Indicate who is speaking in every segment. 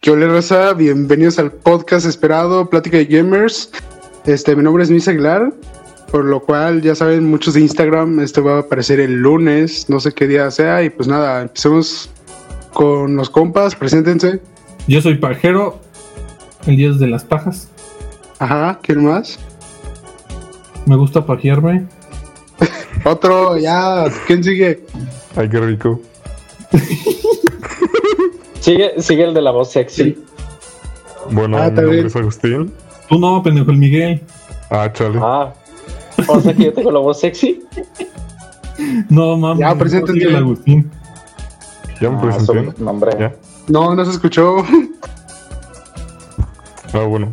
Speaker 1: ¿Qué ole, raza? Bienvenidos al podcast esperado, Plática de Gamers. Este, mi nombre es Luis Aguilar, por lo cual, ya saben, muchos de Instagram, esto va a aparecer el lunes, no sé qué día sea, y pues nada, empecemos con los compas, preséntense.
Speaker 2: Yo soy Pajero, el dios de las pajas.
Speaker 1: Ajá, ¿quién más?
Speaker 2: Me gusta pajearme.
Speaker 1: Otro, ya, ¿quién sigue?
Speaker 3: Ay, qué rico.
Speaker 4: Sigue, sigue el de la voz sexy.
Speaker 3: Bueno,
Speaker 1: Ah,
Speaker 3: mi
Speaker 1: también.
Speaker 3: nombre es Agustín.
Speaker 2: Tú no, pendejo, el Miguel.
Speaker 3: Ah, chale.
Speaker 4: Ah, o sea que yo tengo la voz sexy.
Speaker 2: No, mames.
Speaker 1: Ya, preséntate.
Speaker 2: sigue el Agustín.
Speaker 3: ya me
Speaker 4: Ah,
Speaker 3: presenté.
Speaker 4: su- no, hombre.
Speaker 3: Ya.
Speaker 1: No, no se escuchó.
Speaker 3: Ah, bueno.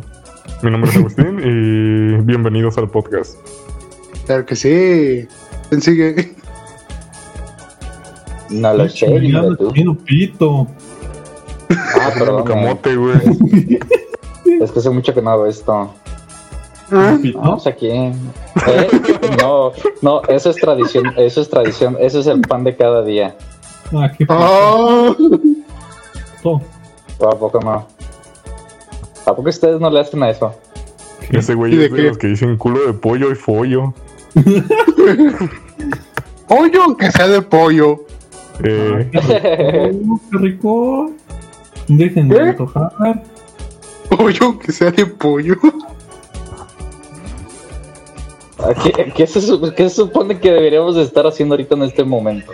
Speaker 3: Mi nombre es Agustín y bienvenidos al podcast.
Speaker 1: Claro que sí. ¿Quién sigue?
Speaker 4: No lo sé, dime
Speaker 2: Chingado,
Speaker 4: tú.
Speaker 2: chino, pito.
Speaker 4: Ah,
Speaker 3: Haciendo
Speaker 4: perdón.
Speaker 3: camote, güey.
Speaker 4: eh. Es que hace mucho que no hago esto.
Speaker 1: Ah,
Speaker 2: Pito.
Speaker 4: No, o sea que. ¿eh? No, no, eso es tradición, eso es tradición, eso es el pan de cada día.
Speaker 2: Ah, qué
Speaker 1: Oh,
Speaker 2: pito.
Speaker 4: ¿O a poco no? ¿A poco ustedes no le hacen a eso?
Speaker 2: ¿Qué?
Speaker 3: Ese güey
Speaker 1: ¿Y de
Speaker 3: es de
Speaker 1: qué?
Speaker 3: los que dicen culo de pollo y follo.
Speaker 1: pollo, aunque sea de pollo.
Speaker 3: Eh,
Speaker 2: Ah, qué rico, qué rico. Dejen
Speaker 1: ¿Eh?
Speaker 2: de antojar.
Speaker 1: Pollo, aunque sea de pollo.
Speaker 4: ¿A ¿Qué, qué se, su- qué se supone que deberíamos de estar haciendo ahorita en este momento?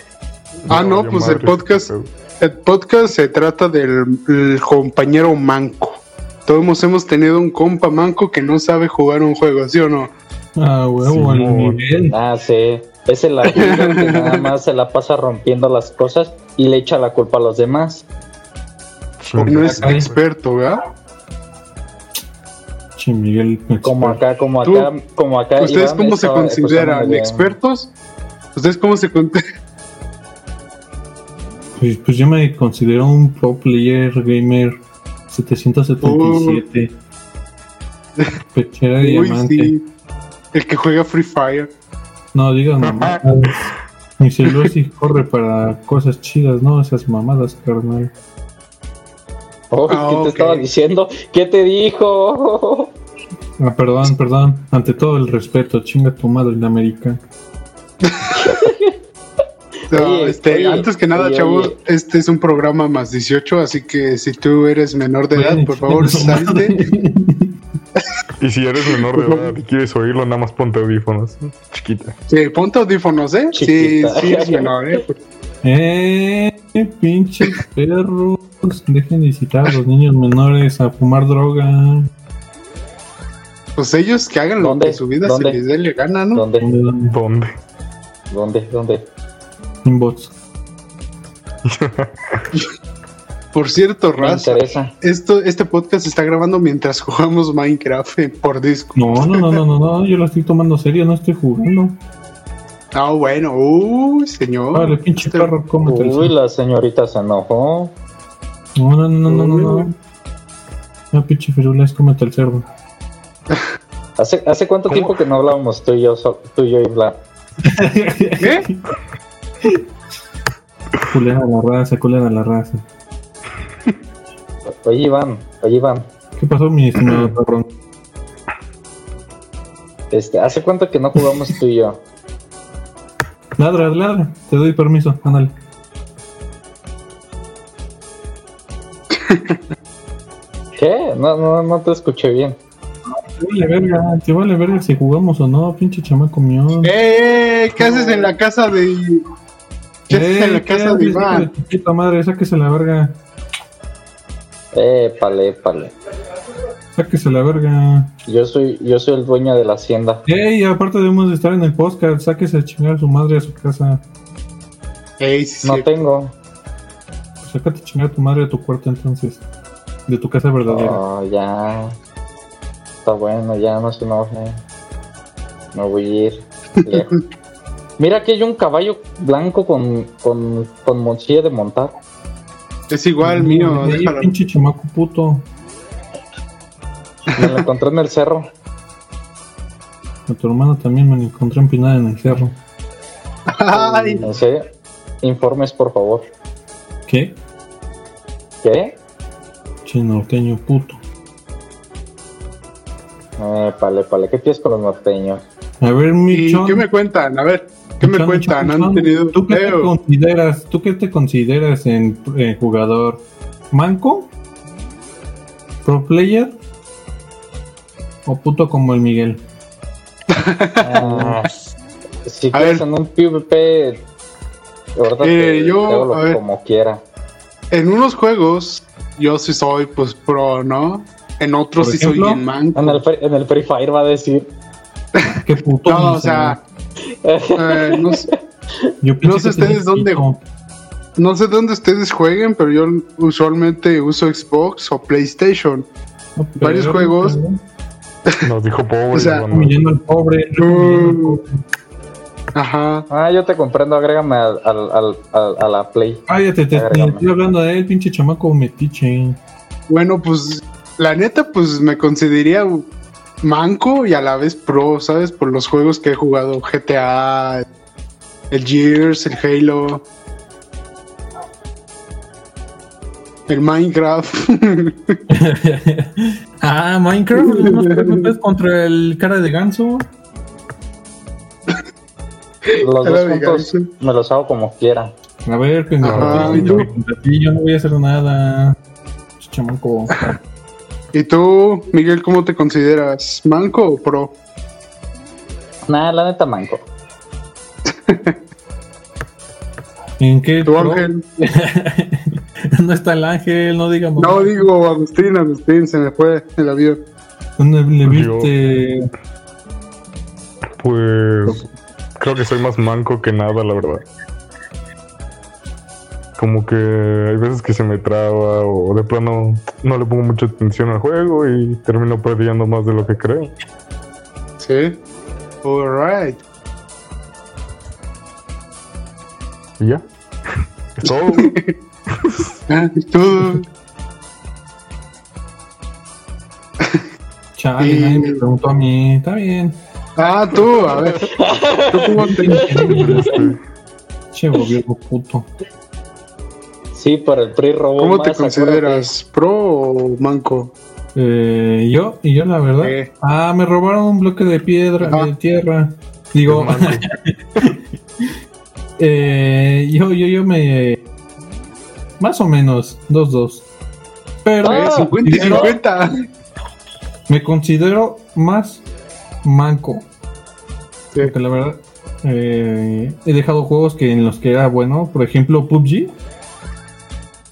Speaker 1: Ah, no,
Speaker 3: valió
Speaker 1: pues el
Speaker 3: madre,
Speaker 1: podcast.
Speaker 3: este pedo.
Speaker 1: El podcast se trata del el compañero manco. Todos hemos tenido un compa manco que no sabe jugar un juego, ¿sí o no?
Speaker 2: Ah, huevo,
Speaker 3: Simón.
Speaker 2: el Miguel.
Speaker 4: Ah, sí. Es el latino que nada más se la pasa rompiendo las cosas y le echa la culpa a los demás.
Speaker 1: Porque no es
Speaker 2: Ay.
Speaker 1: experto, ¿verdad?
Speaker 2: Che, Miguel. pues,
Speaker 4: Como acá, como
Speaker 1: Tú-
Speaker 4: acá, como acá.
Speaker 1: ¿Ustedes
Speaker 4: Iván
Speaker 1: cómo se
Speaker 4: estaba
Speaker 1: consideran?
Speaker 4: escuchando de-
Speaker 1: ¿Expertos? ¿Ustedes cómo se consideran?
Speaker 2: Pues, pues yo me considero un pro player gamer 777. Pechera de
Speaker 1: Uy,
Speaker 2: diamante.
Speaker 1: sí. El que juega Free Fire.
Speaker 2: No, digan mamadas. Mi celular sí corre para cosas chidas, ¿no? Esas mamadas, carnal.
Speaker 4: Oh, ¿Qué
Speaker 1: Ah,
Speaker 4: te
Speaker 1: ok.
Speaker 4: estaba diciendo? ¿Qué te dijo?
Speaker 2: Ah, perdón, perdón. Ante todo el respeto, chinga tu madre en América.
Speaker 1: No,
Speaker 4: Oye,
Speaker 1: este,
Speaker 4: oye,
Speaker 1: antes que nada,
Speaker 4: oye,
Speaker 1: chavos,
Speaker 4: oye.
Speaker 1: este es un programa más 18, así que si tú eres menor de edad,
Speaker 2: Güey,
Speaker 1: por favor,
Speaker 2: chinga tu madre.
Speaker 1: salte.
Speaker 3: Y si eres menor de
Speaker 1: Pues no.
Speaker 3: edad y quieres oírlo, nada más ponte audífonos. Chiquita.
Speaker 1: Sí, ponte audífonos, ¿eh? Sí,
Speaker 4: Chiquita.
Speaker 1: sí, es menor, ¿eh?
Speaker 2: ¡Eh! ¡Pinches perros! Dejen de citar a los niños menores a fumar droga.
Speaker 1: Pues ellos que hagan lo
Speaker 4: ¿Dónde?
Speaker 1: que su vida
Speaker 4: ¿Dónde?
Speaker 1: se les dé le gana, ¿no?
Speaker 4: ¿Dónde?
Speaker 3: ¿Dónde?
Speaker 4: ¿Dónde? ¿Dónde?
Speaker 2: Inbox.
Speaker 1: Por cierto,
Speaker 4: Me
Speaker 1: Raza,
Speaker 4: interesa.
Speaker 1: esto, este podcast se está grabando mientras jugamos Minecraft eh, por disco.
Speaker 2: No, no, no, no, no, no. Yo lo estoy tomando serio, no estoy jugando.
Speaker 1: Ah, bueno, uy, señor.
Speaker 2: Vale, pinche
Speaker 1: Este-
Speaker 2: perro, cómete el-
Speaker 4: Uy, la señorita se enojó.
Speaker 2: No, no, no, no, no, no. No, pinche ferulas, cómete el cerdo.
Speaker 4: ¿Hace, hace cuánto
Speaker 3: ¿Cómo?
Speaker 4: tiempo que no hablábamos tú y yo, so- tú y yo y Bla?
Speaker 1: ¿Qué?
Speaker 2: Culera a la raza, culera a la raza.
Speaker 4: Oye, Iván, oye, Iván.
Speaker 2: ¿Qué pasó, mi estimado cabrón?
Speaker 4: Este, ¿hace cuánto que no jugamos tú y yo?
Speaker 2: Ladra, ladra. Te doy permiso, ándale.
Speaker 4: ¿Qué? No, no, no te escuché bien.
Speaker 2: Te vale verga, te vale verga si jugamos o no, pinche chamaco mío.
Speaker 1: Eh, eh, ¿Qué haces en la casa de. ¿Qué haces en la
Speaker 2: Eh, ¿qué
Speaker 1: casa de
Speaker 2: haces, hijo
Speaker 1: Iván?
Speaker 2: tu Puta madre, sáquese la verga.
Speaker 4: Épale, épale.
Speaker 2: Sáquese la verga.
Speaker 4: Yo soy, yo soy el dueño de la hacienda.
Speaker 2: Ey, aparte debemos de estar en el podcast. Sáquese a chingar a su madre a su casa.
Speaker 1: Ey, sí,
Speaker 4: No
Speaker 1: sí.
Speaker 4: tengo.
Speaker 2: Sácate a chingar a tu madre a tu cuarto entonces. De tu casa
Speaker 1: Ah,
Speaker 2: verdadera.
Speaker 4: Oh, ya. Está bueno, ya no se enoje. No voy a ir. lejos. Mira, aquí hay un caballo blanco con, con, con mochila de montar.
Speaker 1: Es igual mío,
Speaker 2: Ey,
Speaker 1: déjalo.
Speaker 2: pinche chamaco puto.
Speaker 4: Me lo encontré en el cerro.
Speaker 2: A tu hermano también me lo encontré empinada en el cerro.
Speaker 1: Ay,
Speaker 4: No sé. Informes, por favor.
Speaker 2: ¿Qué?
Speaker 4: ¿Qué?
Speaker 2: pinche norteño puto.
Speaker 4: Eh, pale, pale. ¿Qué piensas con los norteños?
Speaker 2: A ver,
Speaker 1: ¿Y
Speaker 2: Michon.
Speaker 1: qué me cuentan? A ver, ¿qué me
Speaker 2: Michon,
Speaker 1: cuentan?
Speaker 2: Michon,
Speaker 1: ¿Han tenido
Speaker 2: ¿Tú qué te
Speaker 1: empleo?
Speaker 2: consideras? ¿Tú qué te consideras en, en jugador? ¿Manco? ¿Pro player? ¿O puto como el Miguel?
Speaker 4: Ah, si
Speaker 1: A
Speaker 4: quieres
Speaker 1: ver.
Speaker 4: en un PvP, ahorita
Speaker 1: Eh,
Speaker 4: te
Speaker 1: yo,
Speaker 4: hago lo
Speaker 1: a
Speaker 4: que
Speaker 1: ver.
Speaker 4: como quiera.
Speaker 1: En unos juegos yo sí soy pues pro, ¿no? En otros
Speaker 2: ¿Por
Speaker 1: sí
Speaker 2: ejemplo?
Speaker 1: soy bien manco.
Speaker 4: En el, fr- en el Free Fire va a decir.
Speaker 2: ¿Qué puto?
Speaker 1: No, o
Speaker 2: Michon?
Speaker 1: sea, eh, no, sé-
Speaker 2: Yo
Speaker 1: no
Speaker 2: pensé
Speaker 1: sé
Speaker 2: que tenías
Speaker 1: ustedes dónde-
Speaker 2: pito.
Speaker 1: no sé dónde ustedes jueguen, pero yo usualmente uso Xbox o PlayStation.
Speaker 2: No,
Speaker 1: varios
Speaker 2: pero-
Speaker 1: juegos.
Speaker 3: Nos dijo pobre.
Speaker 1: O sea,
Speaker 3: cuando-
Speaker 2: Humillando al pobre.
Speaker 1: Uh.
Speaker 2: humillando al pobre.
Speaker 1: Ajá.
Speaker 4: Ah, yo te comprendo, agrégame al, al, al, al- a la Play.
Speaker 2: Cállate, te, te
Speaker 4: Agrégame.
Speaker 2: estoy hablando de él, pinche chamaco metiche.
Speaker 1: Bueno, pues la neta, pues me consideraría manco y a la vez pro, ¿sabes? Por los juegos que he jugado, GTA, el Gears, el Halo, el Minecraft.
Speaker 2: ah, Minecraft, ¿no te preocupes contra el cara de ganso?
Speaker 4: Los
Speaker 1: Era
Speaker 4: dos
Speaker 1: de
Speaker 4: juntos
Speaker 1: ganso.
Speaker 4: me los hago como quiera.
Speaker 2: A ver, pendejo.
Speaker 1: Ajá, ¿y tú?
Speaker 2: contra ti yo no voy a hacer nada. Pinche Chamaco.
Speaker 1: ¿Y tú, Miguel, cómo te consideras? ¿Manco o pro?
Speaker 4: Nah, la neta, manco.
Speaker 2: ¿En qué?
Speaker 1: ¿Tú, Ángel?
Speaker 2: no está el ángel, no digan.
Speaker 1: No digo Agustín, Agustín, se me fue el avión.
Speaker 2: ¿Dónde le
Speaker 3: Yo-
Speaker 2: viste?
Speaker 3: Pues creo que soy más manco que nada, la verdad. Como que hay veces que se me traba o de plano no le pongo mucha atención al juego y termino perdiendo más de lo que creo.
Speaker 1: Sí. Alright.
Speaker 3: Y ya. Es todo.
Speaker 1: Ah, ¿y ¿Tú?
Speaker 2: Chale,
Speaker 1: Sí.
Speaker 2: nadie me preguntó a mí. Está bien.
Speaker 1: Ah, tú, a ver. ¿Tú cómo te,
Speaker 3: Este,
Speaker 2: Che, gobierno puto.
Speaker 4: Sí, por el PRI robó
Speaker 1: ¿Cómo
Speaker 4: más,
Speaker 1: te consideras? ¿Pro o manco?
Speaker 2: Eh, yo, y yo la verdad.
Speaker 1: Eh.
Speaker 2: Ah, me robaron un bloque de piedra,
Speaker 1: Ajá.
Speaker 2: de tierra. Digo,
Speaker 3: manco.
Speaker 2: eh, yo, yo, yo me. Más o menos, dos, dos. Pero
Speaker 4: Ah,
Speaker 1: Eh, 50 y
Speaker 2: pero-
Speaker 1: 50.
Speaker 2: me considero más manco.
Speaker 1: Sí.
Speaker 2: Porque la verdad, eh, he dejado juegos que en los que era bueno, por ejemplo PUBG.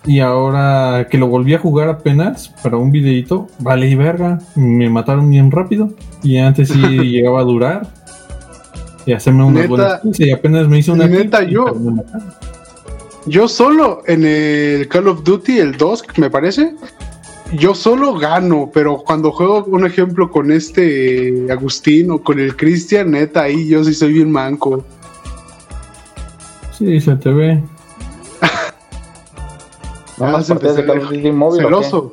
Speaker 2: Y ahora que lo volví a jugar apenas para un videito, vale y verga, me mataron bien rápido. Y antes sí llegaba a durar y hacerme unas
Speaker 1: Neta.
Speaker 2: buenas 15, Y apenas me hice una.
Speaker 1: Neta,
Speaker 2: 15,
Speaker 1: yo.
Speaker 2: pero me mataron.
Speaker 1: Yo solo en el Call of Duty, el 2, me parece. Yo solo gano, pero cuando juego, un ejemplo, con este Agustín o con el Cristian, neta, ahí yo sí soy bien manco.
Speaker 2: Sí, se te ve.
Speaker 4: ¿En unas
Speaker 1: Ah,
Speaker 4: partidas de
Speaker 1: empecé
Speaker 4: Call of Duty móvil o
Speaker 1: Celoso.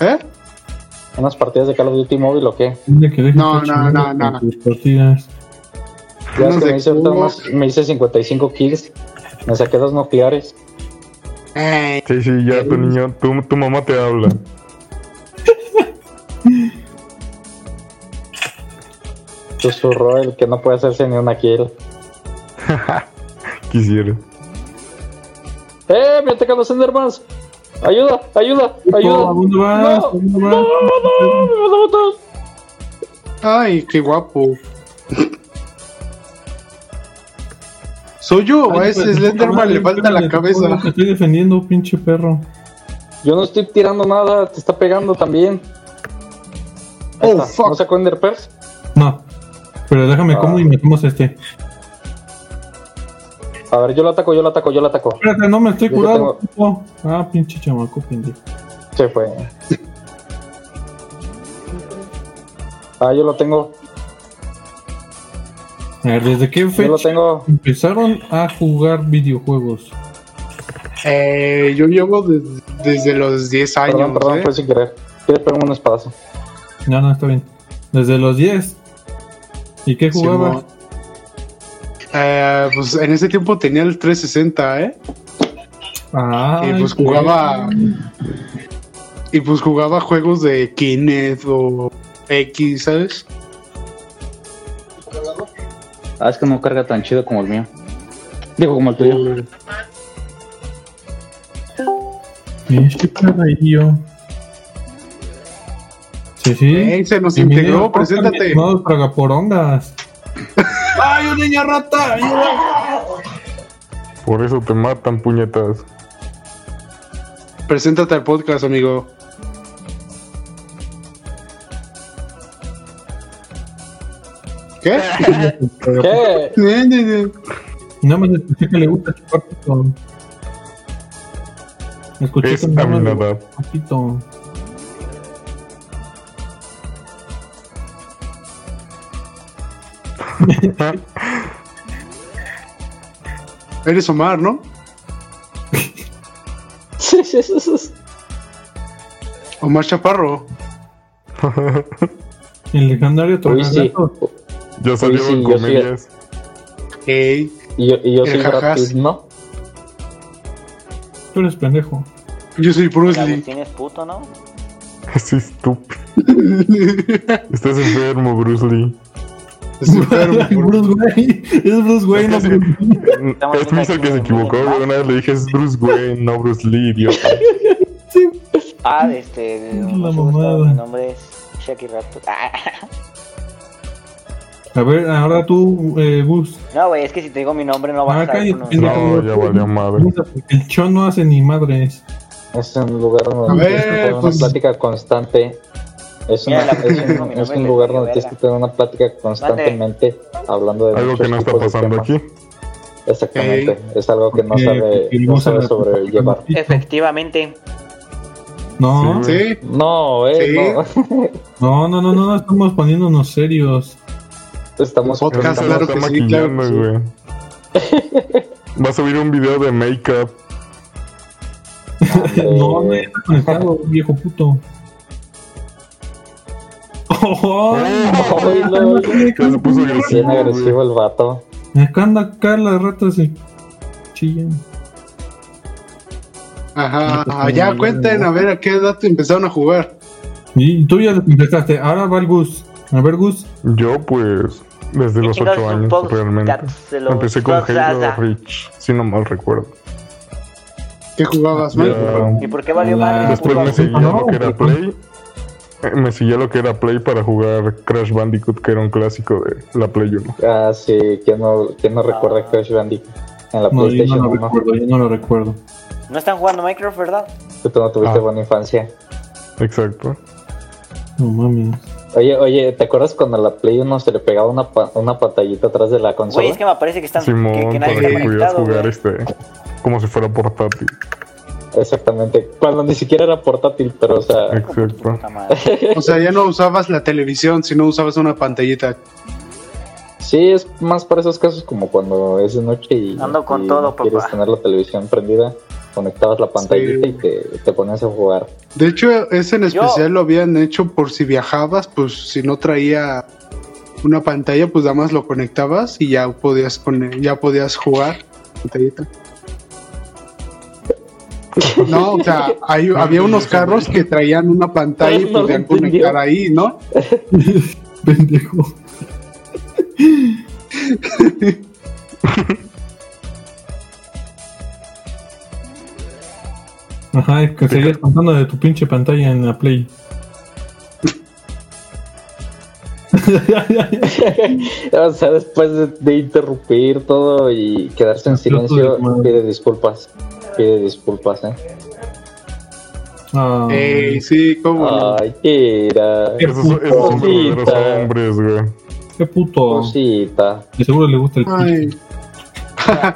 Speaker 1: ¿Eh?
Speaker 4: qué? ¿Unas partidas de Call of Duty móvil o qué?
Speaker 2: Mira que dejas
Speaker 1: No,
Speaker 2: esta
Speaker 1: no,
Speaker 2: chingada
Speaker 1: no, no,
Speaker 2: con tus partidas.
Speaker 4: Ya
Speaker 1: Unas
Speaker 4: es que
Speaker 1: de
Speaker 4: me hice, ahorita
Speaker 1: cubo.
Speaker 4: unos- me hice 55 kills. Me saqué dos nucleares.
Speaker 1: Eh,
Speaker 3: Sí, sí, ya tu niño, tu, tu mamá te habla.
Speaker 4: Susurró el que no puede hacerse ni una kill.
Speaker 3: Quisiera.
Speaker 4: ¡Eh! ¡Me atacan los Endermans! ¡Ayuda! ¡Ayuda! ¡Ayuda!
Speaker 2: ¿A dónde vas? ¿A
Speaker 4: ¡No!
Speaker 2: dónde
Speaker 4: ¡No!
Speaker 2: vas?
Speaker 4: ¡No! ¡No! ¡Me van a matar!
Speaker 1: Ay, qué guapo. ¿Soy yo o a
Speaker 2: Ay,
Speaker 1: ese
Speaker 2: pues,
Speaker 1: Slenderman
Speaker 2: madre,
Speaker 1: le falta la
Speaker 2: espérate,
Speaker 1: cabeza?
Speaker 2: Te estoy defendiendo, pinche perro.
Speaker 4: Yo no estoy tirando nada, te está pegando también. Ahí
Speaker 1: Oh,
Speaker 4: está.
Speaker 1: fuck.
Speaker 4: ¿No sacó Enderpers?
Speaker 2: No. Pero déjame
Speaker 4: Ah.
Speaker 2: como y metemos a este.
Speaker 4: A ver, yo lo ataco, yo lo ataco, yo lo ataco.
Speaker 2: Espérate, no me estoy
Speaker 4: Yo
Speaker 2: curando. puto. Ah, pinche chamaco, pendejo.
Speaker 4: Se fue. Ah, yo lo tengo.
Speaker 2: A ver, ¿desde qué
Speaker 4: Yo
Speaker 2: fecha
Speaker 4: lo tengo.
Speaker 2: empezaron a jugar videojuegos?
Speaker 1: Eh, yo llevo des- desde los 10 años.
Speaker 4: Perdón, perdón, pues,
Speaker 1: ¿eh?
Speaker 4: fue sin querer. Quiero pegarme un espadazo.
Speaker 2: No, no, está bien. Desde los 10. ¿Y qué jugabas?
Speaker 1: Simón. Eh, pues en ese tiempo tenía el 360, ¿eh?
Speaker 2: Ah,
Speaker 1: pues y pues jugaba. Y pues jugaba juegos de Kinect o X, ¿sabes?
Speaker 4: Ah, es que no carga tan chido como el mío. Digo, como el tuyo.
Speaker 2: Este carrillo. Sí, sí.
Speaker 1: Ey, se nos
Speaker 2: Bienvenido
Speaker 1: integró,
Speaker 2: al podcast,
Speaker 1: preséntate.
Speaker 2: No, tragaporongas. ¡Ay, un niño rata!
Speaker 3: Por eso te matan, puñetas.
Speaker 1: Preséntate al podcast, amigo. ¿Qué?
Speaker 4: ¿Qué?
Speaker 2: Nada más escuché que le gusta chupar pito. Escuché
Speaker 3: Es
Speaker 2: que nada más le
Speaker 3: caminada.
Speaker 2: gusta chupar pito.
Speaker 1: Eres Omar, ¿no? Omar Chaparro.
Speaker 2: El legendario
Speaker 4: Uy, sí.
Speaker 2: Tragato.
Speaker 3: Ya
Speaker 4: Pues sí,
Speaker 3: salieron
Speaker 4: yo sí.
Speaker 3: comedias.
Speaker 1: Ey,
Speaker 4: Y yo, y yo
Speaker 1: El
Speaker 4: soy Brad
Speaker 1: jajás.
Speaker 4: Pitt, ¿no?
Speaker 2: Tú eres pendejo.
Speaker 1: yo soy Bruce Lee.
Speaker 5: Agustín es puto, ¿no?
Speaker 3: Es estúpido. Estás enfermo, Bruce Lee.
Speaker 1: Es enfermo, Bruce.
Speaker 2: Bruce Wayne. Es Bruce Wayne. no Bruce Lee.
Speaker 5: Estamos
Speaker 3: Mm, Es Luis el que se
Speaker 5: viendo aquí
Speaker 3: equivocó,
Speaker 5: un
Speaker 3: güey. Una vez le dije es Bruce Wayne, no Bruce Lee, idiota.
Speaker 5: Ah, de este. de-
Speaker 2: La
Speaker 5: mucho gusto,
Speaker 2: mamada.
Speaker 5: Mi nombre es Shaki Raptor. Ah,
Speaker 2: A ver, ahora tú, eh, Gus.
Speaker 5: no, güey, es que si te digo mi nombre no vas
Speaker 2: Ah,
Speaker 5: a
Speaker 2: cállate,
Speaker 5: saber. uno.
Speaker 2: pendejo.
Speaker 3: No, ya valió madre.
Speaker 2: El chon no hace ni madres.
Speaker 4: Es un lugar donde
Speaker 1: A ver,
Speaker 4: tienes que tener una
Speaker 1: pues-
Speaker 4: plática constante. Es,
Speaker 5: Mira,
Speaker 4: una-
Speaker 5: la
Speaker 4: es
Speaker 5: próxima
Speaker 4: un,
Speaker 5: mi
Speaker 4: es
Speaker 5: nombre
Speaker 4: un
Speaker 5: le
Speaker 4: lugar
Speaker 5: vale
Speaker 4: donde tienes que
Speaker 5: verga.
Speaker 4: tener una plática constantemente hablando de
Speaker 3: Algo
Speaker 4: muchos
Speaker 3: que no está
Speaker 4: tipos de
Speaker 3: pasando
Speaker 4: temas.
Speaker 3: aquí.
Speaker 4: Exactamente, es algo que no
Speaker 2: Porque-
Speaker 4: sabe,
Speaker 2: Eh, porque
Speaker 4: no
Speaker 2: Gus
Speaker 4: sabe
Speaker 2: habla con-
Speaker 4: sobrellevar.
Speaker 5: Efectivamente.
Speaker 2: No,
Speaker 3: Sí,
Speaker 1: Sí,
Speaker 4: No,
Speaker 1: Sí.
Speaker 4: eh,
Speaker 2: no,
Speaker 4: no.
Speaker 2: no, no, no, no, estamos poniéndonos serios.
Speaker 4: Estamos
Speaker 1: Podcast,
Speaker 3: Pero
Speaker 1: claro
Speaker 3: está
Speaker 1: que sí,
Speaker 3: maquillando,
Speaker 1: claro que sí.
Speaker 3: güey. Va a subir un video de make-up.
Speaker 2: No, no está conectado, viejo puto. Oh,
Speaker 4: Ay, no,
Speaker 3: Ya se puso
Speaker 4: Bien
Speaker 3: agresivo,
Speaker 4: agresivo el vato.
Speaker 2: acá anda acá las ratas se chillan.
Speaker 1: ajá. ajá. Ya cuenten, a ver a qué edad empezaron a jugar.
Speaker 2: Y tú ya empezaste, ahora va el Gus. A ver, Gus.
Speaker 3: güey. Yo, pues, desde los
Speaker 5: Chingados,
Speaker 3: 8
Speaker 5: un
Speaker 3: años,
Speaker 5: podcast
Speaker 3: realmente.
Speaker 5: de los
Speaker 3: Empecé con Halo
Speaker 5: podcasts.
Speaker 3: Reach, si no mal recuerdo.
Speaker 1: ¿Qué jugabas,
Speaker 3: Ya,
Speaker 1: man?
Speaker 5: ¿Y por qué valió madre?
Speaker 3: después
Speaker 5: puto?
Speaker 3: me seguía
Speaker 2: no,
Speaker 3: lo que era
Speaker 2: güey.
Speaker 3: Play. Eh, Me seguía lo que era Play para jugar Crash Bandicoot, que era un clásico de la Play 1.
Speaker 4: Ah, sí, ¿quién no, quién no recuerda
Speaker 5: Ah.
Speaker 4: Crash Bandicoot en la
Speaker 2: No, yo no
Speaker 4: PlayStation
Speaker 2: lo
Speaker 4: 1?
Speaker 2: recuerdo, yo no lo recuerdo.
Speaker 5: No están jugando Minecraft, ¿verdad?
Speaker 4: Que tú no tuviste
Speaker 3: Ah.
Speaker 4: buena infancia.
Speaker 3: Exacto.
Speaker 2: No mames.
Speaker 4: Oye, oye, ¿te acuerdas cuando a la Play 1 se le pegaba una, pa- una pantallita atrás de la consola?
Speaker 5: Güey, es que me parece que están.
Speaker 3: Simón,
Speaker 5: que, que
Speaker 3: para que
Speaker 5: nadie está
Speaker 3: pudieras
Speaker 5: conectado,
Speaker 3: jugar
Speaker 5: güey.
Speaker 3: este como si fuera portátil.
Speaker 4: Exactamente, cuando ni siquiera era portátil, pero o sea,
Speaker 3: Exacto.
Speaker 5: Puta madre.
Speaker 1: O sea, ya no usabas la televisión, sino usabas una pantallita.
Speaker 4: sí, es más para esos casos como cuando es de noche y,
Speaker 5: Ando con
Speaker 4: y
Speaker 5: todo,
Speaker 4: quieres
Speaker 5: papá.
Speaker 4: tener la televisión prendida, conectabas la pantallita y te, te ponías a jugar.
Speaker 1: De hecho, ese en
Speaker 5: Yo-
Speaker 1: especial lo habían hecho por si viajabas, pues si no traía una pantalla, pues nada más lo conectabas y ya podías poner, ya podías jugar pantallita. No, o sea, hay- había unos carros que traían una pantalla y
Speaker 4: No, no lo
Speaker 1: podían
Speaker 4: entendió.
Speaker 1: conectar ahí, ¿no?
Speaker 2: Pendejo. Ajá, es que seguías contando de tu pinche pantalla en la Play.
Speaker 4: o sea, después de, de interrumpir todo y quedarse en
Speaker 2: Exploto
Speaker 4: silencio,
Speaker 2: de madre.
Speaker 4: pide disculpas, pide disculpas, ¿eh?
Speaker 2: Ah,
Speaker 1: Ey, sí, cómo no.
Speaker 4: Ay, era...
Speaker 2: Qué
Speaker 3: Esos, son- esos son
Speaker 4: puto.
Speaker 3: verdaderos hombres, güey.
Speaker 2: qué puto.
Speaker 4: pues Cosita.
Speaker 2: De seguro le gusta el pinche.
Speaker 1: Ay.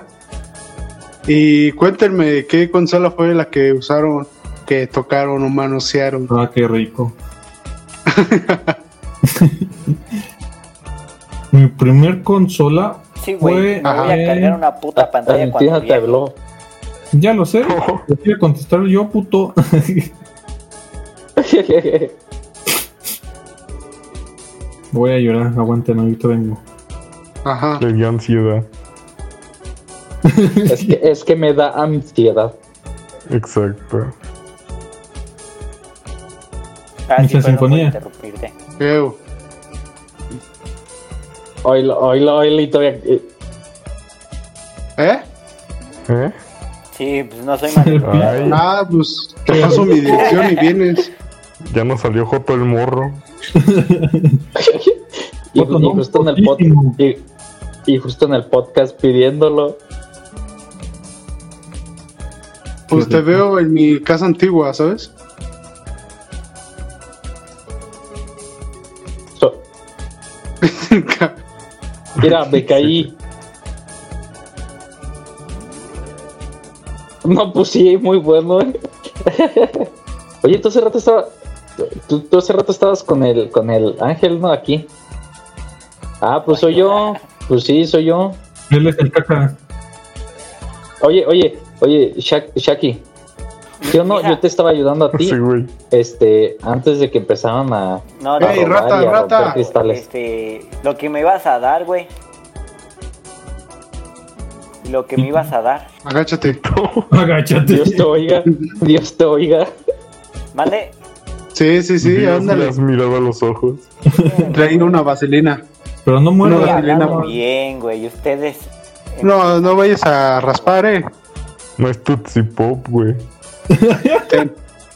Speaker 1: y cuéntenme, ¿qué consola fue la que usaron, que tocaron o manosearon?
Speaker 2: Ah, qué rico. Mi primer consola
Speaker 5: Sí, güey. Me voy
Speaker 1: Ajá.
Speaker 5: a cargar una puta pantalla cuando.
Speaker 4: Valentina te
Speaker 5: viaje.
Speaker 4: habló.
Speaker 2: Ya lo sé. Lo quiero contestar yo, puto. Voy a llorar, aguanten, ahorita vengo.
Speaker 1: Ajá.
Speaker 3: Le dio ansiedad.
Speaker 4: es, que, es que me da ansiedad.
Speaker 3: Exacto.
Speaker 5: Ah,
Speaker 2: Misa
Speaker 5: sí, pero no puedo
Speaker 2: Sinfonía.
Speaker 5: interrumpirte.
Speaker 1: Creo.
Speaker 4: Oilo, oilo, oilo, y todavía. eh,
Speaker 1: ¿Eh?
Speaker 3: ¿Eh?
Speaker 5: Sí, pues no soy malo.
Speaker 3: Ay,
Speaker 1: Ah, pues te paso mi dirección y vienes.
Speaker 3: ya nos salió Joto el morro.
Speaker 4: Y,
Speaker 2: Foto,
Speaker 4: y
Speaker 2: ¿no?
Speaker 4: justo en el
Speaker 2: Fotísimo.
Speaker 4: podcast. Y, y justo en el podcast pidiéndolo.
Speaker 1: Pues te veo en mi casa antigua, ¿sabes?
Speaker 4: So- Mira, me caí. No, pues sí, muy bueno. eh. Oye, tú hace rato estaba. Tú, tú hace rato estabas con el con el ángel, ¿no? Aquí. Ah, pues soy yo. Pues sí, soy yo.
Speaker 2: Él es el caca.
Speaker 4: Oye, oye, oye, Shak- Shaki. Yo no, yo te estaba ayudando a ti,
Speaker 3: Sí, güey.
Speaker 4: este, antes de que empezaban a.
Speaker 5: No, no,
Speaker 4: a
Speaker 1: Ey,
Speaker 5: no,
Speaker 4: robar
Speaker 1: rata,
Speaker 4: y a romper
Speaker 1: rata.
Speaker 4: cristales.
Speaker 5: Este, lo que me ibas a dar, güey. Lo que me ibas a dar.
Speaker 1: Agáchate.
Speaker 2: Agáchate.
Speaker 4: Dios te oiga, Dios te oiga.
Speaker 5: Mande.
Speaker 1: Sí, sí, sí,
Speaker 3: Dios me
Speaker 1: ándale.
Speaker 3: has mirado a los ojos.
Speaker 1: Traer una vaselina.
Speaker 2: Pero no muero.
Speaker 1: No,
Speaker 5: Estoy
Speaker 1: Elena,
Speaker 5: hablando
Speaker 1: por-
Speaker 5: bien, güey. Ustedes.
Speaker 1: No, no vayas a raspar, eh.
Speaker 3: No es Tootsie Pop, güey.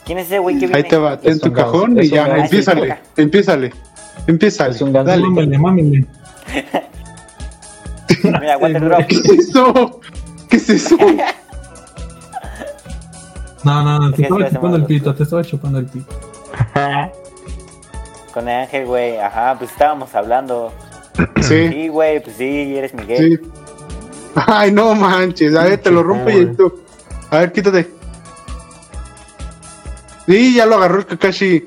Speaker 5: ¿Quién es ese güey que viene?
Speaker 1: Ahí te va, ten
Speaker 4: Es
Speaker 1: tu
Speaker 4: un gas,
Speaker 1: cajón
Speaker 4: es
Speaker 1: y
Speaker 4: un
Speaker 1: ya,
Speaker 4: gas.
Speaker 1: empiézale, empiézale, empiézale.
Speaker 4: Es un gas.
Speaker 1: Dale.
Speaker 2: Mámele, mámele.
Speaker 5: Mira, aguanta el duro.
Speaker 1: ¿Qué es eso? ¿Qué es eso?
Speaker 2: No, no, no,
Speaker 5: Es que
Speaker 2: te estaba
Speaker 5: estoy
Speaker 2: chupando el
Speaker 5: haciendo-
Speaker 2: pito, te estaba chupando el pito.
Speaker 5: Con el ángel, güey. Ajá, pues estábamos hablando.
Speaker 1: Sí,
Speaker 5: Sí, güey, pues sí, eres Miguel.
Speaker 1: sí. Ay, no manches, a ver, te lo rompo y tú. A ver, quítate. Sí, ya lo agarró el Kakashi.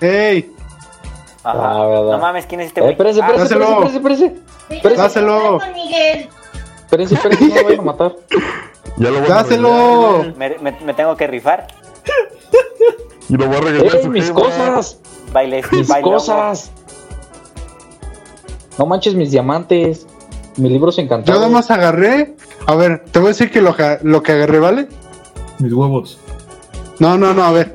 Speaker 1: ¡Ey!
Speaker 5: Ajá.
Speaker 4: Ah, verdad.
Speaker 5: no mames, ¿quién es este
Speaker 4: Eh,
Speaker 5: güey?
Speaker 4: espérense,
Speaker 5: Ah,
Speaker 4: espérense,
Speaker 1: dáselo.
Speaker 4: espérense, espérense, espérense.
Speaker 1: Dáselo.
Speaker 6: Con Miguel.
Speaker 4: Espérense, espérense, no lo vayan a matar.
Speaker 3: Ya lo voy a
Speaker 1: ¡Dáselo!
Speaker 5: me, me- me tengo que rifar.
Speaker 3: regañar. Y lo voy a regalar.
Speaker 4: ¡Ey, Eh, mis cosas!
Speaker 5: Bailes,
Speaker 4: ¡Mis
Speaker 5: bailongo.
Speaker 4: cosas! No manches mis diamantes, mis libros
Speaker 1: Yo
Speaker 4: encantados.
Speaker 1: nada más agarré. A ver, te voy a decir que lo, que- lo que agarré, ¿vale?
Speaker 2: Mis huevos.
Speaker 1: No, no, no, a ver.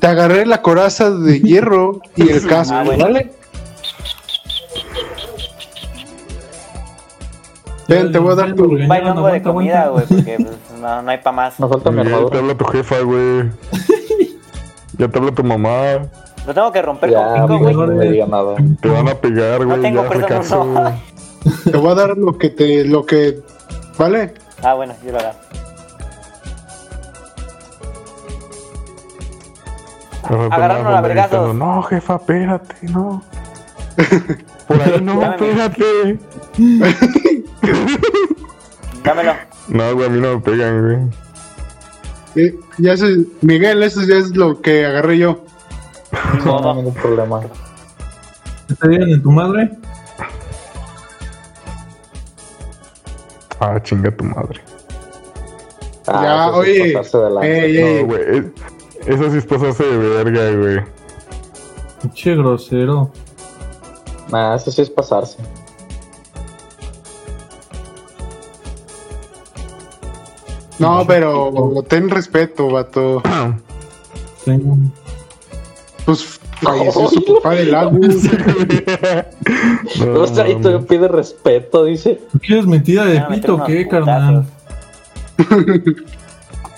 Speaker 1: Te agarré la coraza de hierro y el casco,
Speaker 5: Ah, bueno.
Speaker 1: ¿vale? Ven, te voy a dar tu.
Speaker 5: Un bailongo de comida, güey, porque pues, no, no hay pa' más.
Speaker 4: Nos falta mi
Speaker 3: Miguel, Eh, te
Speaker 4: armadura.
Speaker 3: habla tu jefa, güey. Ya te habla tu mamá.
Speaker 5: Lo tengo que romper
Speaker 4: Ya,
Speaker 5: con pico,
Speaker 4: pues,
Speaker 5: güey.
Speaker 4: no
Speaker 2: güey.
Speaker 4: me diga nada.
Speaker 3: Te van a pegar, güey.
Speaker 5: tengo
Speaker 3: ya,
Speaker 5: perdón,
Speaker 3: fracaso.
Speaker 5: no.
Speaker 1: Te voy a dar lo que te. lo que. ¿Vale?
Speaker 5: Ah, bueno, yo lo hago. Agarraron a vergazos.
Speaker 3: No, jefa, espérate, no. Por ahí no,
Speaker 5: Dame.
Speaker 3: espérate.
Speaker 5: Dámelo.
Speaker 3: No, güey, a mí no me pegan, güey.
Speaker 1: Eh, Ya eso es- Miguel, eso ya es lo que agarré yo.
Speaker 4: No, no, ningún problema.
Speaker 2: ¿Te dieron en tu madre?
Speaker 3: Ah, chinga tu madre.
Speaker 1: Ya,
Speaker 4: Ah, eso sí es
Speaker 1: oye. eh,
Speaker 4: pasarse de lanza.
Speaker 1: Ey, ey,
Speaker 3: No, güey. es- Eso sí es pasarse de verga, güey.
Speaker 2: Che grosero.
Speaker 4: Nah, eso sí es pasarse.
Speaker 1: No, pero ten respeto, vato.
Speaker 2: Tengo un-
Speaker 1: Pues falleció su papá del lago.
Speaker 3: No,
Speaker 4: O sea, y
Speaker 3: mames.
Speaker 4: todavía pide respeto, dice.
Speaker 2: ¿Tú quieres mentira de
Speaker 5: Ya me
Speaker 2: pito o
Speaker 5: metieron
Speaker 2: qué,
Speaker 5: unos
Speaker 2: carnal?
Speaker 5: putazos.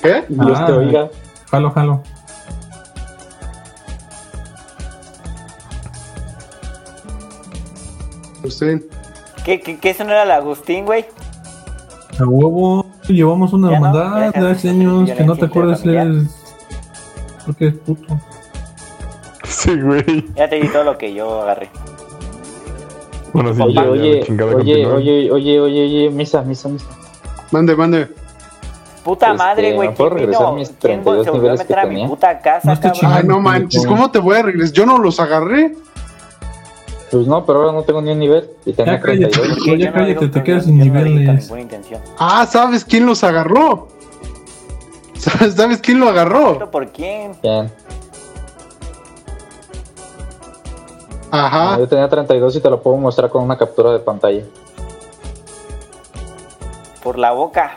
Speaker 1: ¿Qué?
Speaker 4: Dios
Speaker 2: Ah.
Speaker 4: te oiga.
Speaker 2: Jalo, jalo.
Speaker 1: Usted.
Speaker 5: ¿Qué, qué, qué eso no era el Agustín, güey?
Speaker 2: A huevo. Llevamos una
Speaker 5: Ya no,
Speaker 2: hermandad
Speaker 5: gracias.
Speaker 2: de hace años que no te
Speaker 5: Violencia
Speaker 2: acuerdas.
Speaker 5: intrafamiliar.
Speaker 2: Es... Porque es puto.
Speaker 3: Sí, güey.
Speaker 5: Ya te di todo lo que yo agarré.
Speaker 3: Bueno, sí,
Speaker 4: Oye,
Speaker 3: ya, ya,
Speaker 4: oye,
Speaker 3: la chingada
Speaker 4: oye,
Speaker 3: continúa.
Speaker 4: oye, oye, oye, oye, misa, misa, misa.
Speaker 1: Mande, mande.
Speaker 5: Puta
Speaker 4: Este,
Speaker 5: madre, güey.
Speaker 4: ¿me puedo
Speaker 5: ¿quién
Speaker 4: regresar
Speaker 5: vino-
Speaker 4: mis
Speaker 5: quién
Speaker 4: 32
Speaker 5: se volvió a
Speaker 4: niveles que
Speaker 5: meter a mi
Speaker 4: tenía?
Speaker 5: puta
Speaker 2: No
Speaker 5: casa,
Speaker 2: estoy
Speaker 5: cabrón?
Speaker 1: Ay, no manches, ¿cómo te voy a regresar? Yo no los agarré.
Speaker 4: Pues no, pero ahora no tengo ni un nivel y tenía
Speaker 2: Ya cállate.
Speaker 4: 32.
Speaker 5: Porque
Speaker 2: Ya
Speaker 5: yo no
Speaker 2: cállate,
Speaker 5: digo
Speaker 2: te
Speaker 5: que-
Speaker 2: quedas
Speaker 5: yo
Speaker 2: sin
Speaker 5: no lo dije con
Speaker 2: niveles.
Speaker 5: ninguna intención.
Speaker 1: Ah, ¿sabes quién los agarró? ¿Sabes quién lo agarró?
Speaker 5: ¿Por quién?
Speaker 4: Bien.
Speaker 1: Ajá. Ah.
Speaker 4: Yo tenía 32 y te lo puedo mostrar con una captura de pantalla.
Speaker 5: Por la boca.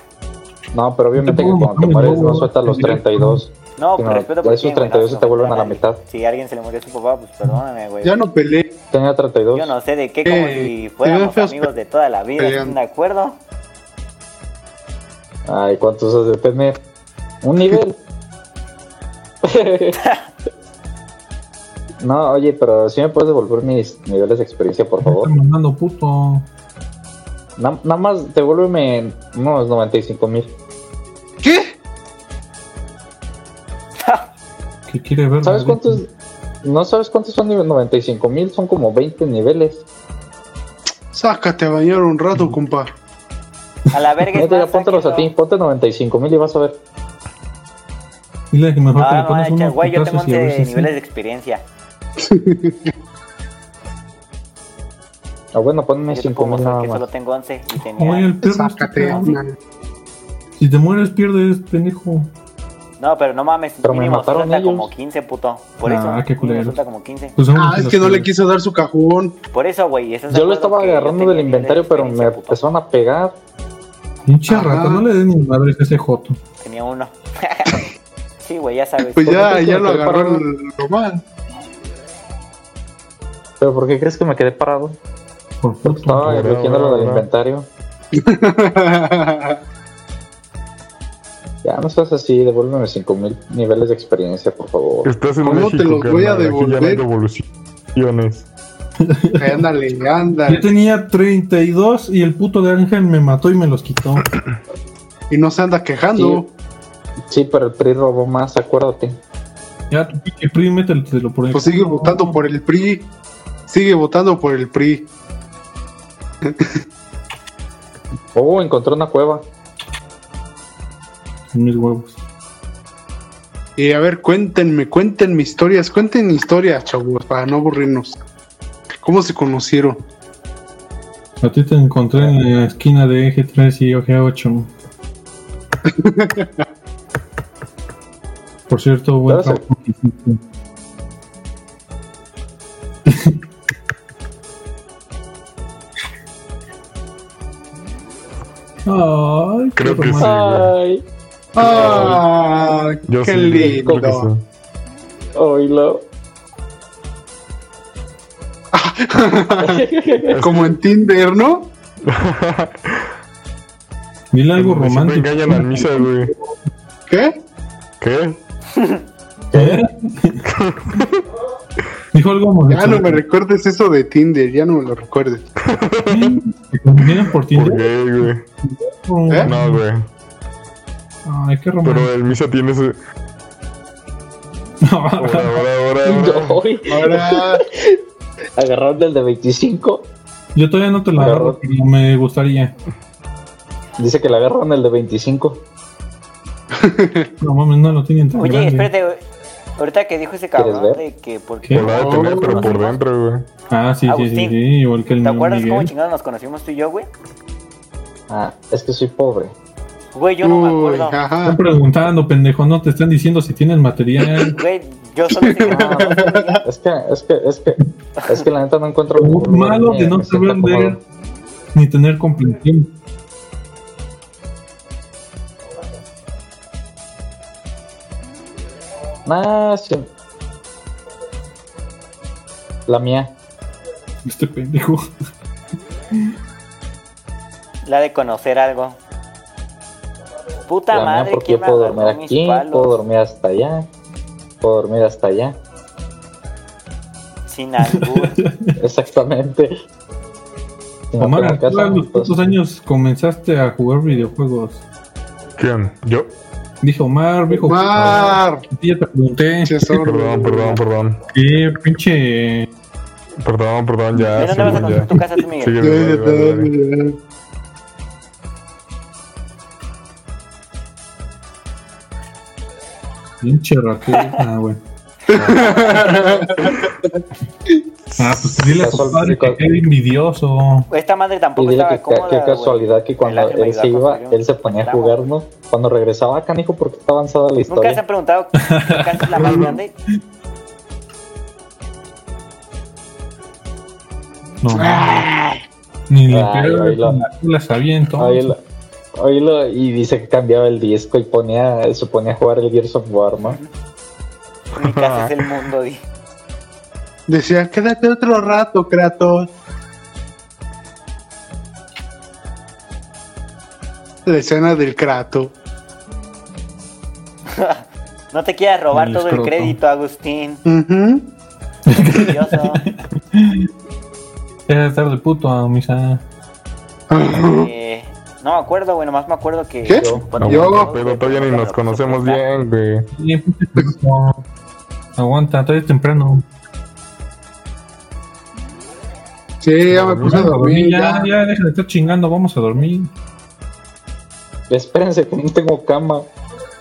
Speaker 4: No, pero obviamente
Speaker 2: Te
Speaker 4: que
Speaker 2: puedo
Speaker 4: cuando
Speaker 2: mostrar
Speaker 4: te
Speaker 2: mi
Speaker 4: mueres no
Speaker 2: logo,
Speaker 4: sueltas los
Speaker 2: en directo.
Speaker 4: 32.
Speaker 5: No,
Speaker 4: Que
Speaker 5: pues
Speaker 4: no,
Speaker 5: respeto por
Speaker 4: esos
Speaker 5: ti, güey,
Speaker 4: 32
Speaker 5: se lo
Speaker 4: te vuelven
Speaker 5: murieron
Speaker 4: a la mitad.
Speaker 5: Si alguien se le murió a su papá, pues perdóname, güey.
Speaker 1: Ya no peleé.
Speaker 4: Tenía 32.
Speaker 5: Yo no sé de qué, como
Speaker 1: Eh,
Speaker 5: si
Speaker 1: te ven
Speaker 5: fuéramos
Speaker 1: feos
Speaker 5: amigos de toda la vida, ¿están
Speaker 1: peleando.
Speaker 5: de acuerdo?
Speaker 4: Ay, ¿cuántos has de tener? Un nivel. no, oye, pero si me puedes devolver mis niveles de experiencia, por favor.
Speaker 2: Están mandando puto.
Speaker 4: Na- Nada más devuélveme unos 95 mil.
Speaker 1: ¿Qué?
Speaker 2: Que quiere ver.
Speaker 4: ¿Sabes
Speaker 2: la-
Speaker 4: cuántos? No sabes cuántos son nivel 95 mil, son como 20 niveles.
Speaker 1: Sácate a bañar un rato, compa.
Speaker 5: A la verga, es
Speaker 4: Mira,
Speaker 5: más,
Speaker 4: póntelos a ti,
Speaker 5: sáquenlo.
Speaker 4: ponte 95 mil y vas a ver.
Speaker 2: Dile que mejor te
Speaker 5: No,
Speaker 2: le
Speaker 5: no,
Speaker 2: pones
Speaker 5: no,
Speaker 2: unos
Speaker 5: güey, yo tengo
Speaker 2: putazos y a
Speaker 5: 11
Speaker 2: ver si sí.
Speaker 5: niveles de experiencia.
Speaker 4: Ah, bueno, ponme
Speaker 5: Yo te
Speaker 4: 5
Speaker 5: puedo
Speaker 4: mil
Speaker 5: mostrar
Speaker 4: nada
Speaker 5: que solo
Speaker 4: más.
Speaker 5: tengo 11 y
Speaker 2: Oye,
Speaker 5: tenía...
Speaker 2: el perro está
Speaker 1: Sácate.
Speaker 2: cabrón.
Speaker 1: una-
Speaker 2: Si te mueres, pierdes, pendejo.
Speaker 5: No, pero no mames,
Speaker 4: Pero me
Speaker 5: mínimo
Speaker 4: mataron
Speaker 5: suelta
Speaker 4: ellos.
Speaker 5: como 15, puto. Por
Speaker 2: Ah,
Speaker 5: eso,
Speaker 2: qué
Speaker 5: mínimo
Speaker 2: culeros.
Speaker 5: suelta como 15.
Speaker 2: Pues vamos
Speaker 1: Ah,
Speaker 2: a
Speaker 1: es
Speaker 2: las
Speaker 1: que no le
Speaker 2: que-
Speaker 1: quiso dar su cajón.
Speaker 5: Por eso, güey, ¿estás de
Speaker 4: Yo lo
Speaker 5: acuerdo
Speaker 4: estaba
Speaker 5: que
Speaker 4: agarrando
Speaker 5: tenía
Speaker 4: del
Speaker 5: niveles de
Speaker 4: inventario, pero me
Speaker 5: experiencia, puto?
Speaker 4: empezaron a pegar.
Speaker 2: Pinche
Speaker 1: Ajá.
Speaker 2: rata, no le den ni madres a ese joto.
Speaker 5: Tenía uno. sí, güey, ya sabes.
Speaker 1: Pues
Speaker 4: ¿Por qué
Speaker 1: ya,
Speaker 4: crees que
Speaker 1: ya
Speaker 4: me
Speaker 1: lo
Speaker 4: quedé
Speaker 1: agarró
Speaker 4: parado?
Speaker 1: el Román.
Speaker 4: ¿Pero por qué crees que me quedé parado?
Speaker 2: Por
Speaker 4: Porque
Speaker 2: puto.
Speaker 4: estaba
Speaker 3: Ahora,
Speaker 4: eligiendo lo
Speaker 3: ahora,
Speaker 4: del
Speaker 3: ahora.
Speaker 4: inventario. Ya no seas así, devuélveme 5000 niveles de experiencia, por favor.
Speaker 3: Estás en
Speaker 1: ¿Cómo
Speaker 3: México,
Speaker 1: te los voy a
Speaker 3: carnal, aquí ya no hay
Speaker 1: devolver?
Speaker 3: devoluciones.
Speaker 1: ándale,
Speaker 2: Yo
Speaker 1: ándale.
Speaker 2: tenía 32 y el puto de Ángel me mató y me los quitó.
Speaker 1: Y no se anda quejando.
Speaker 4: Sí, pero el PRI robó más, acuérdate.
Speaker 2: Ya, tu pinche PRI, métetelo por ahí.
Speaker 1: Pues sigue votando por el PRI. Sigue votando por el PRI.
Speaker 4: Oh, encontré una cueva.
Speaker 2: En mis huevos.
Speaker 1: Y a ver, cuéntenme, cuéntenme historias, cuenten historias, chavos, para no aburrirnos. ¿Cómo se conocieron?
Speaker 2: A ti te encontré en la esquina de Eje 3 y Eje 8. Por cierto, buen
Speaker 4: Claro,
Speaker 2: trabajo que hiciste. Ay,
Speaker 3: Creo
Speaker 2: qué
Speaker 3: que
Speaker 2: romántico.
Speaker 3: sí.
Speaker 4: Ay,
Speaker 1: ¡Ah!
Speaker 3: Yo
Speaker 1: ¡Qué
Speaker 3: sí,
Speaker 1: lindo!
Speaker 3: creo que sí.
Speaker 4: oílo.
Speaker 1: Como en Tinder, ¿no?
Speaker 2: Dile algo
Speaker 3: Siempre
Speaker 2: romántico.
Speaker 3: engañan al misa, güey.
Speaker 1: ¿Qué?
Speaker 3: ¿Qué?
Speaker 2: ¿Eh? Dijo algo
Speaker 1: Ya
Speaker 2: homosexual.
Speaker 1: no me recuerdes eso de Tinder, ya no me lo recuerdes.
Speaker 2: ¿Te convienen por
Speaker 3: ¿Por
Speaker 2: Tinder?
Speaker 3: qué, güey?
Speaker 1: ¿Eh?
Speaker 3: No, güey.
Speaker 2: Ay, qué romántico.
Speaker 3: Pero el misa tiene su. Ahora, ahora, ahora. ahora.
Speaker 4: Ay,
Speaker 1: Ahora,
Speaker 4: agarraron el de 25.
Speaker 2: Yo todavía no te la agarro como me gustaría.
Speaker 4: Dice que le agarraron el de 25.
Speaker 2: No mames, no lo tienen tan
Speaker 5: Oye,
Speaker 2: grande.
Speaker 5: espérate, güey. Ahorita que dijo ese cabrón
Speaker 4: ¿Quieres
Speaker 5: de que porque
Speaker 2: ¿Qué?
Speaker 3: Por la de tener, pero por dentro, güey.
Speaker 2: Ah, sí, sí, sí,
Speaker 5: Agustín,
Speaker 2: sí, igual que el
Speaker 5: ¿Te acuerdas cómo
Speaker 2: Miguel.
Speaker 5: chingados nos conocimos tú y yo, güey?
Speaker 4: Ah, es que soy pobre.
Speaker 5: Güey, yo no me
Speaker 1: uy,
Speaker 5: acuerdo.
Speaker 1: ajá.
Speaker 2: Están preguntando, pendejo, no te están diciendo si tienes material.
Speaker 5: Güey, yo solo sé que no, no sabía.
Speaker 4: Es que, es que, es que, es que la neta no encuentro
Speaker 2: Lo
Speaker 4: ningún lugar
Speaker 2: malo
Speaker 4: donde
Speaker 2: de no
Speaker 4: me sienta
Speaker 2: saber leer ni tener comprensión.
Speaker 4: cómodo. Nah, sí. La mía.
Speaker 2: Este pendejo.
Speaker 5: la de conocer algo. Puta
Speaker 4: la mía
Speaker 5: madre,
Speaker 4: porque
Speaker 5: ¿quién
Speaker 4: yo
Speaker 5: me
Speaker 4: puedo
Speaker 5: agarró
Speaker 4: dormir
Speaker 5: mis
Speaker 4: aquí,
Speaker 5: palos?
Speaker 4: puedo dormir hasta allá, puedo dormir hasta allá.
Speaker 5: Sin albur.
Speaker 4: Exactamente. Si no
Speaker 2: Omar,
Speaker 4: tengo
Speaker 2: ¿tú
Speaker 4: casa,
Speaker 2: a los
Speaker 4: pues,
Speaker 2: cuántos años comenzaste a jugar videojuegos?
Speaker 3: ¿Quién? ¿Yo?
Speaker 2: Dijo Omar, dijo.
Speaker 1: Mar,
Speaker 2: Sí, ya te pregunté.
Speaker 1: che, zorro.
Speaker 3: Perdón, perdón, perdón.
Speaker 2: ¿Qué pinche.
Speaker 3: Perdón, perdón,
Speaker 5: ¿Y
Speaker 3: ya. según Ah,
Speaker 5: dónde vas a
Speaker 3: ya.
Speaker 5: construir tu casa tú, Miguel?
Speaker 3: Sigue,
Speaker 1: Ya,
Speaker 3: dale,
Speaker 1: ya,
Speaker 3: dale, dale.
Speaker 1: ya, ya.
Speaker 2: Pinche Raquel. Ah, bueno. Ah, pues dile a tu
Speaker 4: Casual-
Speaker 2: padre que
Speaker 4: casual-
Speaker 2: qué envidioso.
Speaker 5: Esta madre
Speaker 4: Y
Speaker 5: tampoco
Speaker 4: dile
Speaker 5: estaba
Speaker 4: que, qué-
Speaker 5: cómoda,
Speaker 4: qué
Speaker 5: güey.
Speaker 4: casualidad que cuando
Speaker 5: ángel me
Speaker 4: él se
Speaker 5: ayudó
Speaker 4: iba,
Speaker 5: a construir un
Speaker 4: él se ponía a
Speaker 5: drama.
Speaker 4: jugar, ¿no? Cuando regresaba, canijo, porque está avanzada la
Speaker 5: Nunca se
Speaker 4: historia.
Speaker 5: han preguntado qué casa es la más grande.
Speaker 2: No. Ni
Speaker 4: Ay,
Speaker 2: la
Speaker 4: oílo.
Speaker 2: Ah. la sabía entonces.
Speaker 4: Ahí la- Oílo, y dice que cambiaba el disco y ponía, se ponía a jugar el Gears of War, ¿no?
Speaker 5: Mi casa es el mundo. di.
Speaker 1: Decía, quédate otro rato, Kratos. La escena del Kratos.
Speaker 5: No te quieras robar
Speaker 2: El
Speaker 5: todo el
Speaker 2: escroto.
Speaker 5: crédito, Agustín.
Speaker 1: Ujú.
Speaker 5: Curioso.
Speaker 2: Ya era tarde, puto, a misa.
Speaker 5: Eh, no me acuerdo, güey. Nomás me acuerdo que.
Speaker 1: ¿Qué?
Speaker 5: cuando-
Speaker 1: Yo,
Speaker 5: cuando-
Speaker 3: Ah, Pero todavía ni nos
Speaker 5: pues,
Speaker 3: conocemos bien, güey.
Speaker 2: Y- No, Aguanta, todavía es temprano.
Speaker 1: Sí, ya me puse a dormir.
Speaker 2: Ya,
Speaker 1: Ya,
Speaker 2: ya, deja de estar chingando, vamos a dormir.
Speaker 4: Espérense que no tengo cama.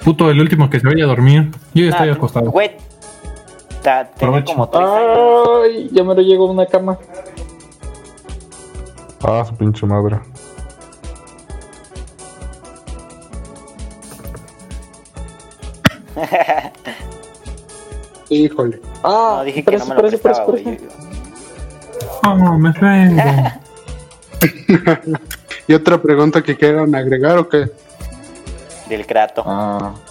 Speaker 2: Puto, el último que se vaya a dormir. Yo ya
Speaker 5: Ah,
Speaker 2: estoy acostado.
Speaker 5: Güey. ta- Tenía
Speaker 2: Aprovecho.
Speaker 5: como tres
Speaker 4: Ah.
Speaker 5: años.
Speaker 4: Ay, ya me lo llegó una cama.
Speaker 3: Ah, su pinche madre.
Speaker 1: híjole.
Speaker 4: Ah,
Speaker 5: No, dije que no
Speaker 4: espérense,
Speaker 5: me lo
Speaker 4: espérense, espérense,
Speaker 5: prestaba, güey.
Speaker 4: espérense.
Speaker 2: Ah, me vengo.
Speaker 1: ¿Y otra pregunta que quieran agregar o qué?
Speaker 5: Del crato.
Speaker 4: Ah.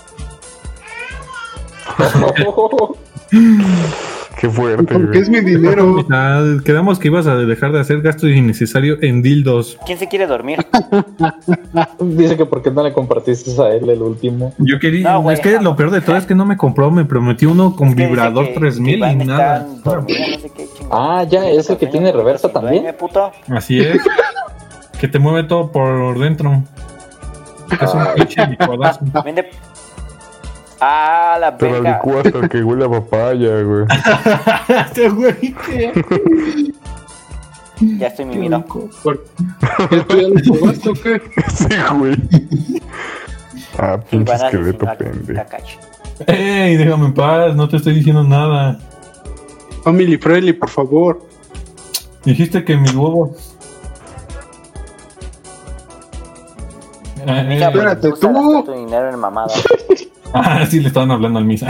Speaker 3: Qué fuerte,
Speaker 1: Porque es
Speaker 3: güey.
Speaker 1: mi dinero.
Speaker 2: Ah, Quedamos que ibas a dejar de hacer gastos innecesarios en dildos.
Speaker 5: ¿Quién se quiere dormir?
Speaker 4: Dice que por qué no le compartiste a él el último.
Speaker 2: Yo quería.
Speaker 5: No, güey,
Speaker 2: es que lo peor de todo es que no me compró, me prometió uno con
Speaker 5: Es que dice
Speaker 2: vibrador
Speaker 5: que- que
Speaker 2: 3000 y
Speaker 5: Iván está
Speaker 2: nada.
Speaker 5: dormido, no sé qué chingado.
Speaker 4: Ah, ya, es el que tiene reversa
Speaker 5: Sin dueño,
Speaker 4: también.
Speaker 5: puto.
Speaker 2: Así es. que te mueve todo por dentro. Es un pinche licuadazo.
Speaker 5: Vende. Ah, la
Speaker 3: Te la
Speaker 5: verga.
Speaker 3: licuó hasta que huele a papaya, güey.
Speaker 2: Este güey, qué
Speaker 5: Ya estoy mimido.
Speaker 2: rico.
Speaker 1: ¿Por- ¿Ya tú ya lo probaste o qué?
Speaker 3: Sí, güey. Ah, pinche
Speaker 5: Iván
Speaker 3: esqueleto
Speaker 5: asesinó a
Speaker 3: pendejo.
Speaker 5: Kakashi.
Speaker 2: Ey, déjame en paz, no te estoy diciendo nada.
Speaker 1: Family friendly, por favor.
Speaker 2: Dijiste que mis huevos. Eh, eh.
Speaker 5: Mija, pero
Speaker 1: Espérate,
Speaker 5: tú
Speaker 1: tú.
Speaker 5: gastas tu dinero en mamadas.
Speaker 2: Ah, sí, le estaban hablando al misa.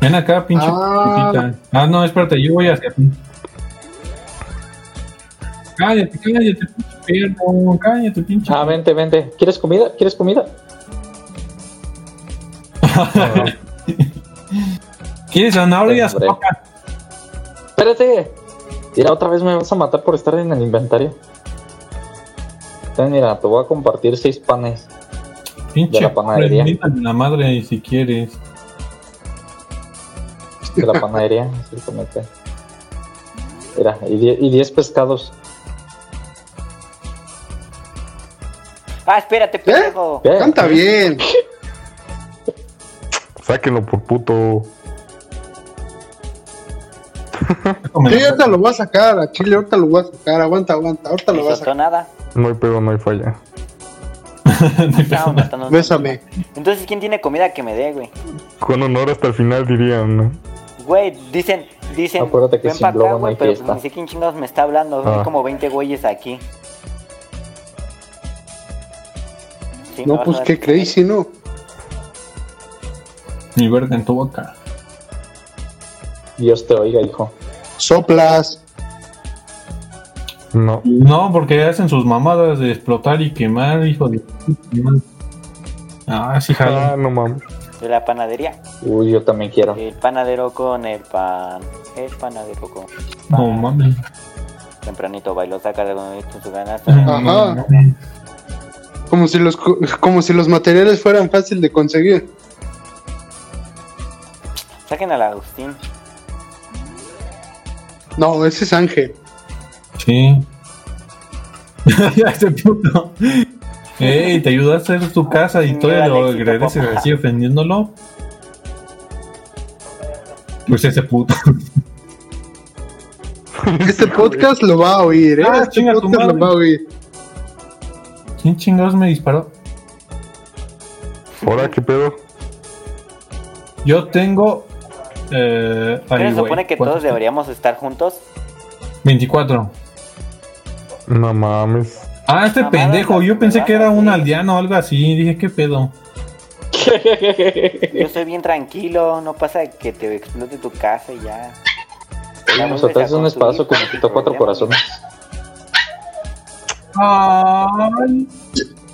Speaker 2: Ven acá, pinche
Speaker 1: Ah.
Speaker 2: putita. Ah, no, espérate, yo voy hacia ti. Cállate, cállate, pinche perro. Cállate, pinche.
Speaker 4: Ah, vente, vente. ¿Quieres comida? ¿Quieres comida?
Speaker 2: ¿Quieres zanahorias?
Speaker 4: Hombre.
Speaker 2: Poca.
Speaker 4: Espérate. Mira, otra vez me vas a matar por estar en el inventario. Ten, mira, te voy a compartir seis panes.
Speaker 2: Pinche.
Speaker 4: De la panadería.
Speaker 2: prendida de la madre, si quieres.
Speaker 4: de la panadería, ciertamente. Mira, y die- y 10 pescados.
Speaker 5: Ah, espérate, pendejo.
Speaker 4: ¿Qué?
Speaker 1: Canta bien.
Speaker 3: Sáquenlo por puto.
Speaker 1: Sí, ahorita lo voy a sacar. A Chile, ahorita lo voy a sacar. Aguanta, aguanta. Ahorita lo
Speaker 5: No
Speaker 1: voy a sacar.
Speaker 5: soltó nada.
Speaker 3: No hay pedo, no hay falla.
Speaker 5: Estaba matando.
Speaker 1: Bésame.
Speaker 5: Entonces, ¿quién tiene comida que me dé, güey?
Speaker 3: Con honor hasta el final dirían, ¿no?
Speaker 5: Güey, dicen, dicen,
Speaker 4: Acuérdate que
Speaker 5: ven
Speaker 4: sin
Speaker 5: para acá,
Speaker 4: globo no
Speaker 5: güey,
Speaker 4: hay
Speaker 5: pero pues
Speaker 4: fiesta.
Speaker 5: ni sé quién chingados me está hablando.
Speaker 3: Ah.
Speaker 5: Hay como 20 güeyes aquí. Sí,
Speaker 1: No,
Speaker 5: vas
Speaker 1: pues
Speaker 5: a
Speaker 1: qué
Speaker 5: ver.
Speaker 1: crazy, ¿no?
Speaker 2: Mi verga en tu boca.
Speaker 4: Dios te oiga, hijo.
Speaker 1: Soplas.
Speaker 3: No.
Speaker 2: No, porque hacen sus mamadas de explotar y quemar, hijo de. Ah, sí,
Speaker 3: Ah,
Speaker 2: jalo.
Speaker 3: no mames.
Speaker 5: De la panadería.
Speaker 4: Uy, yo también quiero.
Speaker 5: El panadero con el pan. El panadero con.
Speaker 2: No mames.
Speaker 5: Tempranito bailó, saca de donde con su ganas.
Speaker 2: No,
Speaker 4: Ah.
Speaker 1: Ajá.
Speaker 2: no mames.
Speaker 1: Como si los, co- como si los materiales fueran fácil de conseguir.
Speaker 5: Saquen al Agustín.
Speaker 1: No, ese es Ángel.
Speaker 2: Sí. ya ese puto. Ey, te ayudó a hacer tu casa y todavía lo
Speaker 5: Éxito,
Speaker 2: agradeces
Speaker 5: papá.
Speaker 2: así ofendiéndolo. Pues ese puto.
Speaker 1: Este podcast lo va a oír, ¿eh?
Speaker 2: Ah,
Speaker 1: Este
Speaker 2: chinga tu
Speaker 1: podcast lo
Speaker 2: madre.
Speaker 1: va a oír.
Speaker 2: ¿Quién chingados me disparó?
Speaker 3: Ahora, ¿qué pedo?
Speaker 2: Yo tengo. Eh, ahí,
Speaker 5: Pero se
Speaker 2: güey,
Speaker 5: supone que
Speaker 2: ¿cuántos?
Speaker 5: todos deberíamos estar juntos.
Speaker 2: 24.
Speaker 3: No mames.
Speaker 2: Ah, este
Speaker 5: Mamadas,
Speaker 2: pendejo. Yo pensé que era
Speaker 5: mamadas,
Speaker 2: un
Speaker 5: sí.
Speaker 2: aldeano o algo así. Dije, ¿qué pedo?
Speaker 5: Yo estoy bien tranquilo, no pasa que te explote tu casa y ya.
Speaker 4: Vamos atrás de un espacio que me quitó cuatro corazones.
Speaker 2: ¡Ay!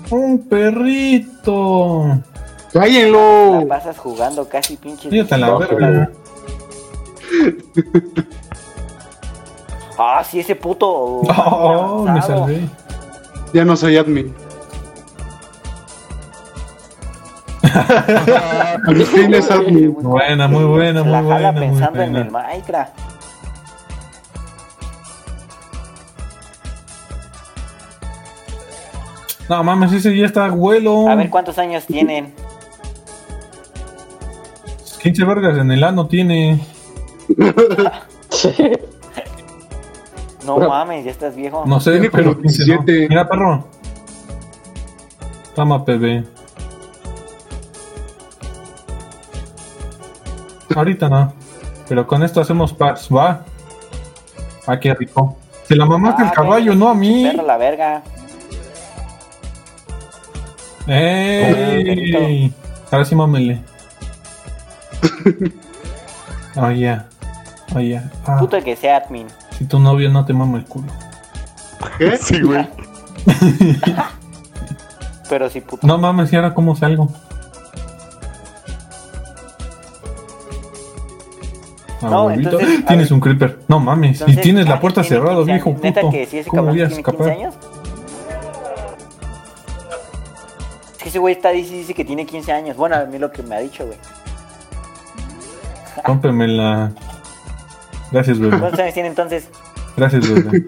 Speaker 2: ¡Un perrito!
Speaker 5: La
Speaker 1: ¡Cállenlo!
Speaker 5: pasas jugando casi pinche.
Speaker 2: Fíjate la
Speaker 4: No,
Speaker 2: verga.
Speaker 5: Ah, sí, ese puto.
Speaker 2: Oh, me
Speaker 5: avanzado.
Speaker 2: salvé.
Speaker 1: Ya no soy admin. Al fin es admin.
Speaker 2: Buena, muy buena, muy
Speaker 5: La
Speaker 2: buena.
Speaker 5: jala
Speaker 2: Muy
Speaker 5: pensando en el
Speaker 2: buena.
Speaker 5: Minecraft.
Speaker 2: No mames, ese ya está abuelo.
Speaker 5: A ver cuántos años tienen.
Speaker 2: 15 vergas en el ano tiene.
Speaker 5: No
Speaker 4: Bueno.
Speaker 5: mames, ya estás viejo.
Speaker 2: No sé,
Speaker 1: Tiene
Speaker 2: pero
Speaker 1: como
Speaker 2: 15 no.
Speaker 1: 17.
Speaker 2: Mira, perro. Toma, bebé. Ahorita no. Pero con esto hacemos packs, va. Ah, qué rico. Se la mamaste
Speaker 5: Ah,
Speaker 2: al caballo,
Speaker 5: güey,
Speaker 2: no a mí.
Speaker 5: Perro la verga.
Speaker 2: ¡Ey! Ahora sí, mámele. Oh, yeah. Oh, yeah. Ah,
Speaker 5: Puto que sea admin.
Speaker 2: si tu novio no te mama el culo.
Speaker 1: ¿Qué?
Speaker 3: Sí, güey.
Speaker 5: Pero sí, puto.
Speaker 2: No mames, ¿y ahora cómo salgo? Ah,
Speaker 5: No,
Speaker 2: abuelito.
Speaker 5: entonces, a
Speaker 2: tienes
Speaker 5: ver.
Speaker 2: un creeper. No mames, y
Speaker 5: Entonces,
Speaker 2: tienes
Speaker 5: ah,
Speaker 2: la puerta
Speaker 5: tiene
Speaker 2: cerrada,
Speaker 5: 15 años.
Speaker 2: viejo puto.
Speaker 5: Neta que si ese
Speaker 2: ¿Cómo
Speaker 5: cabrón
Speaker 2: voy a
Speaker 5: tiene 15
Speaker 2: escapar?
Speaker 5: años. Es que ese güey está dice, dice que tiene 15 años. Bueno, a mí lo que me ha dicho, güey.
Speaker 2: Rómpeme la. Gracias, bebé.
Speaker 5: ¿Cuántos años tiene entonces?
Speaker 2: Gracias, bebé.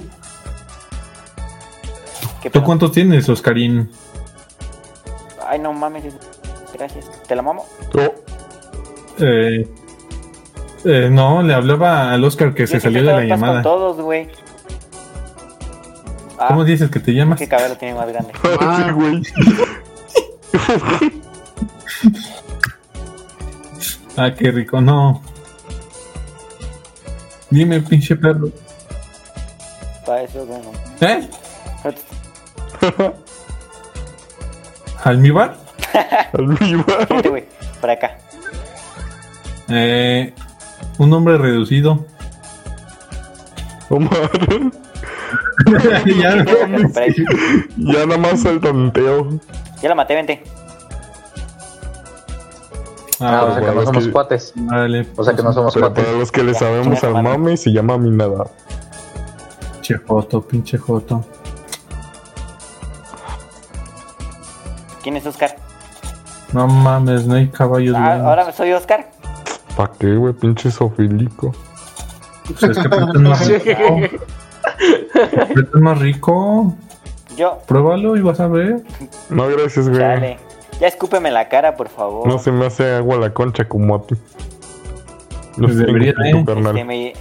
Speaker 5: ¿Qué
Speaker 2: ¿Tú
Speaker 5: pedo?
Speaker 2: cuántos tienes, Oscarín?
Speaker 5: Ay, no mames. es- Gracias. ¿Te la mamo?
Speaker 3: Oh,
Speaker 2: Eh, eh, no, le hablaba al Oscar que
Speaker 5: Yo
Speaker 2: se salió
Speaker 5: siempre he
Speaker 2: de
Speaker 5: estado
Speaker 2: la
Speaker 5: en paz
Speaker 2: llamada.
Speaker 5: Con todos, güey. Ah,
Speaker 2: ¿Cómo dices que te llamas?
Speaker 5: Ese cabrón lo tiene más grande.
Speaker 1: Ah.
Speaker 3: sí, güey.
Speaker 2: Ah, qué rico, no. Dime, pinche perro.
Speaker 5: Para eso, bueno.
Speaker 2: ¿Eh? ¿Almíbar?
Speaker 3: Al vivar.
Speaker 5: Vete, güey. Para acá.
Speaker 2: Eh, un hombre reducido.
Speaker 3: Omar.
Speaker 2: Ya,
Speaker 5: Ya, la compré.
Speaker 3: Ya nada más al tanteo.
Speaker 5: Ya la maté, vente.
Speaker 4: Ah, o
Speaker 2: Ah,
Speaker 4: sea
Speaker 3: bueno,
Speaker 4: que no
Speaker 3: es
Speaker 4: somos
Speaker 3: que-
Speaker 4: cuates.
Speaker 2: vale, pues,
Speaker 4: O sea que no somos
Speaker 3: Pero para
Speaker 4: cuates.
Speaker 3: los que le
Speaker 5: Ya,
Speaker 3: sabemos
Speaker 5: chinga tu
Speaker 3: al
Speaker 5: madre.
Speaker 3: mame, se llama Minada.
Speaker 2: pinche joto, pinche joto.
Speaker 5: ¿Quién es Oscar?
Speaker 2: No mames, no hay caballos.
Speaker 5: Ah,
Speaker 2: buenos.
Speaker 5: ahora soy Oscar.
Speaker 3: ¿Pa' qué, güey? Pinche sofílico.
Speaker 2: Pues es que apretan más rico. Apretan más rico.
Speaker 5: Yo.
Speaker 2: Pruébalo y vas a ver.
Speaker 3: No, gracias, güey.
Speaker 5: Dale. Ya escúpeme la cara, por favor.
Speaker 3: No se me hace agua la concha como a ti. Lo
Speaker 2: Pues debería,
Speaker 3: siento, tu
Speaker 2: ¿eh?
Speaker 3: carnal.
Speaker 5: Este, me,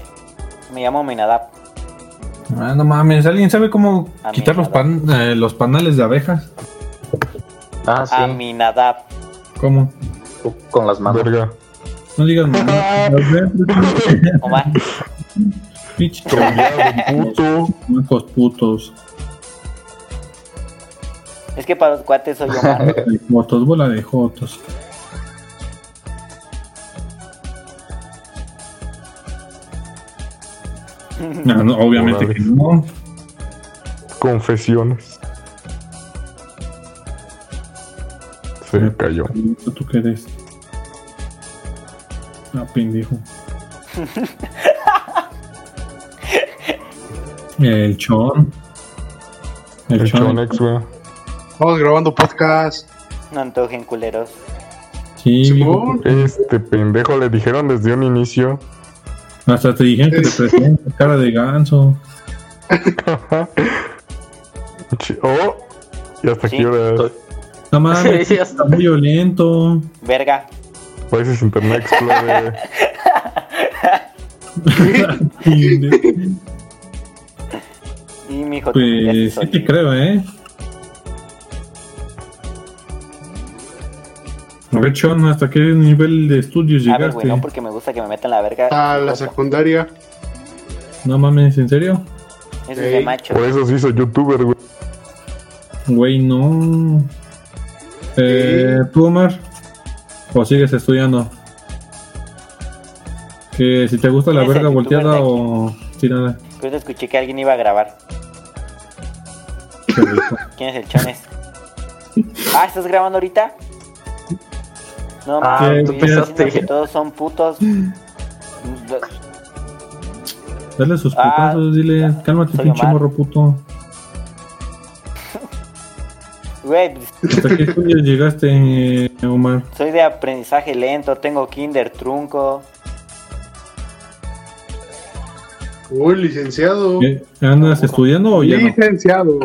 Speaker 5: me llamo Minadap.
Speaker 2: Ah, no mames, ¿alguien sabe cómo
Speaker 5: A mí
Speaker 2: quitar los,
Speaker 5: nada.
Speaker 2: pan, eh, los panales de abejas?
Speaker 4: Ah, sí.
Speaker 5: Aminadab.
Speaker 2: ¿Cómo?
Speaker 4: tú Con las manos.
Speaker 3: Verga.
Speaker 2: No digas mamá.
Speaker 5: Omar.
Speaker 2: Pinche
Speaker 3: Troleado, puto.
Speaker 2: chamacos putos.
Speaker 5: Es que para los cuates soy Omar.
Speaker 2: De Jotos, bola de jotos. No, no, obviamente
Speaker 3: Órale.
Speaker 2: que no.
Speaker 3: Confesiones. Se cayó.
Speaker 2: ¿Tú qué eres? Ah, pendejo. El chon. El,
Speaker 3: El
Speaker 2: chon.
Speaker 3: Chonex, güey.
Speaker 1: Estamos grabando podcast.
Speaker 5: No antojen culeros.
Speaker 2: Sí, mijo.
Speaker 1: Simón.
Speaker 3: Este pendejo le dijeron desde un inicio.
Speaker 2: Hasta te dijeron que te presentes cara de ganso.
Speaker 3: Chi- Oh, y hasta
Speaker 5: Sí.
Speaker 3: aquí ahora
Speaker 2: No mames,
Speaker 4: Sí, ya
Speaker 2: está muy violento.
Speaker 5: Verga.
Speaker 3: países Internet Explorer.
Speaker 5: Y mi hijo. ya se
Speaker 2: Pues sí te
Speaker 5: soltó.
Speaker 2: creo, ¿eh? A ver, Chon, ¿hasta qué nivel de estudios
Speaker 5: A ver, güey,
Speaker 2: llegaste?
Speaker 5: no porque me gusta que me metan la verga.
Speaker 1: A la secundaria.
Speaker 2: No mames, ¿en serio?
Speaker 5: Eso es de
Speaker 1: Ey.
Speaker 5: macho.
Speaker 3: Por eso se hizo youtuber, güey.
Speaker 2: Güey, no. Eh, ¿Tú, Omar? ¿O sigues estudiando? Que si te gusta la
Speaker 5: Es el
Speaker 2: verga
Speaker 5: youtuber de
Speaker 2: volteada
Speaker 5: aquí.
Speaker 2: o tirada.
Speaker 5: Justo Pues escuché que alguien iba a grabar.
Speaker 2: Qué rico.
Speaker 5: ¿Quién es el chones? Ah, ¿estás grabando ahorita? No,
Speaker 4: Ah,
Speaker 5: mames,
Speaker 2: tú
Speaker 5: güey, estás diciendo
Speaker 4: pensaste.
Speaker 5: que todos son putos.
Speaker 2: Dale sus
Speaker 5: Ah,
Speaker 2: putazos, dile, cálmate,
Speaker 5: soy
Speaker 2: pinche
Speaker 5: Omar.
Speaker 2: morro puto.
Speaker 5: Güey, pues,
Speaker 2: ¿Hasta qué estudios llegaste, eh, Omar?
Speaker 5: soy de aprendizaje lento, tengo kinder, trunco.
Speaker 1: Uy, licenciado.
Speaker 2: ¿Qué? ¿Eh, ¿Andas estudiando o ya no?
Speaker 1: Licenciado.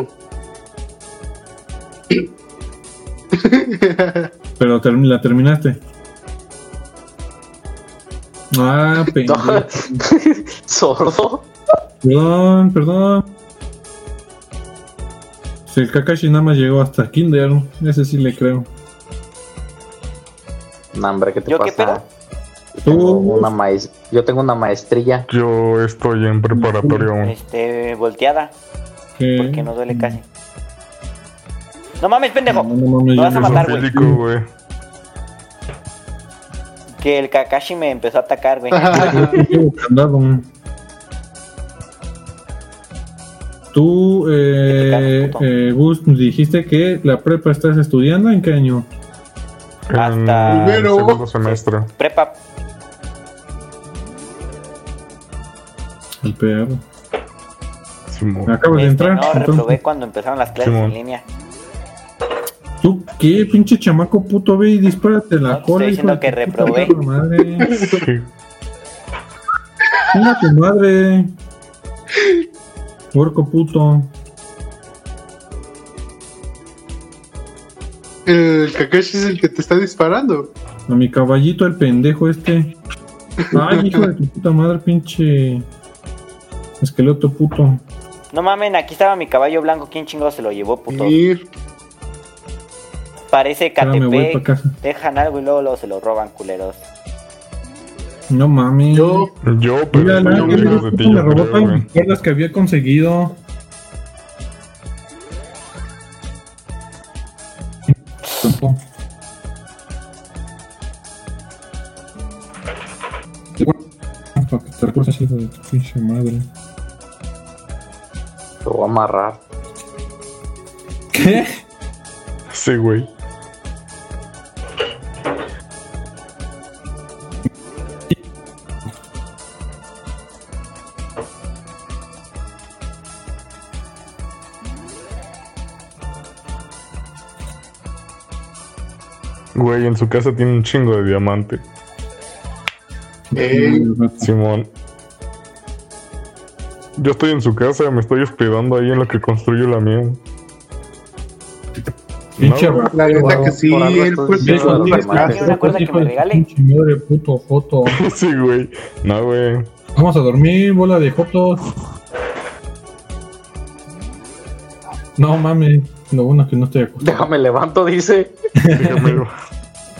Speaker 2: Pero term- la terminaste. Ah, pendejo.
Speaker 4: Sordo.
Speaker 2: Perdón, perdón. Si el Kakashi nada más llegó hasta Kinder, ese sí le creo.
Speaker 4: No, hombre, ¿qué te
Speaker 5: ¿Yo qué
Speaker 4: pasa? Tengo
Speaker 2: Tú,
Speaker 4: una maes- Yo tengo una maestría.
Speaker 3: Yo estoy en preparatorio
Speaker 2: Ah.
Speaker 3: aún.
Speaker 5: Este, volteada,
Speaker 2: ¿qué?
Speaker 5: porque no duele casi. No mames, pendejo.
Speaker 2: No, no mames,
Speaker 5: Lo vas a
Speaker 2: yo
Speaker 5: matar, güey.
Speaker 3: Esofílico, güey.
Speaker 5: Que el Kakashi me empezó a atacar, güey.
Speaker 2: Yo llevo candado. Tú, eh,
Speaker 5: puto.
Speaker 2: eh, Gus, dijiste que la prepa estás estudiando en qué año?
Speaker 5: Hasta-
Speaker 3: En el
Speaker 1: Primero.
Speaker 3: segundo semestre.
Speaker 5: Prepa.
Speaker 2: El perro.
Speaker 3: Simón.
Speaker 2: Acabas de
Speaker 5: Este,
Speaker 2: entrar.
Speaker 5: no,
Speaker 2: entonces.
Speaker 5: reprobé cuando empezaron las clases
Speaker 3: Simón.
Speaker 5: en línea.
Speaker 2: ¿Tú qué, pinche chamaco puto? Ve y dispárate
Speaker 5: No,
Speaker 2: la
Speaker 5: te
Speaker 2: cola.
Speaker 5: estoy
Speaker 2: hijo
Speaker 5: diciendo
Speaker 2: de
Speaker 5: que
Speaker 2: tu puta
Speaker 5: reprobé.
Speaker 2: Madre.
Speaker 3: Sí.
Speaker 2: Chinga tu madre. Puerco puto.
Speaker 1: El Kakashi es el que te está disparando.
Speaker 2: A mi caballito el pendejo este. Ay, hijo de tu puta madre, pinche. Esqueleto puto.
Speaker 5: No mamen, aquí estaba mi caballo blanco. ¿Quién chingado se lo llevó, puto?
Speaker 1: Ir.
Speaker 5: Parece
Speaker 2: Ahora me voy para
Speaker 5: Catepec.
Speaker 2: casa.
Speaker 5: Dejan algo y luego, luego se lo roban, culeros.
Speaker 2: No mames.
Speaker 1: Yo,
Speaker 3: Yo, pero
Speaker 2: Mira,
Speaker 3: estoy
Speaker 2: no,
Speaker 3: muy
Speaker 2: no,
Speaker 3: lejos de ti,
Speaker 2: me
Speaker 3: yo
Speaker 2: robó
Speaker 3: creo,
Speaker 2: todas
Speaker 3: güey.
Speaker 2: mis cuerdas que había conseguido. Para que te recuerdes, hijo de tu pinche madre.
Speaker 4: Lo voy a amarrar.
Speaker 2: ¿Qué?
Speaker 3: Sí, güey. Güey, en su casa tiene un chingo de diamante.
Speaker 1: eh,
Speaker 3: Simón. Yo estoy en su casa, me estoy hospedando ahí en la que construyo la mía.
Speaker 2: Pinche
Speaker 3: No,
Speaker 2: vato,
Speaker 1: la neta que sí,
Speaker 4: Por algo
Speaker 1: él fue el
Speaker 4: estás
Speaker 1: que
Speaker 2: Hijo
Speaker 4: diciendo
Speaker 1: hizo
Speaker 4: los
Speaker 2: de
Speaker 1: el
Speaker 2: tu
Speaker 4: demás.
Speaker 5: Tiene una
Speaker 1: desastre.
Speaker 5: cuerda que
Speaker 2: hijo
Speaker 5: me
Speaker 2: de tu
Speaker 5: regale.
Speaker 2: pinche Madre puto, Joto.
Speaker 3: Sí, güey. No, güey.
Speaker 2: Vamos a dormir, bola de Jotos. No mames, lo bueno es que no estoy acostado.
Speaker 4: Déjame levanto, dice.
Speaker 3: Dígamelo.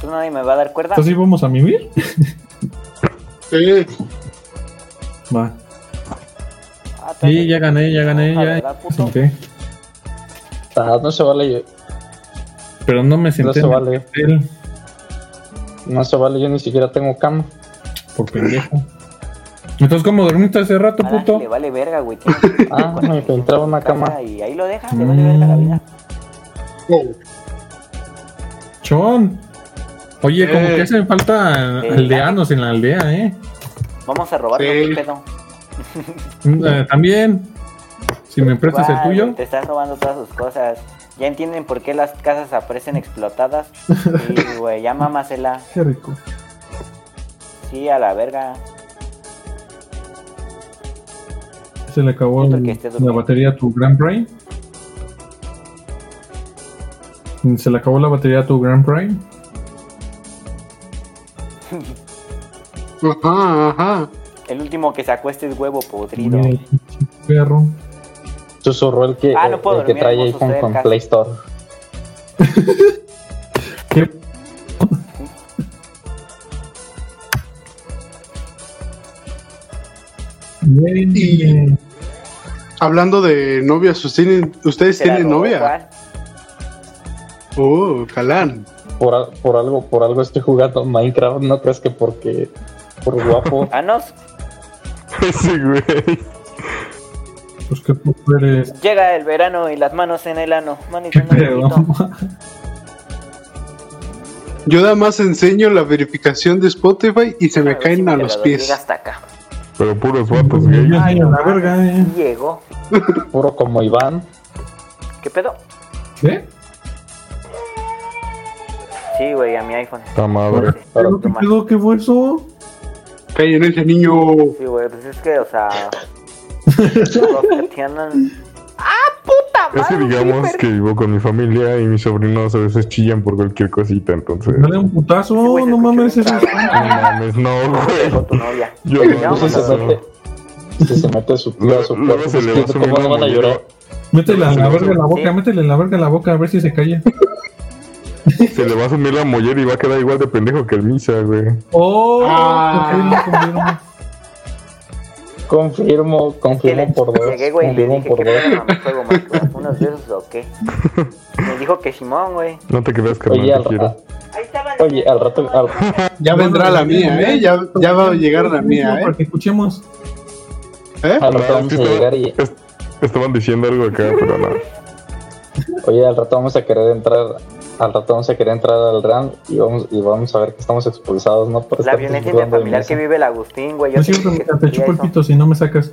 Speaker 5: ¿Tú nadie me va a dar cuerda?
Speaker 2: Entonces ¿sí vamos a mimir.
Speaker 1: Sí,
Speaker 2: Va.
Speaker 5: Ah, tú
Speaker 2: Sí,
Speaker 5: eres-
Speaker 2: ya gané, ya gané,
Speaker 5: Ah,
Speaker 2: ya.
Speaker 5: ¿verdad, puto?
Speaker 2: Senté.
Speaker 4: Ah, no se vale, yo-
Speaker 2: Pero no me senté
Speaker 4: no se
Speaker 2: en el
Speaker 4: vale.
Speaker 2: hotel
Speaker 4: No se vale, yo ni siquiera tengo cama.
Speaker 2: por pendejo. Entonces, ¿cómo dormiste hace rato,
Speaker 5: Al Ángel
Speaker 2: puto?
Speaker 5: Ah, le vale verga, güey. Tiene que
Speaker 4: Ah, me encontraba una cama.
Speaker 5: y ahí lo deja, le vale verga la vida.
Speaker 1: oh,
Speaker 2: Chon. Oye, como
Speaker 1: Eh.
Speaker 2: que hacen falta
Speaker 5: Eh.
Speaker 2: aldeanos en la aldea, ¿eh?
Speaker 5: Vamos a robarlo,
Speaker 1: Sí.
Speaker 5: qué pedo.
Speaker 2: Mm, eh, También. Si me prestas este el
Speaker 5: Guau,
Speaker 2: tuyo.
Speaker 5: güey, Te estás robando todas sus cosas. Ya entienden por qué las casas aparecen explotadas. Sí, güey, ya mámasela.
Speaker 2: Qué rico.
Speaker 5: Sí, a la verga.
Speaker 2: Se le acabó
Speaker 5: Otro
Speaker 2: el-
Speaker 5: que esté
Speaker 2: la
Speaker 5: durmiendo.
Speaker 2: batería a tu Grand Prix. Se le acabó la batería a tu Grand Prix.
Speaker 1: Ajá, ajá.
Speaker 5: El último que se acueste es huevo podrido.
Speaker 2: Mira, Perro.
Speaker 4: Susurró el que,
Speaker 5: Ah, no puedo
Speaker 4: el que
Speaker 5: dormir,
Speaker 4: trae
Speaker 5: hermoso,
Speaker 4: iPhone
Speaker 5: estoy
Speaker 4: con
Speaker 5: acá.
Speaker 4: Play Store.
Speaker 2: ¿Qué? Bien.
Speaker 1: Y- Hablando de novias, ¿ustedes tienen, ¿ustedes
Speaker 5: Se la
Speaker 1: tienen
Speaker 5: robó,
Speaker 1: novia?
Speaker 5: Juan.
Speaker 1: Oh, Calán.
Speaker 4: por, al- por algo, por algo estoy jugando Minecraft, no crees que porque por guapo.
Speaker 5: Ah, no,
Speaker 3: Ese güey.
Speaker 2: Pues qué puto eres.
Speaker 5: Llega el verano y las manos en el ano. Manito,
Speaker 2: Qué
Speaker 5: no,
Speaker 2: pedo.
Speaker 5: manito.
Speaker 1: Yo nada más enseño la verificación de Spotify y se me
Speaker 5: ver si
Speaker 1: caen
Speaker 5: me
Speaker 1: a
Speaker 5: la
Speaker 1: los
Speaker 5: doy,
Speaker 1: pies.
Speaker 5: llega hasta acá.
Speaker 3: Pero puros vatos gays.
Speaker 2: Ay, a la verga, eh.
Speaker 5: Diego,
Speaker 4: Puro como Iván.
Speaker 5: ¿qué pedo?
Speaker 2: ¿Qué?
Speaker 5: Sí, güey, a mi iPhone.
Speaker 3: Puta madre.
Speaker 4: Pero,
Speaker 2: ¿Qué pedo? ¿Qué fue eso?
Speaker 1: Cállense, ese niño.
Speaker 5: Sí, güey, pues es que, o sea. los que tienen- ¡Ah, puta
Speaker 3: Es que
Speaker 5: madre!
Speaker 3: digamos que vivo con mi familia y mis sobrinos a veces chillan por cualquier cosita, entonces.
Speaker 2: Dale un
Speaker 5: Sí,
Speaker 2: putazo,
Speaker 5: güey, se
Speaker 2: no
Speaker 5: escuchó
Speaker 2: mames.
Speaker 5: bien
Speaker 2: ese-
Speaker 5: raro.
Speaker 3: No mames, no,
Speaker 5: Dejó tu
Speaker 3: güey.
Speaker 5: novia.
Speaker 3: Yo
Speaker 5: Ya
Speaker 3: no,
Speaker 5: vamos
Speaker 4: si
Speaker 5: a
Speaker 4: se mete, si se mete a su, a su
Speaker 3: Luego luego
Speaker 4: cuarto,
Speaker 3: se le va a
Speaker 4: pues, ¿cómo
Speaker 3: subir
Speaker 4: no
Speaker 3: una
Speaker 4: van a llorar?
Speaker 3: mollera.
Speaker 2: Métele a la
Speaker 3: Sí,
Speaker 2: verga
Speaker 3: sí.
Speaker 2: a la boca, métele a la verga a la boca, a ver si se calla.
Speaker 5: Ah.
Speaker 3: Se le va a sumir la mollera y va a quedar igual de pendejo que el misa, güey.
Speaker 2: ¡Oh!
Speaker 1: Ah.
Speaker 2: ¿por qué no comieron?
Speaker 4: Confirmo,
Speaker 5: Que le
Speaker 4: confirmo por dos.
Speaker 5: llegué, güey, y le
Speaker 4: Confirmo
Speaker 5: dije que
Speaker 4: por dos.
Speaker 5: era un juego Minecraft, unos besos o qué. Me dijo que Simón, güey.
Speaker 3: No te creas, carnal,
Speaker 4: Oye,
Speaker 3: te
Speaker 4: al,
Speaker 3: quiero.
Speaker 4: a- oye, al rato, al,
Speaker 1: Ya vendrá la mía, ¿eh? Ya, ya va a llegar la mía,
Speaker 2: Para
Speaker 1: ¿eh?
Speaker 2: que escuchemos.
Speaker 1: ¿Eh?
Speaker 4: al rato
Speaker 3: Ah, es
Speaker 4: vamos
Speaker 3: que
Speaker 4: a llegar y,
Speaker 3: estaba- es- Estaban diciendo algo acá, pero no.
Speaker 4: oye, al rato vamos a querer entrar, al rato vamos a querer entrar al RAM y vamos, y vamos a ver que estamos expulsados, ¿no? Por este
Speaker 5: La
Speaker 4: estar
Speaker 5: violencia
Speaker 4: jugando en
Speaker 5: interfamiliar
Speaker 4: mesa.
Speaker 5: que vive el Agustín, güey.
Speaker 2: No
Speaker 5: Yo
Speaker 2: es cierto,
Speaker 5: te dije
Speaker 2: mija,
Speaker 5: que
Speaker 2: te chupo el
Speaker 5: eso.
Speaker 2: pito si no me sacas.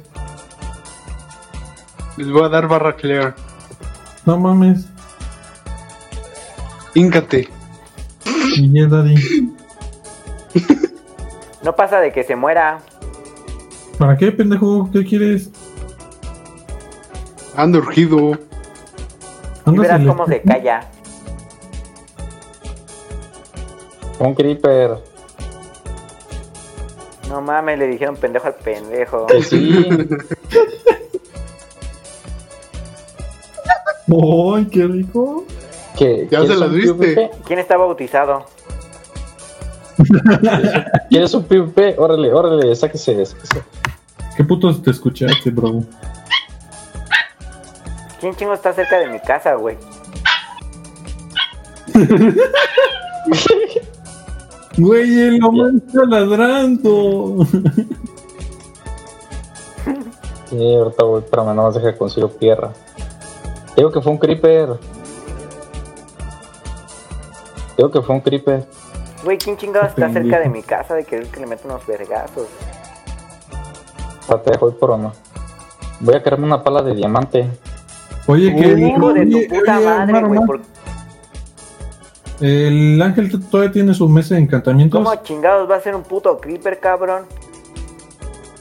Speaker 1: Les voy a dar barra clear.
Speaker 2: No mames.
Speaker 1: Íncate.
Speaker 2: Y ya, daddy.
Speaker 5: No pasa de que se muera.
Speaker 2: ¿Para qué, pendejo? ¿Qué quieres?
Speaker 1: Ando urgido.
Speaker 5: Y
Speaker 2: Andas
Speaker 5: verás
Speaker 2: en la-
Speaker 5: cómo se calla.
Speaker 4: Un creeper.
Speaker 5: No mames, le dijeron pendejo al pendejo.
Speaker 4: Pues sí,
Speaker 2: ¡Ay, qué rico!
Speaker 4: que,
Speaker 1: Ya
Speaker 4: ¿quieres
Speaker 1: se las
Speaker 4: un
Speaker 1: viste.
Speaker 4: PvP?
Speaker 5: ¿Quién está bautizado?
Speaker 4: ¿Quieres un PvP? Órale, órale, sáquese, sáquese.
Speaker 2: ¿Qué putos te escuchaste, bro?
Speaker 5: ¿Quién chingo está cerca de mi casa, güey?
Speaker 2: Güey, el hombre está ladrando.
Speaker 4: Sí, ahorita voy, espérame, nada más deja que consigo tierra. Digo que fue un creeper. Digo que fue un creeper.
Speaker 5: Güey, ¿quién chingado está
Speaker 2: Pendejo.
Speaker 5: cerca de mi casa de querer que le meta unos vergazos?
Speaker 4: Ah, te dejó ir por uno. Voy a quererme una pala de diamante.
Speaker 2: Oye, que.
Speaker 5: Hijo de
Speaker 2: oye,
Speaker 5: tu puta
Speaker 2: oye,
Speaker 5: madre,
Speaker 2: Omar,
Speaker 5: güey.
Speaker 2: Omar,
Speaker 5: ¿por
Speaker 2: El ángel t- todavía tiene su mesa de encantamientos.
Speaker 5: ¿Cómo chingados va a ser un puto creeper, cabrón?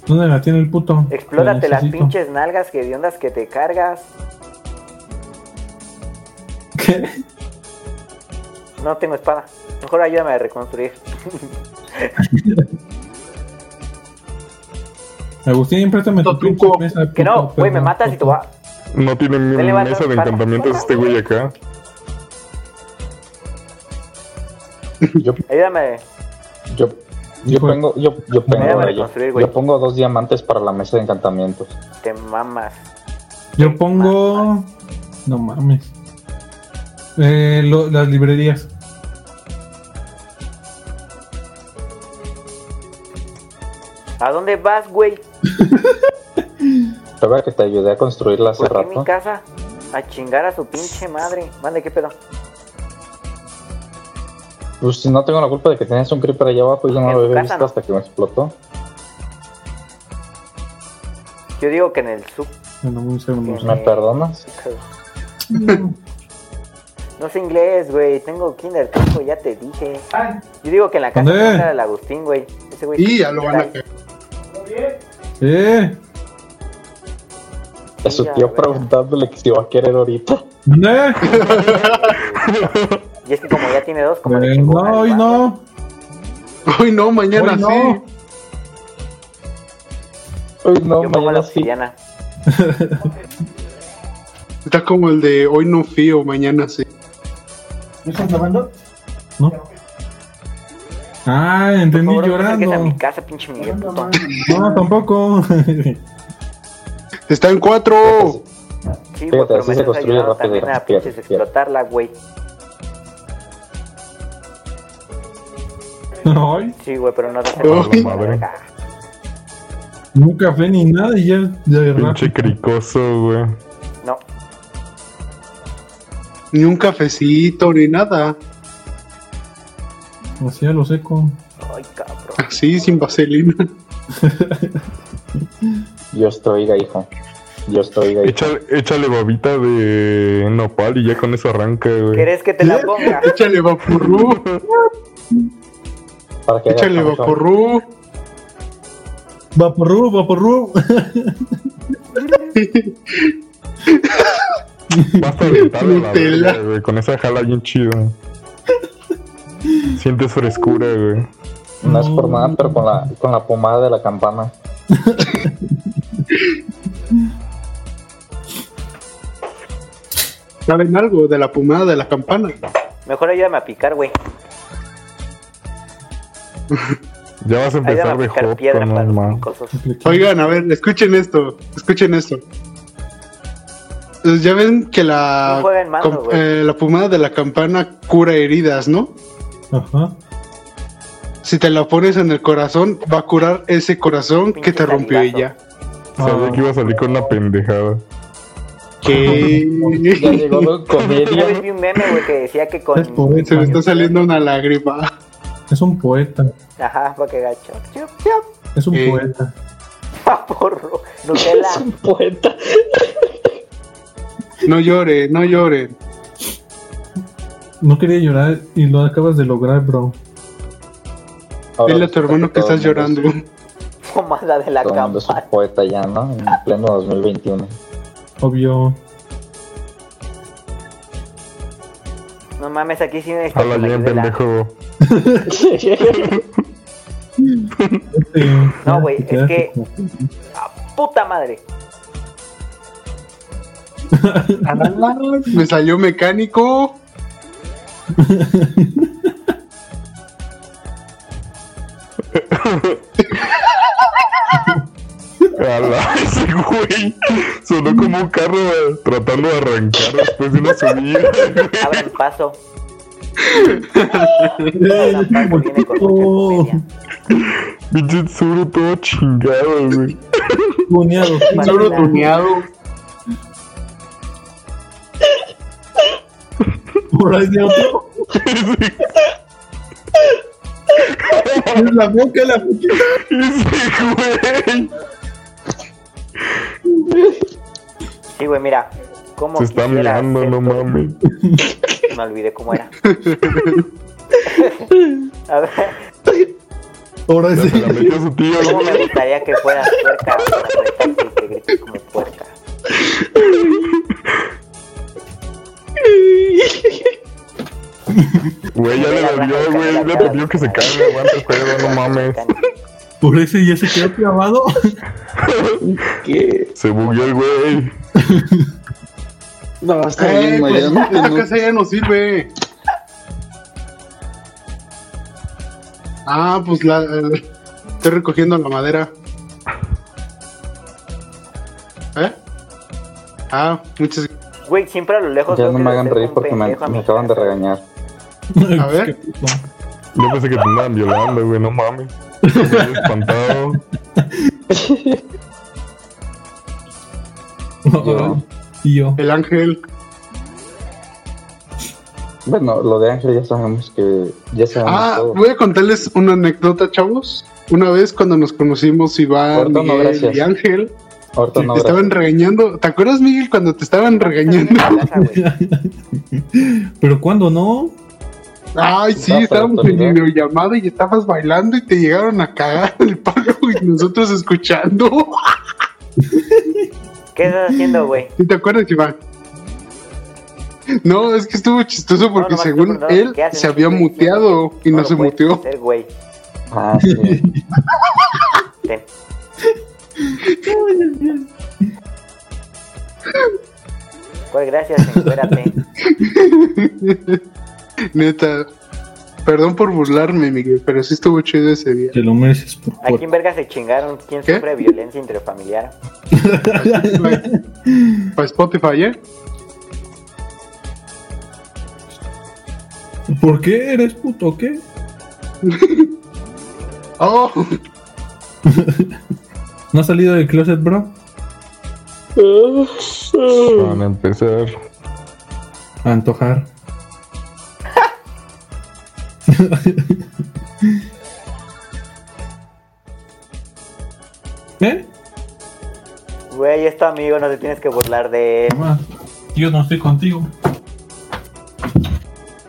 Speaker 2: ¿Dónde la tiene el puto?
Speaker 5: Explótate
Speaker 2: La
Speaker 5: las
Speaker 2: necesito.
Speaker 5: pinches nalgas que de ondas que te cargas.
Speaker 2: ¿Qué?
Speaker 5: No tengo espada. Mejor ayúdame a reconstruir.
Speaker 2: Agustín, préstame tu
Speaker 1: Totuco.
Speaker 2: pinche mesa.
Speaker 5: Que no,
Speaker 2: puto
Speaker 5: güey, me
Speaker 2: perro.
Speaker 5: matas y tú vas.
Speaker 3: No tiene mi
Speaker 5: Dele, va,
Speaker 3: mesa de
Speaker 5: dale, para.
Speaker 3: encantamientos este güey acá.
Speaker 4: Yo,
Speaker 5: Ayúdame.
Speaker 4: yo, yo
Speaker 2: Hijo de-
Speaker 4: pongo, yo, yo
Speaker 5: Me voy a
Speaker 4: pongo, yo,
Speaker 5: reconstruir, güey.
Speaker 4: yo pongo dos diamantes para la mesa de encantamientos.
Speaker 5: Te mamas.
Speaker 2: Yo pongo. No mames. Eh, lo- las librerías.
Speaker 5: ¿A dónde vas, güey?
Speaker 4: Te voy a que te ayudé a construirla hace
Speaker 5: ¿Por qué Pues mi
Speaker 4: rato.
Speaker 5: casa? A chingar a su pinche madre. Mande, ¿qué pedo?
Speaker 4: Pues si no tengo la culpa de que tenías un creeper allá abajo y yo no
Speaker 5: En
Speaker 4: lo
Speaker 5: tu
Speaker 4: había
Speaker 5: casa,
Speaker 4: visto
Speaker 5: ¿no?
Speaker 4: hasta que me explotó.
Speaker 5: Yo digo que en el sub.
Speaker 2: Bueno, un segundo.
Speaker 5: Sí.
Speaker 4: ¿Me perdonas?
Speaker 5: No sé inglés, güey. Tengo kindergarten, güey, ya te dije. Yo digo que en la casa
Speaker 2: ¿Dónde?
Speaker 5: está el Agustín, güey. Ese güey.
Speaker 1: Y ya lo van a caer.
Speaker 2: ¿Eh?
Speaker 4: A su
Speaker 5: Ya,
Speaker 4: tío
Speaker 5: güey.
Speaker 4: preguntándole que si va a querer ahorita.
Speaker 2: ¿Dónde?
Speaker 5: Y es que como ya tiene dos, como le
Speaker 2: Eh,
Speaker 5: chingó
Speaker 2: no,
Speaker 5: una
Speaker 2: hoy
Speaker 5: igual, güey.
Speaker 2: no.
Speaker 1: Hoy no, mañana
Speaker 2: Hoy no.
Speaker 1: sí.
Speaker 4: Uy, no,
Speaker 5: Yo pongo
Speaker 4: mañana
Speaker 5: la
Speaker 4: sí.
Speaker 5: obsidiana.
Speaker 1: Está como el de hoy no fío, mañana sí.
Speaker 2: ¿No? Ah, entendí
Speaker 5: Por favor, no te acerques a
Speaker 2: llorando.
Speaker 5: mi casa, pinche Miguel, puto.
Speaker 2: No, tampoco.
Speaker 1: Está en cuatro.
Speaker 5: Sí,
Speaker 4: Fíjate,
Speaker 5: güey, pero
Speaker 4: así
Speaker 5: me
Speaker 4: se
Speaker 5: estás
Speaker 4: construye
Speaker 5: ayudando
Speaker 4: rápido,
Speaker 5: también a
Speaker 4: rápido,
Speaker 5: pinches
Speaker 4: rápido.
Speaker 5: explotarla, güey.
Speaker 2: Ay,
Speaker 5: Sí, güey, pero no de
Speaker 1: Oh,
Speaker 5: cerveza.
Speaker 3: madre.
Speaker 2: un café ni nada y ya de
Speaker 3: Pinche cricoso, güey.
Speaker 5: No,
Speaker 1: Ni un cafecito, ni nada.
Speaker 2: Así a lo seco.
Speaker 5: ay, cabrón.
Speaker 1: Así, sin vaselina.
Speaker 4: Dios te oiga, hijo. Dios te oiga, hijo.
Speaker 3: Échale, échale babita de nopal y ya con eso arranca, güey.
Speaker 5: ¿Quieres que te la ponga?
Speaker 1: Échale vaporru,
Speaker 4: Para que haga
Speaker 1: échale
Speaker 4: capuchón.
Speaker 1: vaporru.
Speaker 2: Vaporru, vaporru.
Speaker 3: Basta de aventarlo a la
Speaker 1: Nutella.
Speaker 3: verga, güey. Con esa jala bien chido. Sientes frescura, güey.
Speaker 4: No es por nada, pero con la, con la pomada de la campana.
Speaker 1: ¿Saben algo de la pomada de la campana?
Speaker 5: Mejor ayúdame a picar, güey.
Speaker 3: Ya vas a
Speaker 5: Ayúdame
Speaker 3: empezar
Speaker 5: a
Speaker 3: de
Speaker 5: picar
Speaker 3: joto,
Speaker 5: piedra para
Speaker 3: no
Speaker 5: los
Speaker 3: mames.
Speaker 5: picosos.
Speaker 1: Oigan, a ver, escuchen esto, escuchen esto. Eh, Ya ven que la,
Speaker 5: No jueguen mando,
Speaker 1: com-
Speaker 5: güey.
Speaker 1: Ah, eh, la pomada de la campana cura heridas, ¿no?
Speaker 2: Ajá.
Speaker 1: Si te la pones en el corazón, va a curar ese corazón que
Speaker 5: Pinche
Speaker 1: te rompió ella.
Speaker 5: salivazo.
Speaker 2: Ah,
Speaker 3: Sabía que iba a salir con una pendejada.
Speaker 1: Que
Speaker 4: Ya llegó la
Speaker 5: Yo
Speaker 4: comedia.
Speaker 5: vi un meme, güey, que decía que
Speaker 2: Es
Speaker 5: con...
Speaker 2: poeta.
Speaker 1: Este se me está saliendo una lágrima.
Speaker 2: Es un poeta.
Speaker 5: Ajá, para que gacho. Chup, chup,
Speaker 2: Es un
Speaker 1: Eh.
Speaker 2: poeta.
Speaker 5: paporro. Nutella.
Speaker 4: Es un poeta.
Speaker 1: No llore, no llore.
Speaker 2: No quería llorar y lo acabas de lograr, bro.
Speaker 4: Ahora
Speaker 1: Dile a tu hermano que
Speaker 4: todo
Speaker 1: estás
Speaker 4: el mundo
Speaker 1: llorando.
Speaker 4: es-
Speaker 5: Pomada de la
Speaker 4: Todo el mundo es un
Speaker 5: campana.
Speaker 4: poeta ya, ¿no? En pleno 2021.
Speaker 2: Obvio.
Speaker 5: No mames, aquí sí me
Speaker 3: Habla bien,
Speaker 5: ayuda.
Speaker 3: pendejo.
Speaker 5: No, güey,
Speaker 2: Te
Speaker 5: es que-
Speaker 2: quedaste como-
Speaker 5: Puta madre.
Speaker 1: Me salió mecánico.
Speaker 3: A la ese güey. Sonó como un carro eh, tratando de arrancar después de una subida.
Speaker 5: Abran paso. Abran paso viene con mucha comedia.
Speaker 3: Pinche Tsuru todo chingado, güey.
Speaker 2: Tuneado,
Speaker 5: Vale,
Speaker 1: Solo
Speaker 5: la-
Speaker 1: tuneado.
Speaker 2: por ahí de otro. Es la boca, la boca.
Speaker 3: Ese güey.
Speaker 5: Sí, güey, mira. ¿Cómo
Speaker 3: Se está
Speaker 5: quisiera
Speaker 3: mirando,
Speaker 5: ser
Speaker 3: no
Speaker 5: todo-
Speaker 3: mames.
Speaker 5: Me olvidé cómo era. A ver,
Speaker 2: Ahora
Speaker 3: Ya
Speaker 2: sí.
Speaker 3: se la metió su tío,
Speaker 5: ¿cómo me
Speaker 3: güey.
Speaker 5: gustaría que fueras puerca? Para apretarte y que grites como puerca.
Speaker 3: Güey, ya le dolió, güey. Le dolió que se cague, aguanta el pedo, no mames.
Speaker 2: Por ese ya se quedó clavado.
Speaker 6: ¿Qué?
Speaker 3: Se bugueó el güey.
Speaker 6: No, está
Speaker 1: Eh,
Speaker 6: bien,
Speaker 1: pues,
Speaker 6: Mariano.
Speaker 1: esa
Speaker 6: no.
Speaker 1: casa ya no sirve. Ah, pues la, la- estoy recogiendo la madera. ¿Eh? Ah, muchas
Speaker 5: Güey, siempre a lo lejos.
Speaker 4: Ya
Speaker 5: veo
Speaker 4: no
Speaker 5: que
Speaker 4: me
Speaker 5: le
Speaker 4: hagan
Speaker 5: acerca
Speaker 4: reír
Speaker 5: un
Speaker 4: porque me,
Speaker 5: pendejo a
Speaker 4: me
Speaker 5: mi
Speaker 4: acaban de
Speaker 5: casa.
Speaker 4: regañar.
Speaker 1: A ver.
Speaker 2: Pues, Qué puto.
Speaker 3: Yo pensé que te andaban violando, güey, no mames. Estoy espantado.
Speaker 4: Yo-
Speaker 2: Y yo.
Speaker 1: El ángel.
Speaker 4: Bueno, lo de Ángel ya sabemos que. Ya sabemos
Speaker 1: Ah,
Speaker 4: todo.
Speaker 1: voy a contarles una anécdota, chavos. Una vez cuando nos conocimos, Iván,
Speaker 4: Corto, no,
Speaker 1: Miguel
Speaker 4: gracias.
Speaker 1: y Ángel,
Speaker 4: Ahorita no
Speaker 1: te estaban regañando. ¿Te acuerdas, Miguel, cuando te estaban regañando?
Speaker 5: Está en mi casa, güey.
Speaker 2: Pero cuando no,
Speaker 1: Ay, sí,
Speaker 4: No, pero
Speaker 1: estábamos en
Speaker 4: autoridad.
Speaker 1: videollamada y estabas bailando y te llegaron a cagar el palo y nosotros escuchando.
Speaker 5: ¿Qué estás haciendo, güey?
Speaker 1: ¿Sí te acuerdas, Iván? No, es que estuvo chistoso porque
Speaker 5: nomás te
Speaker 1: según
Speaker 5: preguntaba,
Speaker 1: él
Speaker 5: ¿qué haces?
Speaker 1: se había
Speaker 5: Sí,
Speaker 1: muteado y no,
Speaker 5: lo
Speaker 1: se
Speaker 5: puedes
Speaker 1: muteó.
Speaker 5: hacer, güey.
Speaker 4: Ah, sí.
Speaker 5: Ten. ¿Cuál Pues gracias? Encuérate.
Speaker 1: Neta. Perdón por burlarme, Miguel, pero sí estuvo chido ese día.
Speaker 2: te lo mereces por
Speaker 5: Aquí en verga se chingaron. ¿Quién
Speaker 1: ¿Qué?
Speaker 5: sufre violencia intrafamiliar?
Speaker 1: Para Spotify, ¿eh?
Speaker 2: ¿Por qué eres puto? o ¿Qué?
Speaker 1: Oh,
Speaker 2: ¿No has salido del closet, bro?
Speaker 3: Van a empezar.
Speaker 2: A antojar. ¿Eh?
Speaker 5: Güey, es tu amigo, no te tienes que burlar de él.
Speaker 2: Mamá, yo no estoy contigo.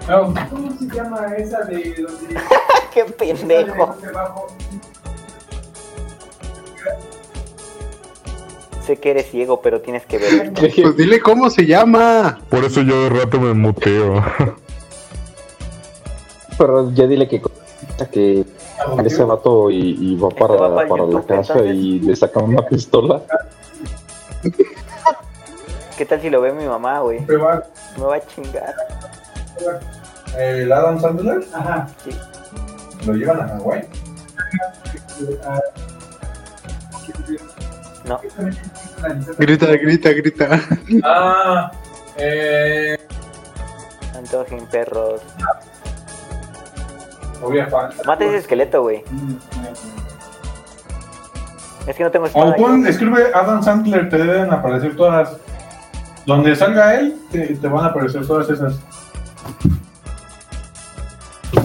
Speaker 2: Au.
Speaker 6: ¿Cómo se llama esa de donde
Speaker 5: ¡Qué pendejo!
Speaker 6: debajo?
Speaker 5: Sé que eres ciego, pero tienes que ver.
Speaker 1: pues dile cómo se llama.
Speaker 3: Por eso yo de rato me muteo.
Speaker 4: Pero ya dile que que
Speaker 2: Ah,
Speaker 4: ese vato y, y va
Speaker 5: va
Speaker 4: para,
Speaker 5: para
Speaker 4: para la
Speaker 5: YouTube,
Speaker 4: casa
Speaker 5: entonces.
Speaker 4: y le sacan una pistola.
Speaker 5: ¿Qué tal si lo ve mi mamá, güey?
Speaker 6: Pero va-
Speaker 5: Me va a chingar.
Speaker 7: ¿El Adam Sandler?
Speaker 6: Ajá.
Speaker 7: ¿Lo llevan a Hawái?
Speaker 6: Ah,
Speaker 5: No.
Speaker 1: Grita, grita, grita.
Speaker 7: Ah, eh.
Speaker 5: Antojen perros.
Speaker 7: Obvia falta.
Speaker 5: Mata ese esqueleto, güey. Es que no tengo espada.
Speaker 7: O pon,
Speaker 5: yo.
Speaker 1: este,
Speaker 7: escribe Adam Sandler, te deben aparecer todas. Donde salga él, te, te van a aparecer todas esas.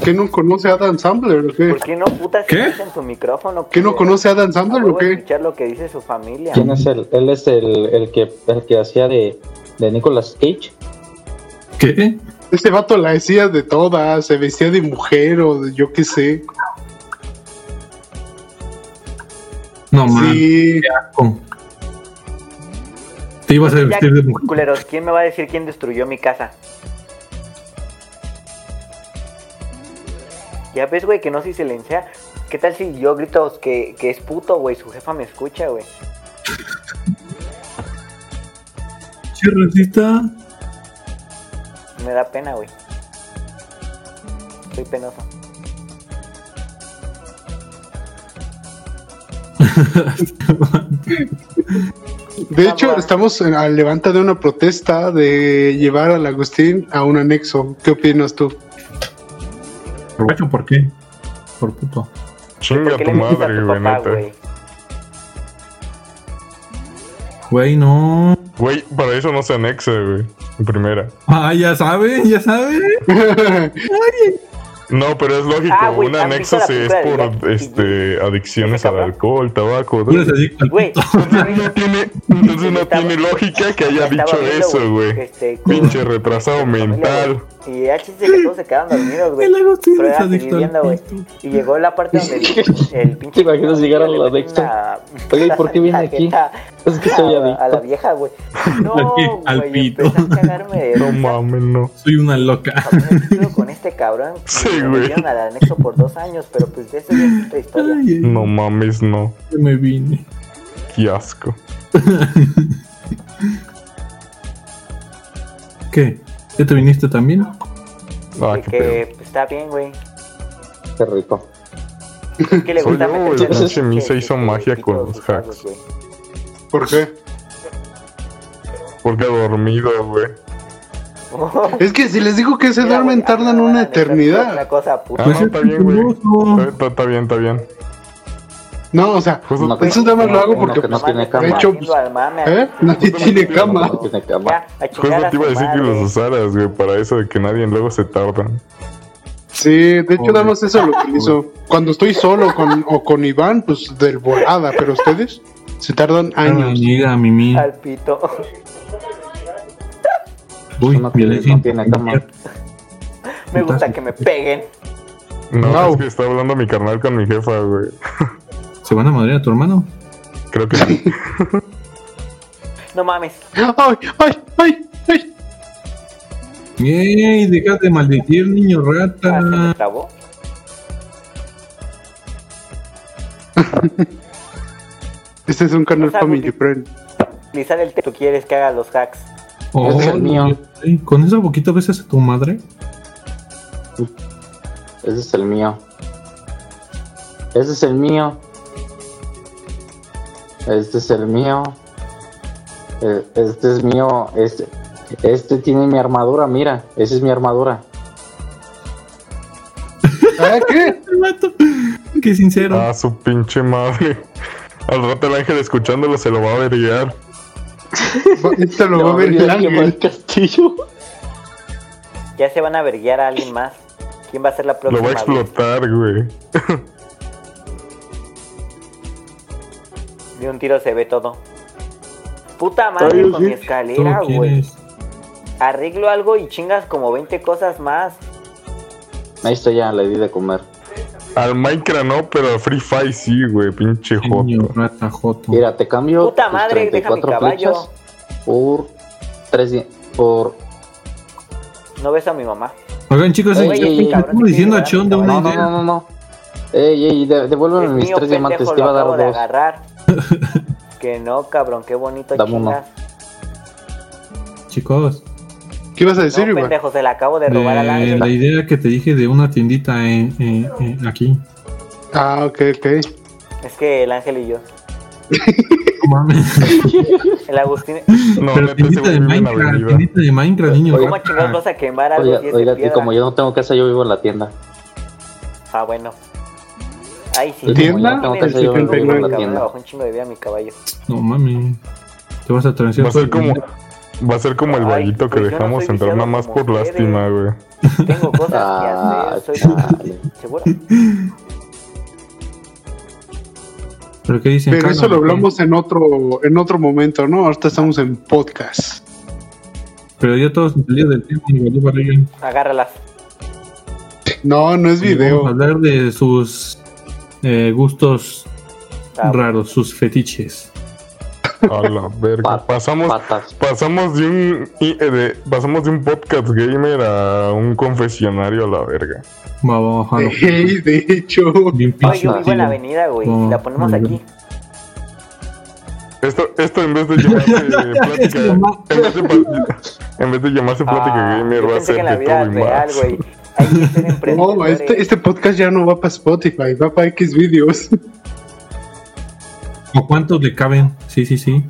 Speaker 1: ¿Qué no conoce a Adam Sandler o qué?
Speaker 5: ¿Por qué no putas
Speaker 2: ¿Qué?
Speaker 5: en su micrófono?
Speaker 1: ¿Qué no
Speaker 5: culero?
Speaker 1: conoce a Adam
Speaker 5: A
Speaker 1: Sandler
Speaker 5: huevo
Speaker 1: o qué?
Speaker 5: escuchar lo que dice su familia.
Speaker 4: ¿Quién es él? Él es el, el que el que hacía de, de Nicolas Cage.
Speaker 2: ¿Qué?
Speaker 1: Este vato la decía de todas, se vestía de mujer o de yo qué sé.
Speaker 2: No, man.
Speaker 1: Sí,
Speaker 2: Con- Te ibas a
Speaker 5: Ya,
Speaker 2: vestir de mujer.
Speaker 5: culeros, ¿quién me va a decir quién destruyó mi casa? Ya ves, güey, que no se silencia. ¿Qué tal si yo grito que, que es puto, güey? Su jefa me escucha, güey.
Speaker 2: Che, racista.
Speaker 5: Me da pena, güey. Soy penoso.
Speaker 1: de hecho estamos en- a levanta de una protesta de llevar al Agustín a un anexo. ¿Qué opinas tú?
Speaker 2: Guacho, ¿por qué? Por puto.
Speaker 3: Chinga
Speaker 5: ¿Por qué
Speaker 3: tu
Speaker 5: le mientes a
Speaker 3: madre,
Speaker 5: tu
Speaker 3: güey,
Speaker 5: papá,
Speaker 3: neta.
Speaker 5: güey?
Speaker 2: Güey, no.
Speaker 3: Güey, para eso no se anexa, güey. En primera.
Speaker 2: Ah, ya sabe, ya sabe.
Speaker 3: No, pero es lógico.
Speaker 5: Ah, güey,
Speaker 3: un
Speaker 5: ¿han visto
Speaker 3: anexo
Speaker 5: la
Speaker 3: se es
Speaker 5: película de
Speaker 3: por
Speaker 5: Jack
Speaker 3: este, adicciones
Speaker 5: ¿Ese
Speaker 3: al
Speaker 5: cabrón?
Speaker 3: alcohol, tabaco.
Speaker 2: Tú eres
Speaker 3: Entonces
Speaker 2: adicto al
Speaker 5: Güey,
Speaker 2: puto.
Speaker 3: no tiene, entonces no
Speaker 5: Estaba-
Speaker 3: tiene lógica que haya
Speaker 5: estaba
Speaker 3: dicho
Speaker 5: viendo,
Speaker 3: eso, güey.
Speaker 5: Este, con-
Speaker 3: Pinche retrasado
Speaker 5: con mi familia,
Speaker 3: mental.
Speaker 5: güey. Y ya chiste que todos se quedaron dormidos, güey.
Speaker 2: El Agustín
Speaker 5: Pero
Speaker 2: es
Speaker 5: era
Speaker 2: adicto al
Speaker 5: vivienda, güey.
Speaker 2: puto.
Speaker 5: Y llegó la parte donde el, el pinche.
Speaker 4: ¿Te imaginas llegar a la
Speaker 5: le meten
Speaker 4: Dexter?
Speaker 5: una-
Speaker 4: Oye, ¿y por qué viene aquí?
Speaker 5: tarjeta
Speaker 4: Es que soy
Speaker 5: a, a la
Speaker 4: adicto.
Speaker 5: vieja, güey. No,
Speaker 2: Aquí,
Speaker 5: güey,
Speaker 2: al pito.
Speaker 5: empecé a cagarme de
Speaker 3: No
Speaker 5: risa.
Speaker 3: mames, no.
Speaker 2: Soy una loca.
Speaker 5: Cabrón, ¿qué pedo con este cabrón.
Speaker 3: Sí,
Speaker 5: Me
Speaker 3: güey.
Speaker 5: metieron al anexo por dos años, pero pues de eso ya es otra historia.
Speaker 2: Ay,
Speaker 3: No mames, no.
Speaker 2: ay, me vine.
Speaker 3: Qué asco.
Speaker 2: ¿Qué? ¿Ya te viniste también?
Speaker 3: Ah,
Speaker 5: Y
Speaker 3: qué pedo.
Speaker 5: que pues, está bien, güey.
Speaker 4: Qué rico.
Speaker 5: Es que le
Speaker 3: Soy
Speaker 5: gusta
Speaker 3: yo,
Speaker 5: meterse
Speaker 3: güey,
Speaker 5: en los
Speaker 3: pinche misa
Speaker 5: pinches
Speaker 3: hizo magia
Speaker 5: pitos
Speaker 3: con los
Speaker 5: sus lados,
Speaker 3: hacks.
Speaker 5: güey.
Speaker 1: ¿Por qué?
Speaker 3: Porque dormido, güey.
Speaker 1: Es que si les digo que se
Speaker 5: Mira,
Speaker 1: duermen
Speaker 5: güey,
Speaker 1: tardan
Speaker 5: hablan
Speaker 1: una
Speaker 5: de otra-
Speaker 1: eternidad.
Speaker 5: otra cosa, puta.
Speaker 3: Ah, no, está bien, güey.
Speaker 2: Pues curioso.
Speaker 3: Está, está- está bien, está bien.
Speaker 1: No, o
Speaker 5: Pues,
Speaker 1: sea,
Speaker 3: Justo-
Speaker 4: Una cosa-
Speaker 1: eso nada más lo hago
Speaker 4: uno
Speaker 1: porque,
Speaker 4: que no
Speaker 1: pues,
Speaker 4: tiene
Speaker 1: de
Speaker 4: cama.
Speaker 1: hecho,
Speaker 5: Haciendo al mame,
Speaker 1: ¿eh? Nadie tiene cama.
Speaker 4: No tiene cama.
Speaker 5: Ya, a
Speaker 3: Justo
Speaker 5: chingar
Speaker 3: Pues,
Speaker 5: a
Speaker 3: te iba a
Speaker 5: su
Speaker 3: decir que
Speaker 5: madre.
Speaker 3: los usaras, güey, para eso de que nadie luego se tardan.
Speaker 1: Sí, de hecho, nada más eso lo utilizo. Cuando estoy solo con, o con Iván, pues del volada, pero ustedes se tardan
Speaker 3: Ah,
Speaker 2: Ay,
Speaker 1: años.
Speaker 2: mira, Mimi.
Speaker 4: Ah,
Speaker 5: Al pito.
Speaker 2: Uy,
Speaker 4: No tiene-
Speaker 2: violencia.
Speaker 4: no tiene cama.
Speaker 5: Me gusta que me peguen.
Speaker 3: No,
Speaker 1: No.
Speaker 3: es que está hablando mi carnal con mi jefa, güey.
Speaker 2: ¿Se van a madrear a tu hermano?
Speaker 3: Creo que sí.
Speaker 5: No mames.
Speaker 1: ¡Ay, ay, ay! ay.
Speaker 2: ¡Ey! Deja de maldecir, niño
Speaker 5: Ah, se me
Speaker 2: rata.
Speaker 5: trabó.
Speaker 1: Este es un canal
Speaker 5: O sea,
Speaker 1: Family
Speaker 5: güey.
Speaker 1: Friend.
Speaker 5: Lizar el te tú quieres que haga los hacks.
Speaker 2: Oh,
Speaker 4: Es el mío.
Speaker 2: ay, ¿Con esa boquita besas a tu madre?
Speaker 4: Ese es el mío. Ese es el mío. Este es el mío. Eh, Este es mío. Este, este tiene mi armadura, mira. Esa es mi armadura.
Speaker 1: ¿Ah, qué?
Speaker 2: vato. Qué sincero.
Speaker 3: Ah, su pinche madre. Al rato el ángel escuchándolo se lo va a averiar.
Speaker 1: Esto Este lo
Speaker 4: No,
Speaker 1: va a ver
Speaker 4: mira,
Speaker 1: el
Speaker 4: quemó
Speaker 1: ángel.
Speaker 4: el castillo.
Speaker 5: Ya se van a verguiar a alguien más. ¿Quién va a ser la
Speaker 3: Lo
Speaker 5: próxima?
Speaker 3: va a explotar, güey.
Speaker 5: De un tiro se ve todo. Puta madre
Speaker 3: Ay,
Speaker 5: con
Speaker 3: sí.
Speaker 5: mi
Speaker 2: ¿Tú
Speaker 5: escalera,
Speaker 2: quién
Speaker 5: güey.
Speaker 2: es?
Speaker 5: Arreglo algo y chingas como 20 cosas más.
Speaker 4: Ahí está ya, le di de comer.
Speaker 3: Al Minecraft no, pero al Free Fire sí, güey. Pinche
Speaker 2: Niño
Speaker 3: joto.
Speaker 2: rata joto.
Speaker 4: Mira, te cambio
Speaker 5: Puta
Speaker 4: tus
Speaker 5: madre, deja mi
Speaker 4: 34
Speaker 5: caballo.
Speaker 4: flechas por 3 di- por
Speaker 5: No ves a mi mamá.
Speaker 2: Oigan, chicos,
Speaker 4: Oye,
Speaker 2: estamos
Speaker 4: oye,
Speaker 5: cabrón,
Speaker 2: diciendo a
Speaker 5: sí,
Speaker 2: Chon de
Speaker 5: no,
Speaker 2: una
Speaker 4: No, no,
Speaker 2: idea.
Speaker 4: no, no, no. Ey, ey, de- devuélveme
Speaker 5: es
Speaker 4: mis
Speaker 5: mío,
Speaker 4: tres diamantes,
Speaker 5: pendejo,
Speaker 4: te iba a
Speaker 5: lo acabo
Speaker 4: dar
Speaker 5: de
Speaker 4: dos.
Speaker 5: agarrar. que no, cabrón, qué bonito
Speaker 4: Dame uno.
Speaker 5: chingas.
Speaker 2: Chicos,
Speaker 1: ¿Qué ibas a decir,
Speaker 5: No,
Speaker 1: Iván?
Speaker 5: pendejo, se la acabo de
Speaker 2: de
Speaker 5: robar al
Speaker 2: Eh, la
Speaker 5: ángel.
Speaker 2: idea que te dije de una tiendita en, en- en- aquí.
Speaker 1: Ah, ok, ok.
Speaker 5: Es que el ángel y yo.
Speaker 2: No mames.
Speaker 5: El Agustín.
Speaker 3: No,
Speaker 2: Pero
Speaker 3: neta, ese
Speaker 2: tiendita
Speaker 3: güey
Speaker 2: de
Speaker 3: vive en la
Speaker 2: Minecraft,
Speaker 3: avenida.
Speaker 2: tiendita de Minecraft, niño.
Speaker 5: ¿Cómo
Speaker 2: rata.
Speaker 5: chingados vas a quemar algo
Speaker 4: Oiga,
Speaker 5: si es de
Speaker 4: oiga, y
Speaker 5: piedra?
Speaker 4: como yo no tengo casa, yo vivo en la tienda.
Speaker 5: Ah, bueno. Ay, sí.
Speaker 4: Y como yo
Speaker 1: ¿Tienda?
Speaker 4: no tengo
Speaker 1: El
Speaker 4: casa, yo vivo en
Speaker 1: 79.
Speaker 4: la
Speaker 5: Me
Speaker 4: tienda.
Speaker 5: bajó un chingo de vida a mi caballo.
Speaker 2: No mames. Te vas a
Speaker 3: Va
Speaker 2: transiar.
Speaker 3: a ser como. Va a ser como el
Speaker 5: Ay,
Speaker 3: vallito que
Speaker 5: pues yo no
Speaker 3: dejamos
Speaker 5: soy
Speaker 3: entrar nada
Speaker 5: viciado
Speaker 3: más
Speaker 5: como
Speaker 3: por lástima, güey.
Speaker 5: Tengo cosas
Speaker 4: Ah,
Speaker 5: que hacer. Soy
Speaker 4: chale.
Speaker 5: seguro.
Speaker 2: ¿Pero qué dicen?
Speaker 1: Pero eso
Speaker 2: Carlos?
Speaker 1: lo hablamos en otro, en otro momento, ¿no? Ahorita estamos en podcast.
Speaker 2: Pero ya todos han salido del tema y valió barriga.
Speaker 5: Agárralas.
Speaker 1: No, no es
Speaker 2: Vamos a
Speaker 1: video.
Speaker 2: hablar de sus eh, gustos
Speaker 5: Ah,
Speaker 2: raros, sus fetiches.
Speaker 3: A la verga.
Speaker 4: Pat-
Speaker 3: Pasamos,
Speaker 4: Patas.
Speaker 3: pasamos de un y- eh, de- pasamos de un podcast gamer a un confesionario a la verga.
Speaker 2: Vamos a bajarlo.
Speaker 1: Ey, de hecho,
Speaker 2: Bien
Speaker 5: Ay,
Speaker 2: pinche.
Speaker 5: yo vivo en
Speaker 2: tío.
Speaker 5: la avenida, güey. Si
Speaker 2: No,
Speaker 5: la ponemos
Speaker 2: no,
Speaker 5: aquí.
Speaker 3: Esto, esto en vez de llamarse
Speaker 2: Es
Speaker 3: plática,
Speaker 2: lo más-
Speaker 3: en vez de, pa- en vez de llamarse plática
Speaker 5: Ah,
Speaker 3: gamer
Speaker 5: yo
Speaker 3: va a
Speaker 5: pensé
Speaker 3: ser
Speaker 5: que en la
Speaker 3: de
Speaker 5: vida
Speaker 3: todo y
Speaker 5: real,
Speaker 3: más.
Speaker 5: güey. Hay que ser emprendedores.
Speaker 1: no, este, este podcast ya no va para Spotify, va para X videos.
Speaker 2: ¿O cuántos le caben? Sí, sí, sí.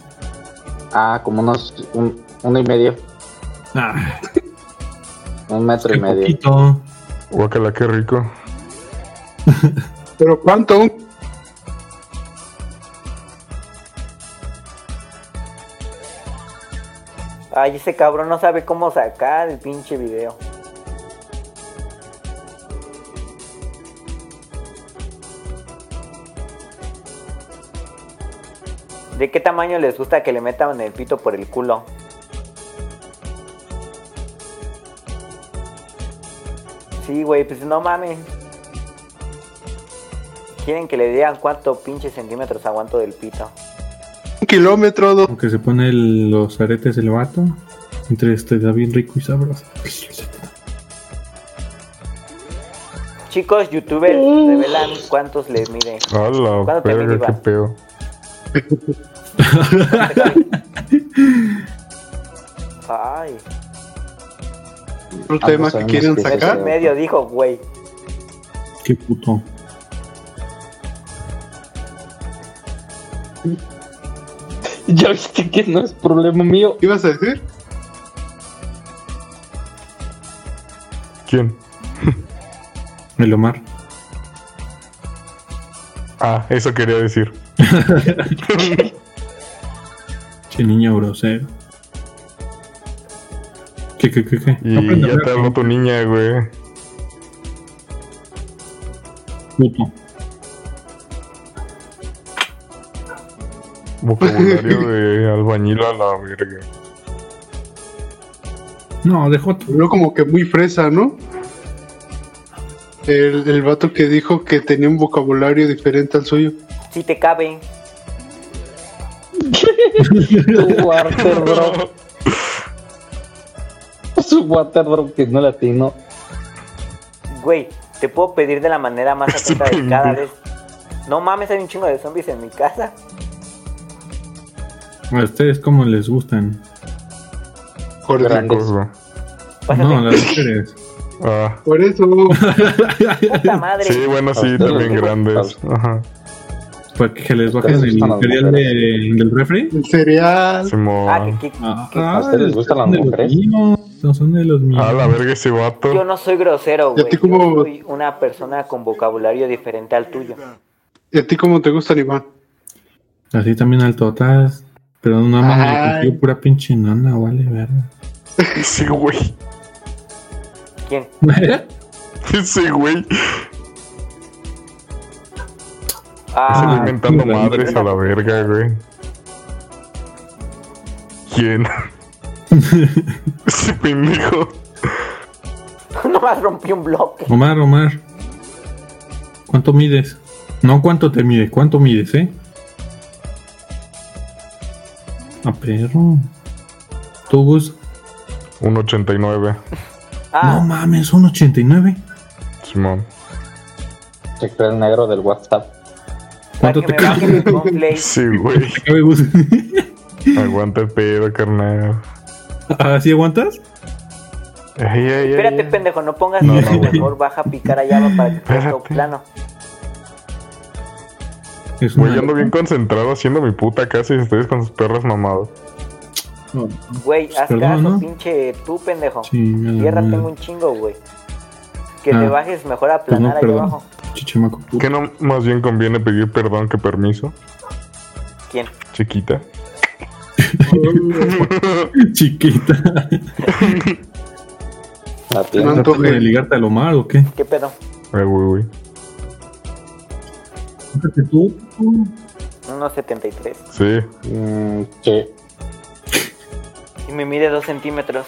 Speaker 4: Ah, como unos. Un, uno y medio.
Speaker 2: Ah,
Speaker 4: Un metro
Speaker 2: qué
Speaker 4: y medio.
Speaker 2: poquito.
Speaker 3: Guacala, qué rico.
Speaker 1: Pero ¿cuánto?
Speaker 5: Ay, ese cabrón no sabe cómo sacar el pinche video. ¿De qué tamaño les gusta que le metan el pito por el culo? Sí, güey, pues no mames. Quieren que le digan cuánto pinche centímetros aguanto del pito.
Speaker 1: Un kilómetro, dos.
Speaker 2: Aunque se pone el- los aretes el vato. Entre este David rico y sabroso.
Speaker 5: Chicos, youtubers revelan cuántos les miden.
Speaker 3: A la
Speaker 5: ¿Cuándo te
Speaker 3: verga,
Speaker 5: minivan?
Speaker 3: qué pedo.
Speaker 5: Ay,
Speaker 1: Otro tema que
Speaker 4: sabemos
Speaker 1: quieren
Speaker 4: que-
Speaker 5: metro y
Speaker 1: sacar.
Speaker 5: medio dijo, güey.
Speaker 2: Qué puto.
Speaker 4: Ya viste que no es problema mío.
Speaker 1: ¿Qué ibas a decir?
Speaker 3: ¿Quién?
Speaker 2: El Omar.
Speaker 3: Ah, eso quería decir.
Speaker 2: Che niño grosero. ¿Qué, qué, qué, qué?
Speaker 3: Y
Speaker 2: Aprende a
Speaker 3: ya te
Speaker 2: hablar,
Speaker 3: habló tu niña, güey.
Speaker 2: puto.
Speaker 3: Vocabulario de albañil a la verga.
Speaker 2: No, dejó tu.
Speaker 1: Habló como que muy fresa, ¿no? El, el vato que dijo que tenía un vocabulario diferente al suyo.
Speaker 5: Si te cabe.
Speaker 4: Tu water drop. Su water drop que no latino.
Speaker 5: Güey, te puedo pedir de la manera más atenta de cada vez. No mames, hay un chingo de zombies en mi casa.
Speaker 2: A ustedes cómo les gustan.
Speaker 3: Otra
Speaker 4: Grandes.
Speaker 3: cosa.
Speaker 5: Pásate.
Speaker 2: No, las mujeres.
Speaker 3: Ah,
Speaker 1: Por eso,
Speaker 5: Puta madre.
Speaker 3: sí, bueno, sí,
Speaker 4: A
Speaker 3: también
Speaker 4: ustedes.
Speaker 3: grandes. Ajá.
Speaker 2: Para que les bajen el
Speaker 4: gustan las
Speaker 2: material
Speaker 4: mujeres?
Speaker 2: de- del refri.
Speaker 1: el cereal.
Speaker 3: Simón.
Speaker 5: Ah, que, que-
Speaker 2: Ah,
Speaker 4: ¿A ustedes les gustan las
Speaker 2: de los
Speaker 4: mujeres?
Speaker 2: niños. No son de los míos.
Speaker 3: A la verga ese vato.
Speaker 5: Yo no soy grosero,
Speaker 1: ¿Y a
Speaker 5: güey.
Speaker 1: ti
Speaker 5: Yo
Speaker 1: cómo-
Speaker 5: soy una persona con vocabulario diferente al tuyo.
Speaker 1: ¿Y a ti cómo te gusta, Iván?
Speaker 2: Así también altotas. Pero no
Speaker 1: Ay.
Speaker 2: mames, yo pura pinche nana, vale, verga.
Speaker 3: Ese güey.
Speaker 5: ¿Quién?
Speaker 3: Ese güey. Se
Speaker 5: Ah,
Speaker 3: inventando
Speaker 2: chingada.
Speaker 3: madres a la verga, güey. ¿Quién? Ese pendejo.
Speaker 5: nomás rompí un bloque.
Speaker 2: Omar, Omar. ¿Cuánto mides? No cuánto te mide, cuánto mides, ¿eh? A Ah, perro. ¿Tú, Gus?
Speaker 3: 1.89,
Speaker 2: No
Speaker 5: Ah,
Speaker 2: mames, un 89.
Speaker 3: Simón.
Speaker 4: Checar el negro del WhatsApp.
Speaker 2: ¿Cuánto te
Speaker 5: para que me
Speaker 2: cabe?
Speaker 5: bajen el Coldplay.
Speaker 3: Sí, güey.
Speaker 2: ¿Te cabe, Gus?
Speaker 3: Aguanta el pedo, carnal.
Speaker 2: ¿Así aguantas?
Speaker 3: Ey, ey, ey,
Speaker 5: Espérate,
Speaker 3: ey.
Speaker 5: pendejo, no pongas
Speaker 3: No,
Speaker 5: no,
Speaker 3: no, güey.
Speaker 5: mejor baja a picar allá va, para que quede todo
Speaker 3: Espérate.
Speaker 5: plano.
Speaker 2: Es una-
Speaker 3: Güey, Pues yo ando bien concentrado haciendo mi puta casa y ustedes con sus perras mamadas.
Speaker 2: No,
Speaker 5: Güey,
Speaker 2: Pues,
Speaker 5: haz
Speaker 2: perdón,
Speaker 5: caso,
Speaker 2: ¿no?
Speaker 5: pinche tú, pendejo.
Speaker 2: chingada
Speaker 5: Tierra
Speaker 2: madre.
Speaker 5: tengo un chingo, güey. Que
Speaker 2: Ah.
Speaker 5: te bajes mejor a
Speaker 2: Pues no,
Speaker 5: planar allá
Speaker 2: perdón.
Speaker 5: abajo.
Speaker 2: Chichimaco.
Speaker 3: ¿Qué no más bien conviene pedir perdón que permiso,
Speaker 5: ¿Quién?
Speaker 3: chiquita?
Speaker 2: Chiquita.
Speaker 4: La
Speaker 1: No
Speaker 4: tienda.
Speaker 2: ¿Tratas
Speaker 1: antoje.
Speaker 2: de ligarte al Omar o qué?
Speaker 5: ¿Qué pedo?
Speaker 3: Ay, güey, güey.
Speaker 2: Fíjate tú.
Speaker 5: 1,73.
Speaker 3: Sí.
Speaker 4: Mm, sí.
Speaker 5: Y me mide 2 centímetros.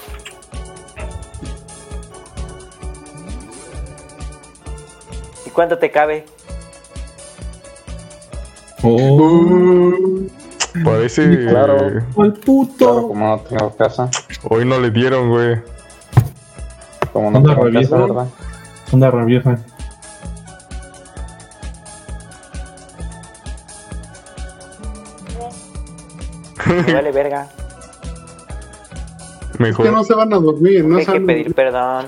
Speaker 5: ¿Y cuánto te cabe?
Speaker 2: Oh,
Speaker 1: Uh,
Speaker 3: Parece.
Speaker 4: Claro.
Speaker 3: eh,
Speaker 2: al
Speaker 4: Claro,
Speaker 2: puto.
Speaker 4: como no tengo casa.
Speaker 3: Hoy no le dieron, güey.
Speaker 4: Como no
Speaker 2: Anda,
Speaker 4: tengo
Speaker 2: revisa.
Speaker 4: casa, ¿verdad?
Speaker 2: Anda rabiosa.
Speaker 5: Me vale verga.
Speaker 1: que no
Speaker 3: Mejor.
Speaker 1: se van a dormir, no
Speaker 5: Hay
Speaker 1: se
Speaker 5: que
Speaker 1: van a
Speaker 5: pedir perdón.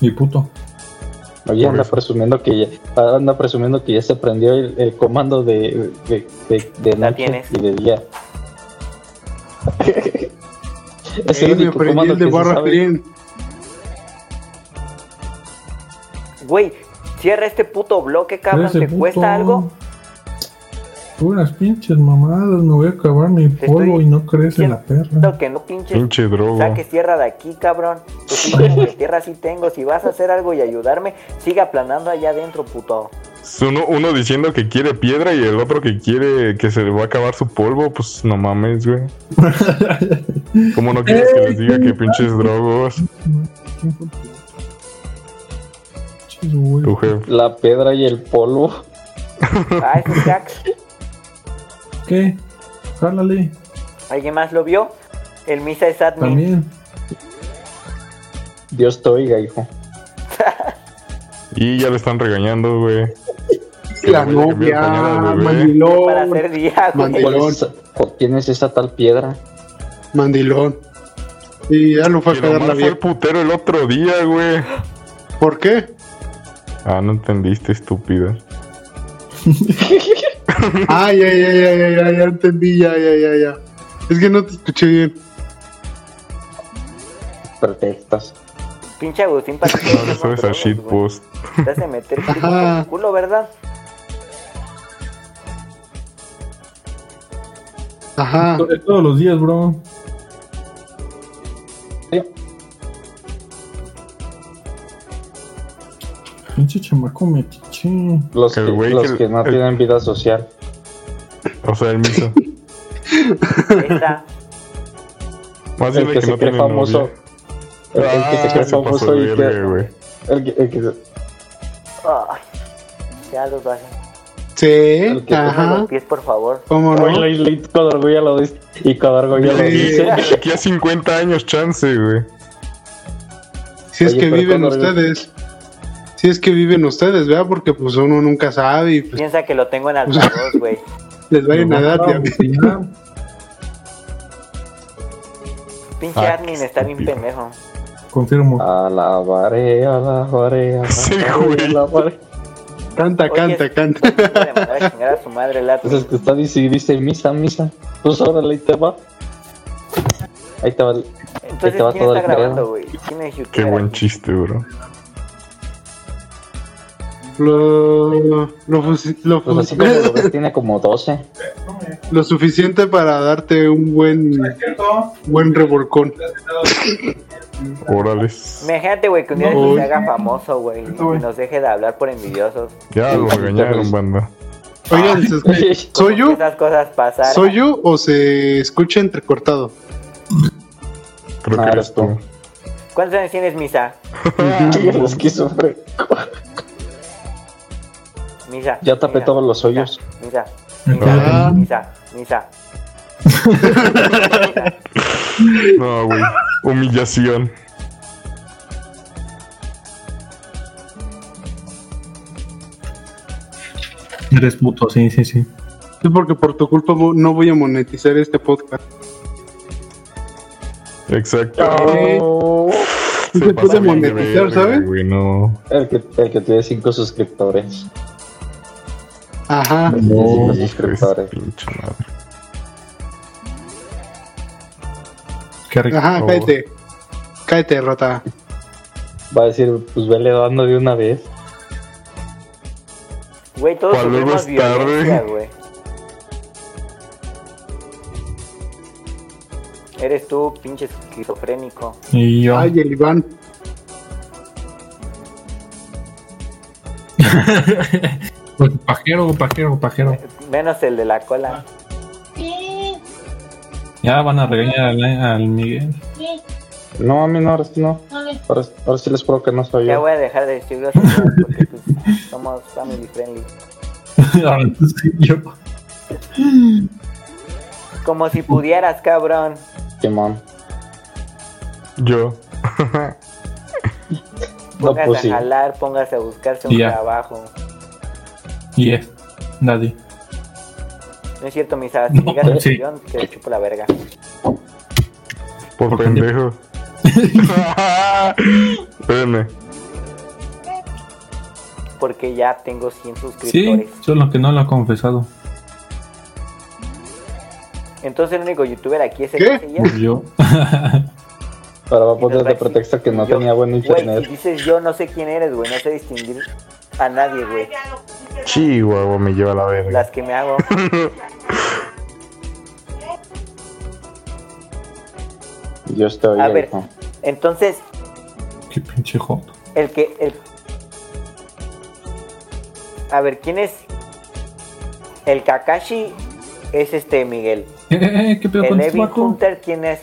Speaker 2: Y puto.
Speaker 4: Oye,
Speaker 3: Por
Speaker 4: anda
Speaker 3: eso.
Speaker 4: presumiendo que ya, anda presumiendo que ya se aprendió el, el comando de, de, de, de
Speaker 5: La
Speaker 4: noche
Speaker 5: tienes.
Speaker 4: y de día. es
Speaker 1: Sí,
Speaker 4: Eh, el
Speaker 1: me
Speaker 4: único
Speaker 1: aprendí
Speaker 4: comando
Speaker 1: el de
Speaker 4: pues, que se
Speaker 1: barra
Speaker 4: sabe.
Speaker 1: clean.
Speaker 5: Güey, cierra este puto bloque, cabrón.
Speaker 2: Ese
Speaker 5: ¿Te
Speaker 2: puto.
Speaker 5: cuesta algo?
Speaker 2: Puras pinches mamadas, me voy a acabar mi
Speaker 5: Te
Speaker 2: polvo
Speaker 5: estoy
Speaker 2: y no crece la perra.
Speaker 5: Siento que no pinches
Speaker 3: Pinche droga.
Speaker 5: Saque tierra de aquí, cabrón. Pues sí, como que tierra sí tengo. Si vas a hacer algo y ayudarme, sigue aplanando allá adentro, puto.
Speaker 3: Es Uno, uno diciendo que quiere piedra y el otro que quiere que se le va a acabar su polvo, pues no mames, güey. ¿Cómo no quieres que les diga que pinches drogos?
Speaker 2: Pinches güey.
Speaker 3: Tu jefe.
Speaker 4: La piedra y el polvo.
Speaker 5: Ah, ese es Jax.
Speaker 2: ¿Qué? Jálale,
Speaker 5: ¿Alguien más lo vio? El misa es admin.
Speaker 2: también.
Speaker 4: Dios te oiga, hijo.
Speaker 3: Y ya le están regañando, güey. Que
Speaker 1: La
Speaker 3: le voy a
Speaker 1: novia,
Speaker 3: cambiar el pañal al bebé.
Speaker 5: Para hacer
Speaker 1: mandilón,
Speaker 5: día, güey.
Speaker 4: ¿Cuál
Speaker 1: Pelón.
Speaker 4: es esa- ¿Por quién es esa tal piedra?
Speaker 1: mandilón. Y ya lo fue a
Speaker 3: Que
Speaker 1: cagar la
Speaker 3: nomás fue el
Speaker 1: vieja.
Speaker 3: putero el otro día, güey.
Speaker 1: ¿Por qué?
Speaker 3: Ah, no entendiste, estúpida.
Speaker 1: Ay, ay, ay, ay, ay, ay, ya entendí, ya, ya, ya, ya. Es que no te escuché bien.
Speaker 4: Pretextas.
Speaker 5: Pinche Agustín para que
Speaker 3: No le subes a pues. shitpost.
Speaker 5: Te hace meter culo
Speaker 1: Ajá.
Speaker 5: por culo, ¿verdad?
Speaker 1: Ajá.
Speaker 2: To- Es todos los días, bro.
Speaker 4: Sí.
Speaker 2: Pinche chamaco metiche.
Speaker 4: Los,
Speaker 3: El
Speaker 4: que,
Speaker 3: güey
Speaker 4: los
Speaker 3: que-
Speaker 4: que no
Speaker 3: el-
Speaker 4: tienen vida social.
Speaker 3: O sea, el mismo.
Speaker 5: Esta,
Speaker 3: Más bien
Speaker 4: El
Speaker 3: de
Speaker 4: que
Speaker 3: que
Speaker 4: se
Speaker 3: no
Speaker 4: cree
Speaker 3: tiene
Speaker 4: famoso.
Speaker 3: novia.
Speaker 4: El, el que se cree
Speaker 3: Ah, se pasó
Speaker 4: famoso
Speaker 3: de
Speaker 4: y que.
Speaker 3: verga, güey.
Speaker 4: El que, el que-
Speaker 5: ay, ya los bajé.
Speaker 1: Sí,
Speaker 4: que
Speaker 5: Ponme
Speaker 1: ajá.
Speaker 5: los pies, por favor.
Speaker 1: ¿Cómo
Speaker 4: Oye,
Speaker 1: no?
Speaker 4: la isla y con orgullo lo dice. Y con orgullo lo
Speaker 1: Sí.
Speaker 4: dice.
Speaker 3: De aquí a 50 años, chance, güey.
Speaker 1: Si es
Speaker 4: Oye,
Speaker 1: que
Speaker 4: pero
Speaker 1: viven
Speaker 4: cuando-
Speaker 1: ustedes. Si es que viven ustedes, ¿verdad? Porque pues uno nunca sabe y pues
Speaker 5: Piensa que lo tengo en altavoz, güey.
Speaker 1: les vayan a
Speaker 2: Nos
Speaker 1: dar.
Speaker 2: van a
Speaker 1: ya.
Speaker 2: botella.
Speaker 5: Pinche
Speaker 3: Ah,
Speaker 5: admin está bien
Speaker 3: estúpido.
Speaker 5: pendejo.
Speaker 4: Ah.
Speaker 2: Confirmo.
Speaker 4: Alabaré, alabaré,
Speaker 3: Sí,
Speaker 4: alabaré,
Speaker 3: güey.
Speaker 4: alabaré.
Speaker 1: Canta,
Speaker 5: Oye,
Speaker 1: canta,
Speaker 5: es-
Speaker 1: canta.
Speaker 5: Voy a mandar a chingar a su madre el admin.
Speaker 4: Pues es que está dice, dice misa, misa. Pues órale, ahí te va. Ahí te va.
Speaker 5: Entonces,
Speaker 4: te va
Speaker 5: ¿quién
Speaker 4: todo
Speaker 5: está
Speaker 4: el pedo.
Speaker 5: grabando, güey? ¿Quién es youtuber?
Speaker 3: Qué buen
Speaker 5: aquí?
Speaker 3: chiste, bro.
Speaker 1: Lo, lo, fusi- lo
Speaker 4: Pues así
Speaker 1: fusi-
Speaker 4: como lo ves, tiene como 12.
Speaker 7: No, mira,
Speaker 1: lo suficiente para darte un buen,
Speaker 7: es cierto.
Speaker 1: buen revolcón.
Speaker 3: Orales.
Speaker 5: Imagínate, güey, que un día de
Speaker 1: No.
Speaker 5: estos se haga famoso, güey, y nos deje de hablar por envidiosos.
Speaker 3: Ya lo regañaron, banda.
Speaker 1: Oigan, ¿se escucha-
Speaker 5: Como
Speaker 1: ¿soy
Speaker 5: que
Speaker 1: yo?
Speaker 5: Esas cosas pasaran.
Speaker 1: ¿Soy yo o se escucha entrecortado?
Speaker 3: Creo
Speaker 4: No,
Speaker 3: que
Speaker 4: eres
Speaker 3: eres tú.
Speaker 5: ¿Cuántos años tienes, Misa?
Speaker 4: Chingas los que sufre.
Speaker 5: Misa.
Speaker 4: Ya tapé
Speaker 5: misa,
Speaker 4: todos los hoyos.
Speaker 5: Misa.
Speaker 3: Ah.
Speaker 5: Misa. Misa. Misa. Misa.
Speaker 3: No, güey. Humillación.
Speaker 2: Eres puto, sí, sí, sí.
Speaker 1: Sí, porque por tu culpa mo- no voy a monetizar este podcast.
Speaker 3: Exacto.
Speaker 4: Oh,
Speaker 1: Sí se puede
Speaker 3: bien de
Speaker 1: monetizar,
Speaker 3: verga,
Speaker 1: ¿sabes?
Speaker 3: Güey, no.
Speaker 4: el, que, el que tiene 5 suscriptores.
Speaker 1: Ajá.
Speaker 4: El que tiene cinco
Speaker 3: Hijo de
Speaker 4: suscriptores.
Speaker 3: pinche madre.
Speaker 2: Qué rico.
Speaker 1: Ajá,
Speaker 3: Oh.
Speaker 1: cállate. Cállate, rata.
Speaker 4: Va a decir, pues vele dando de una vez.
Speaker 5: Güey, todos
Speaker 3: Pa' luego
Speaker 5: sufrimos
Speaker 3: es tarde.
Speaker 5: violencia, güey. Eres tú, pinche esquizofrénico.
Speaker 2: Y yo.
Speaker 1: Ay, el Iván.
Speaker 2: Pues, pajero, pajero, pajero.
Speaker 5: Menos el de la cola.
Speaker 2: Ya van a regañar al, al Miguel.
Speaker 4: No, a mí no, ahora sí no. Ahora, ahora sí les juro que no soy
Speaker 5: Ya
Speaker 4: yo.
Speaker 5: voy a dejar de decir groserías porque pues, somos family friendly.
Speaker 2: Ahora tú sí, yo.
Speaker 5: Como si pudieras, cabrón.
Speaker 4: Simón.
Speaker 3: Yo.
Speaker 4: No,
Speaker 5: Póngase
Speaker 4: pues
Speaker 5: a
Speaker 4: sí.
Speaker 5: jalar, póngase a buscarse un
Speaker 2: Ya.
Speaker 5: trabajo.
Speaker 2: Y es. Daddy.
Speaker 5: No es cierto, misa. Si llegas al
Speaker 2: sí.
Speaker 5: sillón, te chupo la verga.
Speaker 3: Por pendejo. Espérenme.
Speaker 5: Porque ya tengo 100
Speaker 2: Sí,
Speaker 5: suscriptores.
Speaker 2: solo que no lo ha confesado.
Speaker 5: Entonces el único youtuber aquí es el
Speaker 1: ¿Qué?
Speaker 5: que se llama.
Speaker 2: Pues yo.
Speaker 4: Pero va a poner
Speaker 5: Y nos va
Speaker 4: de
Speaker 5: a decir,
Speaker 4: pretexto que no
Speaker 5: yo-
Speaker 4: tenía buen
Speaker 5: Güey, si
Speaker 4: internet.
Speaker 5: dices yo no sé quién eres, güey. No sé distinguir a nadie, güey.
Speaker 3: Chihuahua me lleva a la verga.
Speaker 5: Las que me hago.
Speaker 4: Yo estoy.
Speaker 5: A
Speaker 4: ahí,
Speaker 5: ver.
Speaker 4: ¿no?
Speaker 5: Entonces,
Speaker 2: Qué pinche joto.
Speaker 5: el que... El... A ver, ¿quién es? El Kakashi es este Miguel.
Speaker 2: Eh, eh, eh, ¿Qué pedo con
Speaker 5: El
Speaker 2: este
Speaker 5: Evin
Speaker 2: vato?
Speaker 5: Hunter, ¿quién es?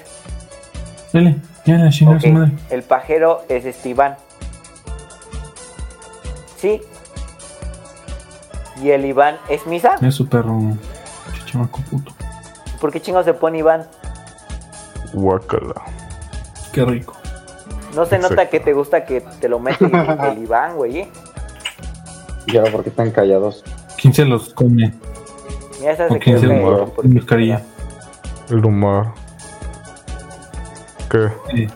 Speaker 2: Dale, ya la chingada
Speaker 5: Ok,
Speaker 2: su madre.
Speaker 5: El pajero es Esteban. Sí. Y el Iván es Misa.
Speaker 2: Es su perro. Chichamaco puto.
Speaker 5: ¿Por qué chingados se pone Iván?
Speaker 3: Guacala.
Speaker 2: Qué rico.
Speaker 5: No se
Speaker 3: Exacto.
Speaker 5: nota que te gusta que te lo mete el Iván, güey. ¿eh?
Speaker 4: ¿Y ahora por qué están callados?
Speaker 2: ¿Quién se los come?
Speaker 5: Mira, esa se
Speaker 2: Ok, se
Speaker 5: quedó
Speaker 3: lo
Speaker 5: medio,
Speaker 3: guardo.
Speaker 5: porque-
Speaker 2: Mi carilla.
Speaker 3: El humor. ¿Qué?
Speaker 2: Eh,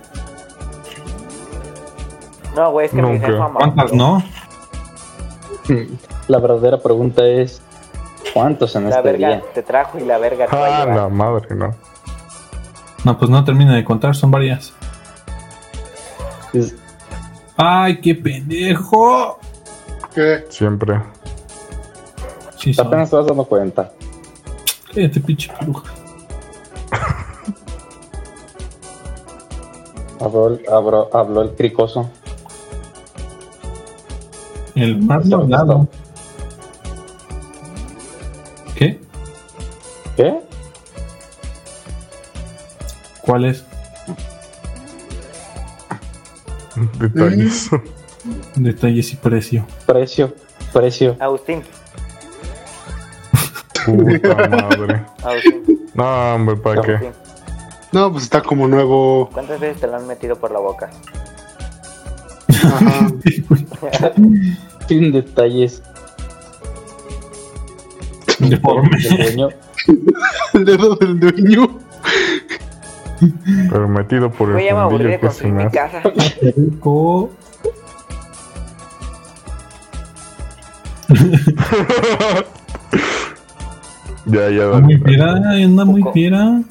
Speaker 5: No, güey, es que mi
Speaker 3: Nunca.
Speaker 5: jefa mamá.
Speaker 2: ¿Cuántas no?
Speaker 4: La verdadera pregunta es: ¿cuántos en
Speaker 5: La
Speaker 4: este
Speaker 5: verga
Speaker 4: día?
Speaker 5: te trajo y la verga te va a
Speaker 3: Ah,
Speaker 5: llevar.
Speaker 3: la madre, no.
Speaker 2: No, pues no termina de contar, son varias.
Speaker 4: Es-
Speaker 2: ¡Ay, qué pendejo!
Speaker 1: ¿Qué?
Speaker 3: Siempre.
Speaker 2: Sí, son.
Speaker 4: Apenas te vas dando cuenta.
Speaker 2: Cállate, pinche bruja.
Speaker 4: Habló, el- habló- habló el cricoso.
Speaker 2: El más
Speaker 4: Está-
Speaker 2: hablado. ¿Qué?
Speaker 4: ¿Qué?
Speaker 2: ¿Cuál es?
Speaker 3: Detalles.
Speaker 2: Detalles y precio.
Speaker 4: Precio, precio.
Speaker 5: Agustín,
Speaker 3: Puta madre.
Speaker 5: Agustín,
Speaker 3: No, hombre, ¿para qué?
Speaker 5: Agustín.
Speaker 1: No, pues está como nuevo.
Speaker 5: ¿Cuántas veces te lo han metido por la boca?
Speaker 1: Ajá.
Speaker 5: Ah.
Speaker 4: Sin detalles.
Speaker 2: Deforme.
Speaker 4: El dueño,
Speaker 1: El dedo del dueño.
Speaker 3: Pero metido por
Speaker 5: Güey,
Speaker 3: el
Speaker 5: ya me aburrí
Speaker 3: fundillo
Speaker 5: de
Speaker 3: que se
Speaker 5: construir
Speaker 3: me
Speaker 5: mi
Speaker 3: hace.
Speaker 5: casa.
Speaker 2: Qué rico.
Speaker 3: Ya, ya,
Speaker 2: Anda muy
Speaker 3: dale.
Speaker 2: fiera, anda muy
Speaker 5: Poco.
Speaker 2: fiera.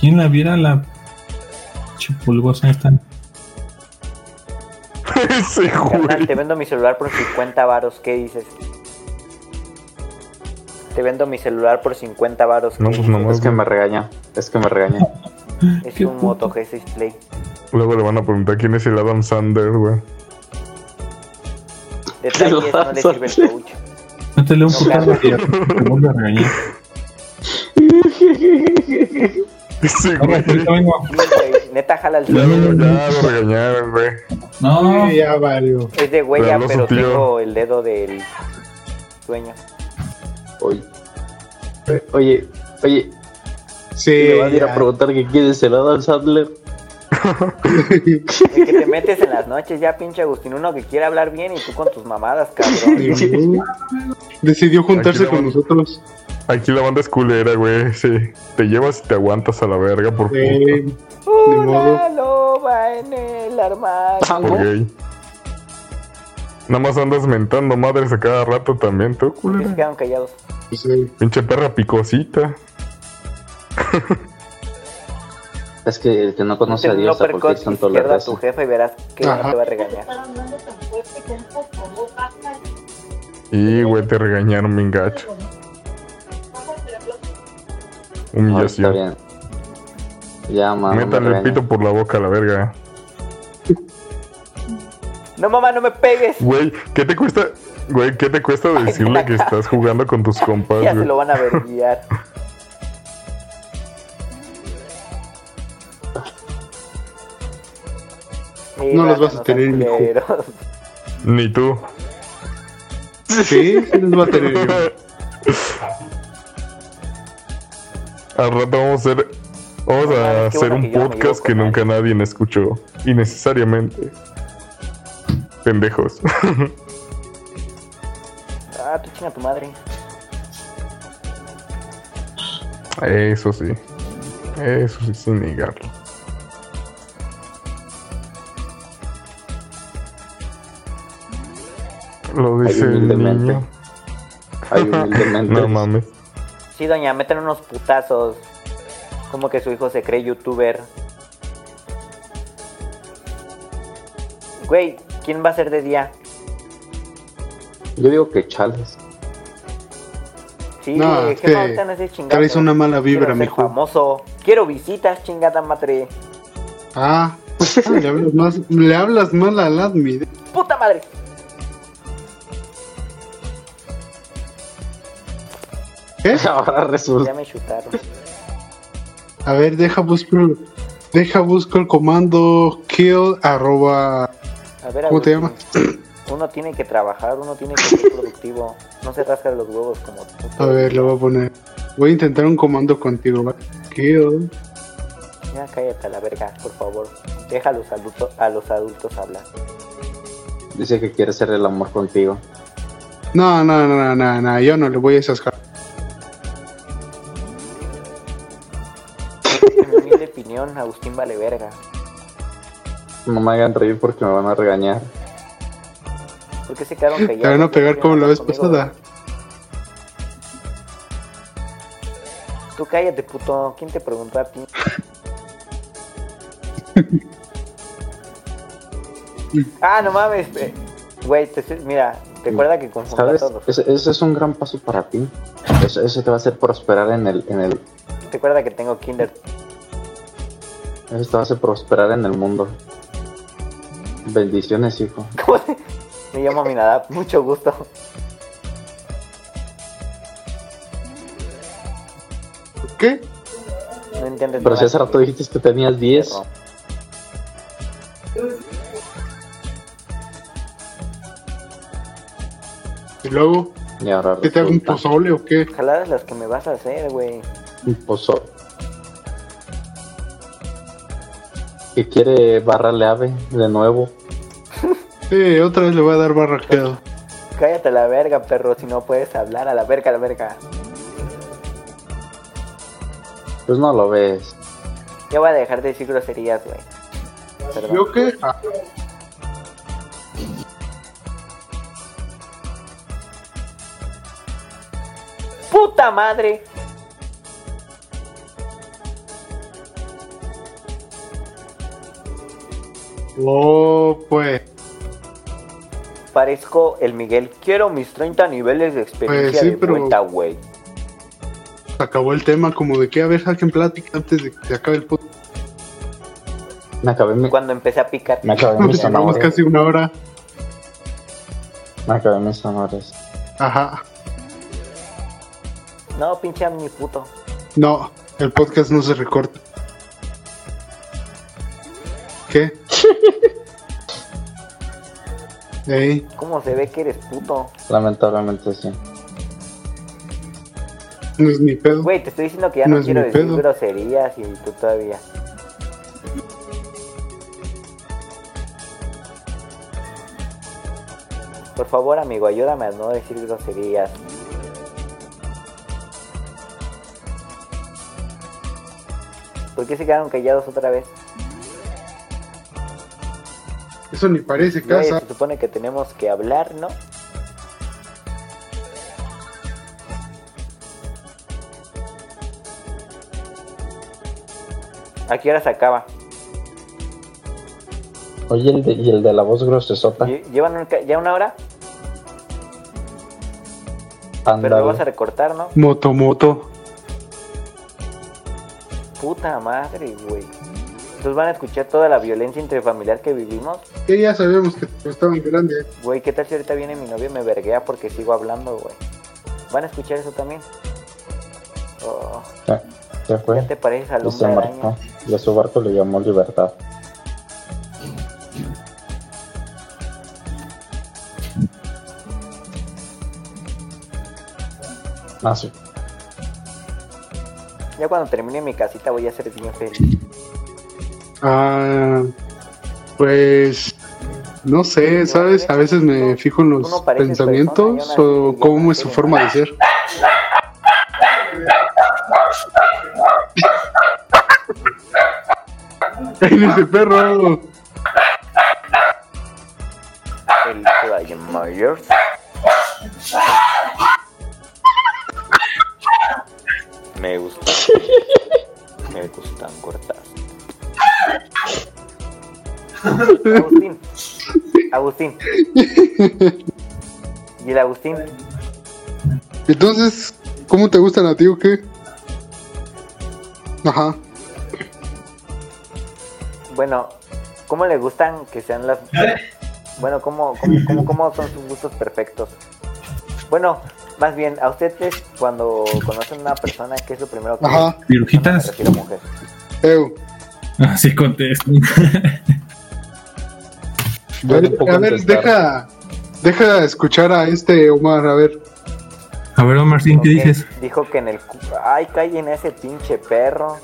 Speaker 2: ¿Quién la viera la Pinche pulgosa esta.
Speaker 3: Ese
Speaker 5: Carnal,
Speaker 3: güey.
Speaker 5: te vendo mi celular por 50 varos, ¿qué dices? Te vendo mi celular por 50 varos. ¿qué
Speaker 3: No, pues
Speaker 5: dices?
Speaker 3: nomás.
Speaker 4: Es que me regaña, es que me regaña.
Speaker 5: Es
Speaker 2: Qué
Speaker 5: un
Speaker 2: puto.
Speaker 5: Moto G6 Play.
Speaker 3: Luego le van a preguntar quién es el Adam Sander, güey.
Speaker 5: Detalles,
Speaker 4: lo
Speaker 5: no le
Speaker 4: vas a
Speaker 5: sirve el coach.
Speaker 2: Métele un
Speaker 5: No,
Speaker 2: putazo
Speaker 5: claro.
Speaker 2: y te vuelve a regañar.
Speaker 3: Ese
Speaker 2: Ahora,
Speaker 3: güey.
Speaker 2: ahorita vengo.
Speaker 5: Sí, güey, Neta, jala el
Speaker 3: Ya
Speaker 5: celular.
Speaker 3: lo, ya lo regañaron, güey. Ah.
Speaker 2: No,
Speaker 1: Sí, ya valió.
Speaker 5: Es de
Speaker 3: Le
Speaker 5: huella,
Speaker 3: habló su
Speaker 5: pero
Speaker 3: tío.
Speaker 5: tengo el dedo del sueño.
Speaker 4: Oye, oye, oye,
Speaker 1: Sí.
Speaker 4: le van a ir a
Speaker 1: ya.
Speaker 4: preguntar que quién es el Adam Sandler.
Speaker 5: El que te metes en las noches, ya pinche Agustín, uno que quiere hablar bien y tú con tus mamadas, cabrón.
Speaker 1: Sí. Decidió juntarse
Speaker 3: Aquí la
Speaker 1: con
Speaker 3: banda.
Speaker 1: nosotros.
Speaker 3: Aquí la banda es culera, güey. Sí. Te llevas y te aguantas a la verga por,
Speaker 1: Eh, Ni
Speaker 5: Una
Speaker 1: modo.
Speaker 5: loba en el armario.
Speaker 4: Ah.
Speaker 3: puto, por gay. Nada más andas mentando madres a cada rato también, tú,
Speaker 5: Y se
Speaker 3: culera.
Speaker 5: quedaron callados.
Speaker 1: pues, eh,
Speaker 3: Pinche perra picosita.
Speaker 4: Es que el que no conoce a
Speaker 5: Ten un
Speaker 4: Dios, ¿a por qué
Speaker 5: uppercut
Speaker 4: es tanto la
Speaker 5: izquierdo a
Speaker 4: raza?
Speaker 5: tu jefe y verás que no
Speaker 1: Ajá.
Speaker 5: te va a regañar.
Speaker 3: Y, güey, te regañaron bien gacho.
Speaker 4: No, está
Speaker 3: Humillación.
Speaker 4: bien. Ya, mamá. me
Speaker 3: Métale el
Speaker 4: regaña.
Speaker 3: pito por la boca a la verga.
Speaker 5: No, mamá, no me pegues.
Speaker 3: Güey, ¿qué te cuesta? Güey, ¿qué te cuesta decirle que estás jugando con tus compas,
Speaker 5: Ya se
Speaker 3: güey?
Speaker 5: lo van a verguiar. Sí,
Speaker 1: No los
Speaker 5: raza,
Speaker 1: vas a
Speaker 5: no
Speaker 1: tener,
Speaker 5: sean
Speaker 1: mijo.
Speaker 5: culeros.
Speaker 3: Ni tú.
Speaker 1: sí, sí les va a tener. yo.
Speaker 3: Al rato vamos a hacer, vamos
Speaker 5: No,
Speaker 3: a
Speaker 5: mames, qué
Speaker 3: hacer
Speaker 5: bueno
Speaker 3: un
Speaker 5: que yo no me llevo
Speaker 3: podcast
Speaker 5: con
Speaker 3: que
Speaker 5: nadie.
Speaker 3: nunca nadie escuchó. Innecesariamente. Pendejos.
Speaker 5: Ah, tú chinga tu madre.
Speaker 3: Eso sí. Eso sí, sin negarlo. Lo dice el
Speaker 4: humildemente.
Speaker 3: niño.
Speaker 4: Ay, humildemente.
Speaker 3: No mames.
Speaker 5: Sí, doña, meten unos putazos. Como que su hijo se cree youtuber. Güey, ¿quién va a ser de día?
Speaker 4: Yo digo que chales.
Speaker 5: Sí,
Speaker 1: No,
Speaker 5: güey,
Speaker 1: es
Speaker 5: ¿qué
Speaker 1: que
Speaker 5: más ganas de chingar?
Speaker 1: Traes una mala vibra,
Speaker 5: Quiero ser
Speaker 1: mijo.
Speaker 5: famoso. Quiero visitas, chingada madre.
Speaker 1: Ah, ah, le hablas más, le hablas mal al admin.
Speaker 5: ¡Puta madre!
Speaker 1: ¿Qué?
Speaker 4: Ahora
Speaker 5: Ya
Speaker 1: Pues,
Speaker 4: resulta.
Speaker 5: me chutaron.
Speaker 1: A ver, deja busco, deja busco el comando kill arroba.
Speaker 5: A ver,
Speaker 1: ¿Cómo te
Speaker 5: Agustín, Uno tiene que trabajar, uno tiene que ser productivo. No se rasca los huevos como tú.
Speaker 1: A ver, lo voy a poner. Voy a intentar un comando contigo, ¿va? Kill.
Speaker 5: Ya cállate a la verga, por favor. Deja a los adultos, a los adultos hablar.
Speaker 4: Dice que quiere hacer el amor contigo.
Speaker 1: No, no, no, no, no, no, yo no le voy a esas ja-
Speaker 5: En mi humilde opinión, Agustín vale verga.
Speaker 4: No me hagan reír porque me van a regañar.
Speaker 5: ¿Por qué se quedaron callados?
Speaker 1: Te van a pegar como la vez
Speaker 5: Conmigo.
Speaker 1: pasada.
Speaker 5: Tú cállate, puto. ¿Quién te preguntó a ti? ah, no mames. eh, Güey, te estoy- mira, recuerda que confundí a
Speaker 4: ¿Sabes?
Speaker 5: todos.
Speaker 4: Ese, ese es un gran paso para ti. Eso, eso te va a hacer prosperar en el, en el.
Speaker 5: Recuerda que tengo Kinder.
Speaker 4: Eso te va a hacer prosperar en el mundo. Bendiciones, hijo.
Speaker 5: ¿Cómo se- Me llamo Minadab, mucho gusto.
Speaker 1: ¿Qué?
Speaker 5: No entiendes
Speaker 4: Pero si
Speaker 5: nada.
Speaker 4: hace rato dijiste que tenías 10.
Speaker 1: ¿Y luego?
Speaker 4: Y ahora
Speaker 1: ¿Qué te hago un
Speaker 4: resulta
Speaker 1: pozole o qué?
Speaker 5: Jaladas las que me vas a hacer, güey.
Speaker 4: un pozo. Que quiere barrarle ave de nuevo.
Speaker 1: Sí, otra vez le voy a dar barraqueado.
Speaker 5: Cállate a la verga, perro, si no puedes hablar a la verga, a la verga.
Speaker 4: Pues no lo ves.
Speaker 5: Ya voy a dejar de decir groserías, güey. Perdón.
Speaker 1: ¿Yo qué? Ah,
Speaker 5: ¡Puta madre!
Speaker 1: Oh, pues.
Speaker 5: Parezco el Miguel. Quiero mis 30 niveles de experiencia
Speaker 1: Pues sí,
Speaker 5: de
Speaker 1: pero-
Speaker 5: vuelta, güey.
Speaker 1: Se acabó el tema, como de que a ver, saquen plática antes de que se acabe el podcast.
Speaker 8: Me acabé mi,
Speaker 5: Cuando empecé a picar.
Speaker 8: me acabé mis
Speaker 1: Llevamos
Speaker 8: zanahorias.
Speaker 1: casi una hora.
Speaker 8: Me acabé mis zanahorias.
Speaker 1: Ajá.
Speaker 5: No, pinche mi puto.
Speaker 1: No, el podcast no se recorta. ¿Qué? Ey,
Speaker 5: ¿Cómo se ve que eres puto?
Speaker 8: Lamentablemente sí.
Speaker 1: no es mi pedo.
Speaker 5: Güey, te estoy diciendo que ya
Speaker 1: No
Speaker 5: no,
Speaker 1: es
Speaker 5: quiero
Speaker 1: mi
Speaker 5: decir
Speaker 1: pedo.
Speaker 5: groserías y tú todavía. Por favor, amigo, ayúdame a no decir groserías. ¿Por qué se quedaron callados otra vez?
Speaker 1: Eso ni parece
Speaker 5: Güey,
Speaker 1: casa.
Speaker 5: Pues se supone que tenemos que hablar, ¿no? ¿A qué hora se acaba?
Speaker 8: Oye, el de, y el de la voz grosesota.
Speaker 5: Lle- ¿Llevan un ca- ya una hora? Pero lo vas a
Speaker 8: Ándale.
Speaker 5: recortar, ¿no?
Speaker 1: Moto, moto.
Speaker 5: Puta madre, güey. Entonces van a escuchar toda la violencia intrafamiliar que vivimos.
Speaker 1: Que ya sabemos que te estaban grande.
Speaker 5: Güey, ¿qué tal si ahorita viene mi novio y me verguea porque sigo hablando, güey? ¿Van a escuchar eso también? Oh,
Speaker 8: Se
Speaker 5: ¿Ya
Speaker 8: fue.
Speaker 5: te pareces al
Speaker 8: Y Pues se
Speaker 5: hombre araña?
Speaker 8: embarcó. Y a su barco le llamó Libertad. Ah, sí.
Speaker 5: Ya cuando termine mi casita voy a ser bien feliz.
Speaker 1: Ah, pues no sé, ¿sabes? A veces me fijo en los
Speaker 5: Uno parece
Speaker 1: pensamientos
Speaker 5: persona y aún
Speaker 1: o
Speaker 5: así
Speaker 1: cómo
Speaker 5: ya
Speaker 1: es su
Speaker 5: tiene
Speaker 1: forma de ser. ¡Ay, ese perro!
Speaker 5: El Fly Myers. Me gusta. Me gustan cortas. Agustín. Agustín. ¿Y el Agustín?
Speaker 1: Entonces, ¿cómo te gustan a ti o qué? Ajá.
Speaker 5: Bueno, ¿cómo le gustan que sean las... Bueno, ¿cómo, cómo, cómo, cómo son sus gustos perfectos? Bueno, más bien, a ustedes cuando conocen a una persona, ¿qué es lo primero que...
Speaker 1: Ajá.
Speaker 5: No, me
Speaker 2: ¿Virujitas?
Speaker 5: refiero a mujer.
Speaker 1: Ew.
Speaker 2: Así Ah, contesto.
Speaker 8: Yo tampoco
Speaker 1: a ver,
Speaker 8: contestar.
Speaker 1: deja, deja escuchar a este Omar, a ver.
Speaker 2: A ver, Omar, ¿sí? ¿qué
Speaker 5: Ok,
Speaker 2: dices?
Speaker 5: Dijo que en el. cu- Ay, callen a ese pinche perro.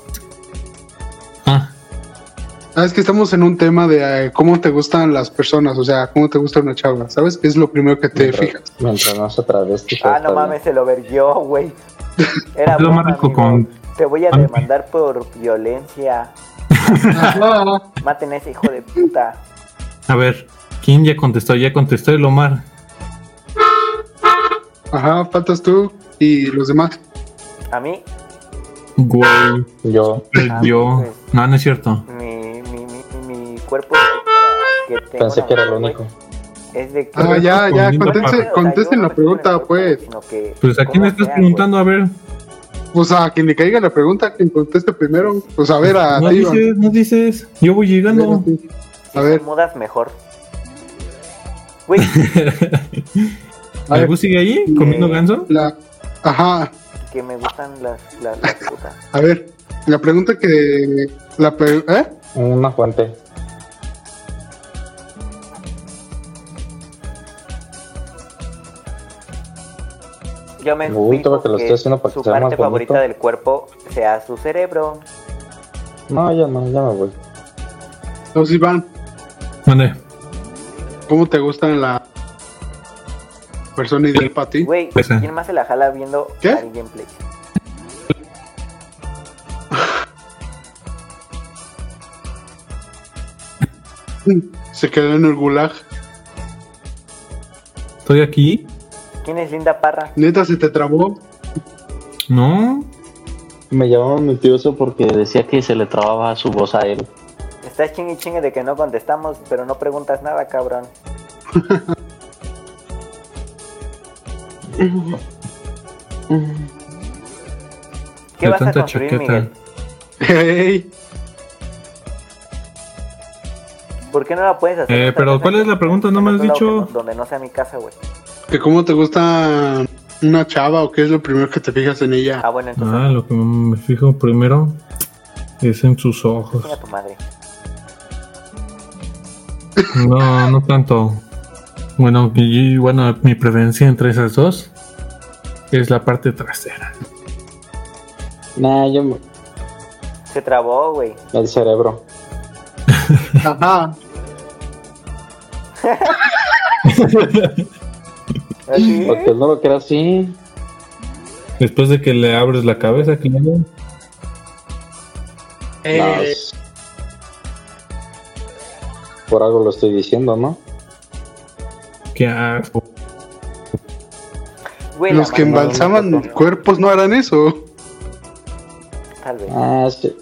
Speaker 2: Ah,
Speaker 1: Ah, es que estamos en un tema de eh, cómo te gustan las personas, o sea, cómo te gusta una chava, ¿sabes? Que es lo primero que te
Speaker 8: Mientras-
Speaker 1: fijas.
Speaker 8: Mientras no se travesti. todo
Speaker 5: Ah,
Speaker 8: está
Speaker 5: no
Speaker 8: bien.
Speaker 5: mames, se lo verguió, güey. Era
Speaker 2: Es lo
Speaker 5: broma,
Speaker 2: más rico
Speaker 5: amigo.
Speaker 2: con-
Speaker 5: Te voy a
Speaker 2: Ah.
Speaker 5: demandar por violencia.
Speaker 1: Ajá.
Speaker 5: Maten a ese hijo de puta.
Speaker 2: a ver, ¿quién ya contestó? Ya contestó el Omar.
Speaker 1: Ajá, faltas tú y los demás.
Speaker 5: A mí, Ah,
Speaker 2: Güey,
Speaker 8: Yo
Speaker 2: yo. No, no es cierto.
Speaker 5: mi, mi, mi, mi cuerpo de- que tengo
Speaker 8: pensé que era
Speaker 5: enamorado,
Speaker 8: lo
Speaker 5: güey,
Speaker 8: único.
Speaker 5: Es de que.
Speaker 1: Ah, ya, ya,
Speaker 2: Respondiendo
Speaker 5: No, o
Speaker 1: contesten,
Speaker 5: sea,
Speaker 1: contesten
Speaker 5: yo no
Speaker 1: la
Speaker 5: me fijo en el
Speaker 1: pregunta,
Speaker 5: cuerpo,
Speaker 1: pues.
Speaker 5: sino que
Speaker 2: Pues a quién
Speaker 5: cómo
Speaker 2: le estás
Speaker 5: sea,
Speaker 2: preguntando, a ver.
Speaker 1: Pues a quien le caiga la pregunta, quien conteste primero. Pues a ver, a
Speaker 2: No
Speaker 1: ti.
Speaker 2: dices, no dices. Yo voy llegando.
Speaker 1: Iván.
Speaker 5: güey.
Speaker 1: A
Speaker 5: Si
Speaker 1: ver.
Speaker 5: te mudas mejor. Güey,
Speaker 1: A ver.
Speaker 2: ¿Algún sigue ahí comiendo
Speaker 5: Eh,
Speaker 2: ganso?
Speaker 1: La, ajá,
Speaker 5: que me gustan las, las, las putas.
Speaker 1: a ver. La pregunta que. La pre- ¿Eh?
Speaker 8: Una fuente.
Speaker 5: Yo me
Speaker 8: Uy,
Speaker 5: fijo
Speaker 8: todo que lo estoy haciendo para que
Speaker 5: su
Speaker 8: sea más
Speaker 5: parte favorita
Speaker 8: bonito.
Speaker 5: del cuerpo sea su cerebro.
Speaker 8: No, ya no, ya me voy.
Speaker 1: Entonces, Iván,
Speaker 2: ¿Dónde?
Speaker 1: ¿cómo te gustan la persona ideal para ti?
Speaker 5: Güey,
Speaker 2: Pues, eh.
Speaker 5: ¿quién más se la jala viendo
Speaker 1: ¿Qué?
Speaker 5: al gameplay?
Speaker 1: Se quedó en el gulag.
Speaker 2: ¿Estoy aquí?
Speaker 5: ¿Quién es Linda Parra?
Speaker 1: Neta, se te trabó.
Speaker 2: No.
Speaker 8: Me llamaban mentiroso porque decía que se le trababa su voz a él.
Speaker 5: Estás chingue y chingue de que no contestamos, pero no preguntas nada, cabrón. ¿Qué
Speaker 2: De
Speaker 5: vas a
Speaker 2: tanta
Speaker 5: construir,
Speaker 2: chaqueta.
Speaker 5: Miguel?
Speaker 1: Hey,
Speaker 5: ¿Por qué no la puedes hacer?
Speaker 2: Eh,
Speaker 5: Esta
Speaker 2: pero
Speaker 5: casa
Speaker 2: ¿cuál
Speaker 5: que-
Speaker 2: es la pregunta? No me
Speaker 5: en
Speaker 2: has
Speaker 5: otro lado
Speaker 2: dicho.
Speaker 5: que no- Donde no sea mi casa, güey.
Speaker 1: ¿que ¿Cómo te gusta una chava o qué es lo primero que te fijas en ella?
Speaker 5: Ah, bueno, entonces.
Speaker 2: Ah, lo que me fijo primero es en sus ojos.
Speaker 5: chinga tu madre.
Speaker 2: No, no tanto. Bueno, y, bueno, mi preferencia entre esas dos es la parte trasera.
Speaker 8: Nah, yo me-
Speaker 5: Se trabó, güey.
Speaker 8: el cerebro.
Speaker 5: Ah,
Speaker 1: Ajá.
Speaker 5: Así.
Speaker 8: Porque no lo creas así.
Speaker 2: Después de que le abres la cabeza, claro.
Speaker 8: Nah,
Speaker 1: Eh,
Speaker 8: es- Por algo lo estoy diciendo, ¿no?
Speaker 2: Que asco.
Speaker 5: Güey, la
Speaker 1: los que
Speaker 5: mano, no,
Speaker 1: embalsaman
Speaker 5: no, no, no.
Speaker 1: cuerpos no harán eso.
Speaker 5: Tal vez.
Speaker 8: Ah, sí.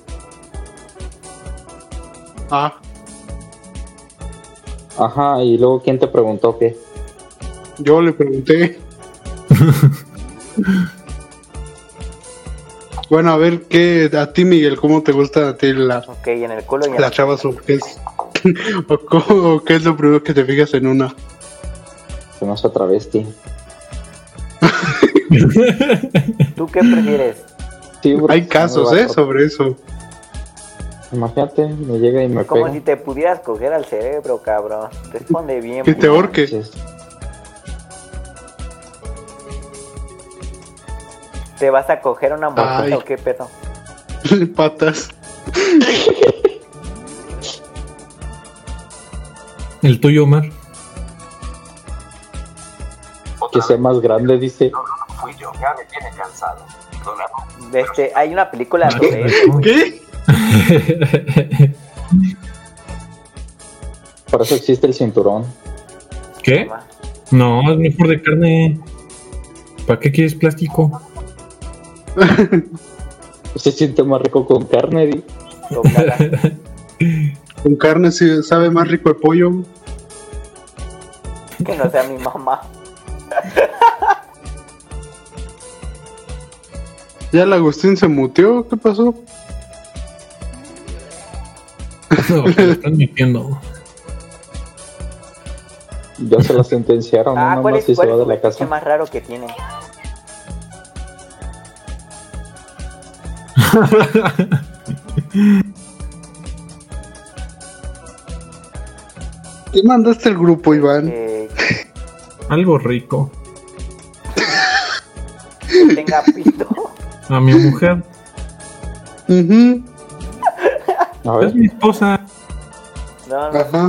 Speaker 1: Ah,
Speaker 8: Ajá, y luego ¿quién te preguntó qué?
Speaker 1: yo le pregunté. bueno, a ver, ¿qué a ti, Miguel? ¿Cómo te gusta a ti la,
Speaker 5: Ok, en el culo y en
Speaker 1: la chava? ¿O qué, es, o cómo- o qué es lo primero que te fijas en una?
Speaker 8: Se me hace travesti.
Speaker 5: ¿Tú qué prefieres?
Speaker 8: Sí,
Speaker 5: Pues,
Speaker 8: porque si
Speaker 1: Hay
Speaker 8: no
Speaker 1: casos,
Speaker 8: me va a
Speaker 1: ¿eh? Sobre eso.
Speaker 8: tro- Imagínate, me llega y me
Speaker 5: Como
Speaker 8: pega.
Speaker 5: si te pudieras coger al cerebro, cabrón. Responde bien.
Speaker 1: Que te
Speaker 5: güey.
Speaker 1: ahorque.
Speaker 8: Entonces,
Speaker 5: ¿Te vas a coger una
Speaker 1: Ay.
Speaker 5: mortita o qué pedo?
Speaker 1: Patas.
Speaker 2: El tuyo, Omar.
Speaker 8: Que sea más grande, dice.
Speaker 5: Este, hay una película sobre eso.
Speaker 1: ¿Qué?
Speaker 8: Por eso existe el cinturón.
Speaker 2: ¿Qué?
Speaker 5: ma.
Speaker 2: No, es mejor de carne. ¿Para qué quieres plástico?
Speaker 8: Se siente más rico con carne, di.
Speaker 5: Doblada.
Speaker 1: Con carne sí sabe más rico el pollo.
Speaker 5: Que no sea mi mamá.
Speaker 1: Ya el Agustín se muteó. ¿Qué pasó?
Speaker 2: No, te lo están mintiendo.
Speaker 8: Ya se la sentenciaron, ¿no?
Speaker 5: Ah,
Speaker 8: Nada
Speaker 5: ¿cuál
Speaker 8: más
Speaker 5: es,
Speaker 8: si se
Speaker 5: cuál es
Speaker 8: va de
Speaker 5: tu
Speaker 8: la
Speaker 5: fetiche
Speaker 8: casa.
Speaker 5: más raro que tienen?
Speaker 1: ¿Qué mandaste el grupo, Iván?
Speaker 5: Que,
Speaker 2: Algo rico.
Speaker 5: que tenga pito.
Speaker 2: A mi mujer.
Speaker 1: Ujú,
Speaker 2: Es
Speaker 8: A ver,
Speaker 2: mi esposa.
Speaker 5: No, no,
Speaker 1: Ajá.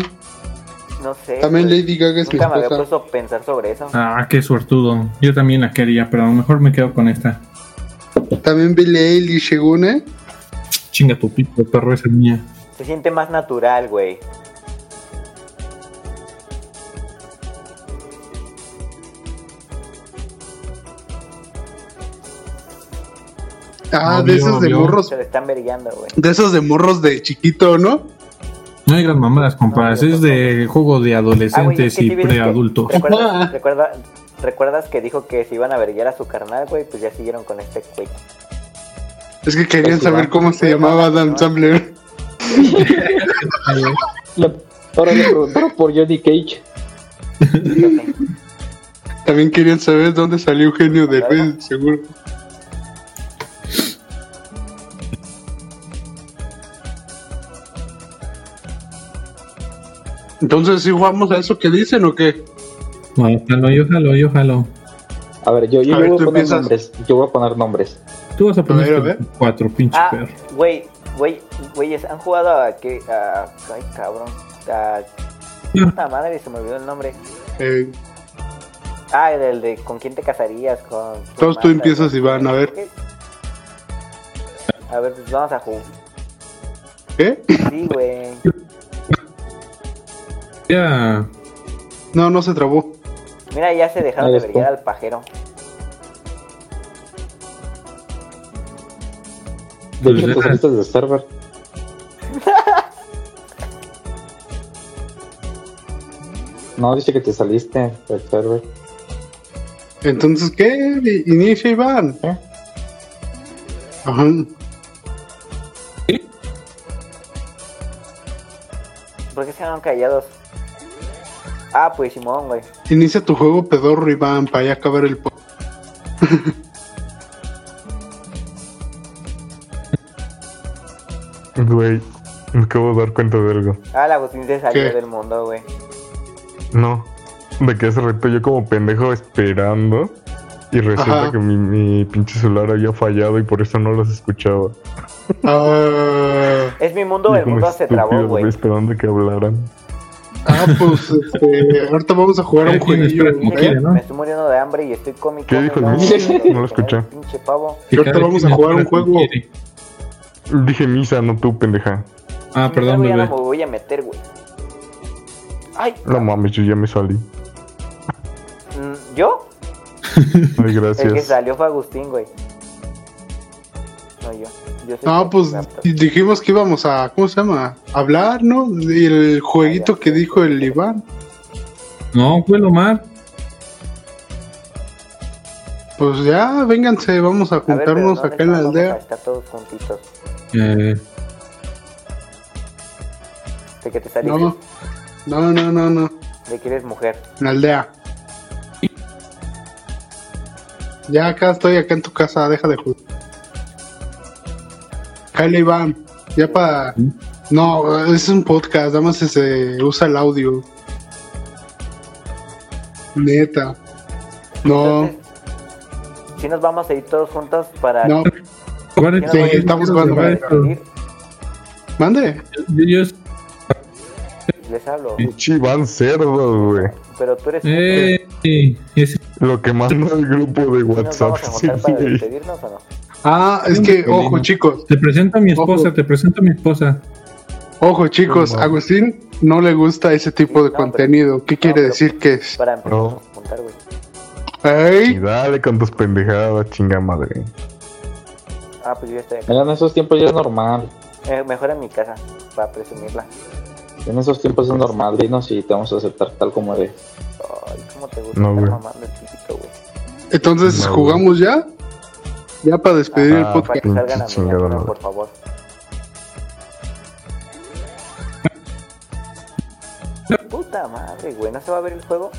Speaker 5: no sé.
Speaker 1: Ah. También
Speaker 5: güey.
Speaker 1: Lady Gaga es mi
Speaker 5: pues, Nunca me había
Speaker 1: esposa.
Speaker 5: puesto a pensar sobre eso.
Speaker 2: Ah, qué suertudo. Yo también la quería, pero a lo mejor me quedo con esta.
Speaker 1: También Billie Eilish, según, ¿eh?
Speaker 2: Chinga tu pito, perro esa niña.
Speaker 5: Se siente más natural, güey.
Speaker 1: Ah,
Speaker 2: No,
Speaker 1: Ah, de
Speaker 2: vio,
Speaker 1: esos de
Speaker 2: vio.
Speaker 1: morros.
Speaker 5: Se le están vergueando, güey.
Speaker 1: De esos de morros de chiquito, ¿no?
Speaker 2: No hay gran mamadas, compas.
Speaker 5: No, yo
Speaker 2: es de juego de
Speaker 5: Ah, güey, es
Speaker 2: adolescentes
Speaker 5: que sí
Speaker 2: y
Speaker 5: vieron que-
Speaker 2: preadultos.
Speaker 5: ¿Recuerdas, recuerda- ¿Recuerdas que dijo que se iban a verguiar a su carnal, güey? Pues ya siguieron con este güey.
Speaker 1: Es que querían saber cómo se llamaba Adam Sandler.
Speaker 8: le- ahora le preguntaron por Johnny Cage.
Speaker 1: También querían saber dónde salió Eugenio de Red, seguro. Entonces, ¿sí jugamos a eso que dicen o qué?
Speaker 2: No, jalo, yo jalo, yo jalo.
Speaker 8: A ver, yo, yo,
Speaker 1: A
Speaker 8: yo
Speaker 1: ver,
Speaker 8: voy
Speaker 1: tú
Speaker 8: a poner
Speaker 1: empiezas.
Speaker 8: nombres. Yo voy a poner nombres.
Speaker 2: Tú vas a poner
Speaker 1: ver, a ver.
Speaker 2: cuatro, pinche
Speaker 5: Ah,
Speaker 2: perro.
Speaker 5: güey, güey, güeyes, han jugado a que. A, ay, cabrón. A. Puta madre, se me olvidó el nombre.
Speaker 1: Eh,
Speaker 5: Ah, el, el de con quién te casarías. Con, quién
Speaker 1: Entonces tú
Speaker 5: matas,
Speaker 1: empiezas,
Speaker 5: con-
Speaker 1: Iván, a ver.
Speaker 5: A ver, pues vamos a jugar.
Speaker 1: ¿Qué?
Speaker 5: Sí, güey.
Speaker 2: Ya.
Speaker 1: No, no se trabó.
Speaker 5: Mira, ya se dejaron de
Speaker 8: Eres tú.
Speaker 5: verguiar al pajero.
Speaker 8: De
Speaker 2: Pues
Speaker 8: hecho, tú
Speaker 2: deja.
Speaker 4: pues,
Speaker 8: saliste de server. No, dice que te saliste del server.
Speaker 1: Entonces, ¿qué? I- Inicia Iván.
Speaker 8: ¿Eh?
Speaker 1: Ajá.
Speaker 5: ¿Por qué se quedan callados? Ah, pues Simón, güey.
Speaker 1: Inicia tu juego pedorro, Iván, para ya acabar el po-
Speaker 3: Güey, me acabo de dar cuenta de algo.
Speaker 5: Ah, la Agustín se salió
Speaker 1: ¿Qué?
Speaker 5: del mundo, güey.
Speaker 3: No, de que hace rato yo como pendejo esperando y resulta
Speaker 1: Ajá.
Speaker 3: que mi, mi pinche celular había fallado y por eso no los escuchaba.
Speaker 1: Ah,
Speaker 5: Es mi mundo,
Speaker 3: Y
Speaker 5: el
Speaker 3: como
Speaker 5: mundo se trabó,
Speaker 3: estúpido,
Speaker 5: güey.
Speaker 3: Esperando que hablaran.
Speaker 1: ah, pues este, ahorita vamos a jugar un
Speaker 2: Cada quien
Speaker 1: jueguillo.
Speaker 2: espera como
Speaker 5: Mira,
Speaker 1: ¿eh?
Speaker 2: quiere, ¿no?
Speaker 5: Me estoy muriendo de hambre y estoy cómico.
Speaker 3: ¿Qué dijo el bicho? No lo escuché.
Speaker 5: Pinche pavo.
Speaker 1: Que ahorita
Speaker 2: cada
Speaker 1: vamos
Speaker 2: quien
Speaker 1: a jugar un
Speaker 2: espera como
Speaker 1: juego.
Speaker 2: quiere.
Speaker 3: Dije misa, no tú, pendeja.
Speaker 2: Ah,
Speaker 5: Me
Speaker 2: perdón,
Speaker 5: salgo, Ya no
Speaker 2: bebé.
Speaker 5: me voy a meter, güey. Ay,
Speaker 3: No mames, yo ya me salí.
Speaker 5: mm, ¿yo?
Speaker 3: Ay,
Speaker 5: El que
Speaker 3: gracias.
Speaker 5: salió fue Agustín, güey. No, yo. yo soy
Speaker 1: No, pues
Speaker 5: apto.
Speaker 1: dijimos que íbamos a, ¿cómo se llama? Hablar, ¿no? Y el jueguito que dijo el Iván.
Speaker 2: No, fue lo mal.
Speaker 1: Pues ya, vénganse, vamos a
Speaker 5: A ver, pero
Speaker 1: juntarnos
Speaker 5: ¿dónde
Speaker 1: acá en la
Speaker 5: estamos?
Speaker 1: aldea.
Speaker 5: Acá Está todos juntitos.
Speaker 2: Eh,
Speaker 5: De que te saliste.
Speaker 1: No, no, no, no, no.
Speaker 5: De que eres mujer.
Speaker 1: En la aldea. Ya acá estoy, acá en tu casa, deja de jugar. Kyle Iván, ya para. No, es un podcast, nada más se- se usa el audio. Neta. No,
Speaker 5: Si nos vamos a ir todos juntos para.
Speaker 1: no,
Speaker 2: jugar
Speaker 5: Ya
Speaker 2: en-
Speaker 5: nos
Speaker 1: sí,
Speaker 5: vamos a ir
Speaker 1: estamos
Speaker 5: todos
Speaker 1: jugando,
Speaker 5: para
Speaker 2: güey, pero-
Speaker 5: dormir.
Speaker 1: mande.
Speaker 2: Yo, yo es-
Speaker 5: Les hablo.
Speaker 3: Pinche Iván cerdo, güey.
Speaker 5: Pero tú eres.
Speaker 2: eh, ese-
Speaker 3: Lo que manda el grupo de
Speaker 5: ¿Sí ¿Nos
Speaker 3: WhatsApp.
Speaker 5: vamos a juntar para
Speaker 3: güey.
Speaker 5: despedirnos o no?
Speaker 1: Ah, es que, ojo, chicos,
Speaker 2: te presento a mi esposa,
Speaker 1: Ojo.
Speaker 2: te presento a mi esposa.
Speaker 1: ojo, chicos, Agustín no le gusta ese tipo de
Speaker 5: No, pero-
Speaker 1: contenido. ¿Qué
Speaker 5: no,
Speaker 1: quiere
Speaker 5: pero-
Speaker 1: decir que es?
Speaker 5: Para empezar
Speaker 3: No.
Speaker 5: a juntar, güey.
Speaker 3: Y
Speaker 1: ¡Ay!
Speaker 3: dale con tus pendejadas, chinga madre.
Speaker 5: Ah, pues yo ya estoy acá.
Speaker 8: Mira, en esos tiempos ya es normal.
Speaker 5: Eh, mejor en mi casa, para presumirla.
Speaker 8: En esos tiempos es normal, dinos y te vamos a aceptar tal como eres.
Speaker 5: Ay, ¿cómo te gusta
Speaker 3: No,
Speaker 5: estar
Speaker 3: güey.
Speaker 5: mamando el piquito, güey?
Speaker 1: Entonces,
Speaker 3: No,
Speaker 1: ¿jugamos ya? Ya para despedir el
Speaker 3: Ah,
Speaker 5: Para
Speaker 1: podcast.
Speaker 5: que salgan a mi
Speaker 3: Chingada
Speaker 5: lado,
Speaker 3: madre.
Speaker 5: por favor. Puta madre, güey, ¿no se va a ver el juego?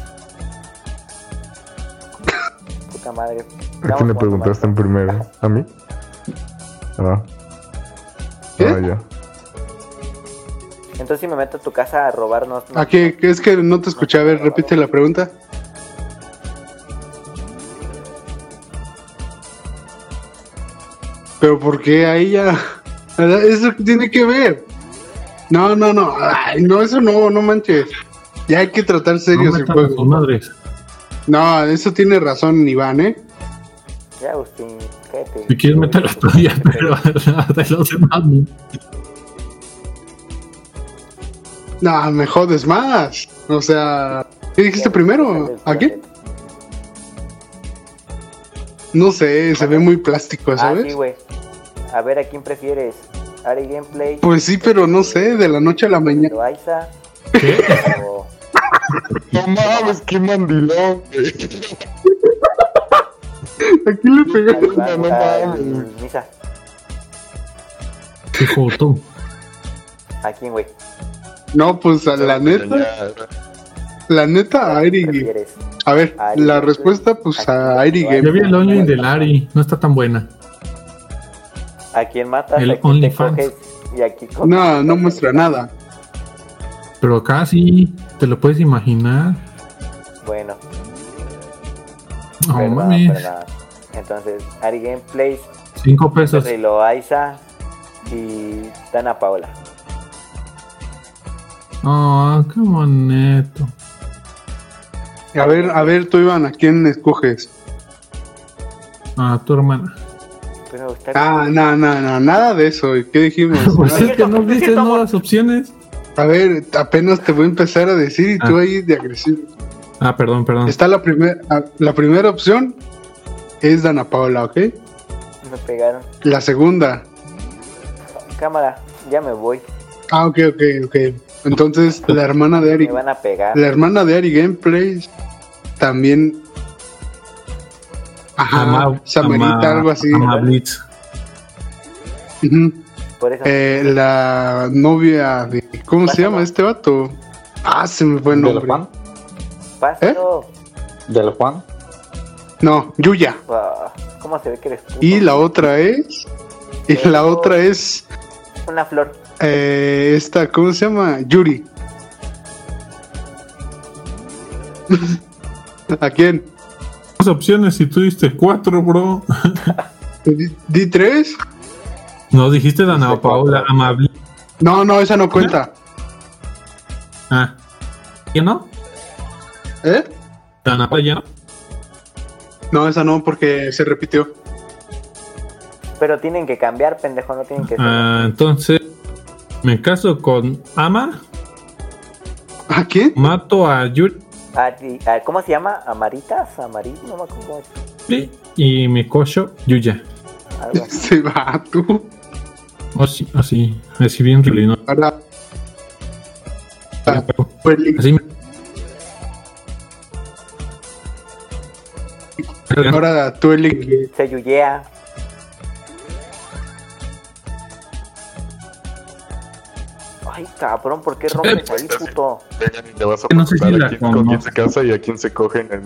Speaker 5: Puta madre.
Speaker 3: ¿A quién le preguntaste en primero? ¿A mí? No.
Speaker 1: ¿Qué?
Speaker 3: Ah, ya.
Speaker 5: Entonces si me meto a tu casa a robarnos... no-
Speaker 1: ¿A qué? ¿Qué Es que no te escuché. A ver, repite la pregunta. Pero ¿por qué ahí ya? Eso que tiene que ver. No, no, no. Ay, no, eso no, no manches. Ya hay que tratar serios
Speaker 2: No
Speaker 1: el
Speaker 2: metan a sus
Speaker 1: juego.
Speaker 2: madres.
Speaker 1: No, eso tiene razón, Iván, ¿eh?
Speaker 5: Ya, Agustín, cállate.
Speaker 2: Si quieres meter la tuya, pero la de los demás no.
Speaker 1: No, me jodes más. O sea, ¿qué dijiste primero? ¿A qué? No sé, se ve muy plástico,
Speaker 5: Ah, sí,
Speaker 1: ¿sabes?
Speaker 5: güey. A ver, ¿a quién prefieres? ¿Ari Gameplay?
Speaker 1: Pues sí, pero no sé, de la noche a la mañana.
Speaker 5: ¿Loaiza? O-
Speaker 3: No pues, mames, qué mandilón, güey.
Speaker 1: Aquí le pegué.
Speaker 5: Al-
Speaker 3: no
Speaker 5: al-
Speaker 3: mames.
Speaker 5: Misa.
Speaker 2: Dijo tú.
Speaker 5: ¿A quién, güey?
Speaker 1: No, pues a la neta, la neta a Airi.
Speaker 5: ¿Prefieres?
Speaker 1: A ver,
Speaker 5: Airi.
Speaker 1: la respuesta, pues a Airi
Speaker 2: Ya
Speaker 1: Game.
Speaker 2: vi el online del Ari, no está tan buena.
Speaker 5: ¿A quién matas?
Speaker 2: El
Speaker 5: ¿A quién te
Speaker 2: OnlyFans.
Speaker 5: coges? ¿Y a quién coges?
Speaker 1: No, no muestra nada.
Speaker 2: Pero acá sí, te lo puedes imaginar.
Speaker 5: Bueno,
Speaker 2: No
Speaker 5: perdón,
Speaker 2: mames.
Speaker 5: perdón. Entonces, Ari Gameplays,
Speaker 2: Cinco pesos.
Speaker 5: Henry Loaiza y Dana Paola.
Speaker 2: Ah, qué bonito.
Speaker 1: A ver, a ver, tú Iván, ¿a quién escoges?
Speaker 2: Ah, tu hermana.
Speaker 5: Pues me gusta-
Speaker 1: Ah, no, no, no, nada de eso. ¿Qué dijimos?
Speaker 2: Pues
Speaker 5: es
Speaker 2: es que
Speaker 5: cierto,
Speaker 2: no
Speaker 5: es
Speaker 2: viste no
Speaker 5: cierto, amor.
Speaker 2: las opciones.
Speaker 1: A ver, apenas te voy a empezar a decir y tú ahí de agresivo.
Speaker 2: Ah, perdón, perdón.
Speaker 1: Está la primera, la primera opción es Dana Paola, ¿ok?
Speaker 5: Me pegaron.
Speaker 1: La segunda.
Speaker 5: Cámara, ya me voy.
Speaker 1: Ah, ok, ok, ok. Entonces, la hermana de Ari,
Speaker 5: Me van a pegar.
Speaker 1: la hermana de Ari Gameplays también. Ajá,
Speaker 2: Ama-
Speaker 1: Samarita,
Speaker 2: ama-
Speaker 1: ah, algo así.
Speaker 2: ama Blitz.
Speaker 1: Ujú.
Speaker 5: Por eso.
Speaker 1: Eh, la novia de. ¿Cómo se llama este vato? Ah, se me fue el
Speaker 4: ¿Del
Speaker 1: nombre.
Speaker 4: Juan?
Speaker 1: ¿Eh?
Speaker 5: Pásalo.
Speaker 4: ¿Del Juan?
Speaker 1: No, Yuya.
Speaker 5: Ah, ¿Cómo se ve que eres puto?
Speaker 1: Y la otra es. Y la otra es.
Speaker 5: Una flor.
Speaker 1: eh, esta, ¿cómo se llama? Yuri. ¿A quién?
Speaker 9: Dos opciones si tú diste cuatro, bro.
Speaker 1: ¿Di di tres?
Speaker 2: No, dijiste Dana Paola, amable.
Speaker 1: No, no, esa no cuenta.
Speaker 2: Ah. ¿Ya no?
Speaker 1: ¿Eh?
Speaker 2: Dana Paola, ¿ya no?
Speaker 1: No, esa no, porque se repitió.
Speaker 5: Pero tienen que cambiar, pendejo. No tienen que ser.
Speaker 2: Ah, entonces, me caso con Ama,
Speaker 1: ¿A quién?
Speaker 2: mato a Yuri
Speaker 5: Ari- ah, ¿Cómo se llama? ¿Amaritas? ¿Amarí? No me acuerdo. cómo es.
Speaker 2: y me cocho Yuya.
Speaker 5: Algo así.
Speaker 1: Se va tú.
Speaker 2: Así, así, oh, así bien rulino.
Speaker 1: Ahora. Ah, fue el link.
Speaker 2: Así me...
Speaker 1: Ahora tú el link.
Speaker 5: Se yuyea. Ay, cabrón, ¿por qué rompes ahí, puto?
Speaker 3: Le vas a
Speaker 2: No sé si
Speaker 3: preguntar
Speaker 2: la
Speaker 3: a quién- con quién
Speaker 2: conozco.
Speaker 3: se casa y a quién se coge en el...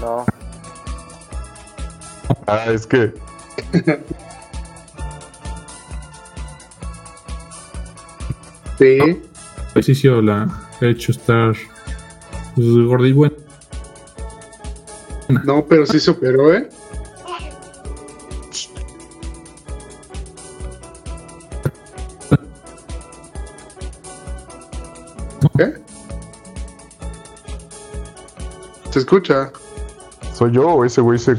Speaker 5: No.
Speaker 3: Ah, es que
Speaker 1: Sí.
Speaker 2: ejercicio la ha hecho estar pues, gorda y buena.
Speaker 1: No, pero sí se operó, ¿eh? ¿Qué? ¿Se escucha?
Speaker 3: soy yo o ese güey se...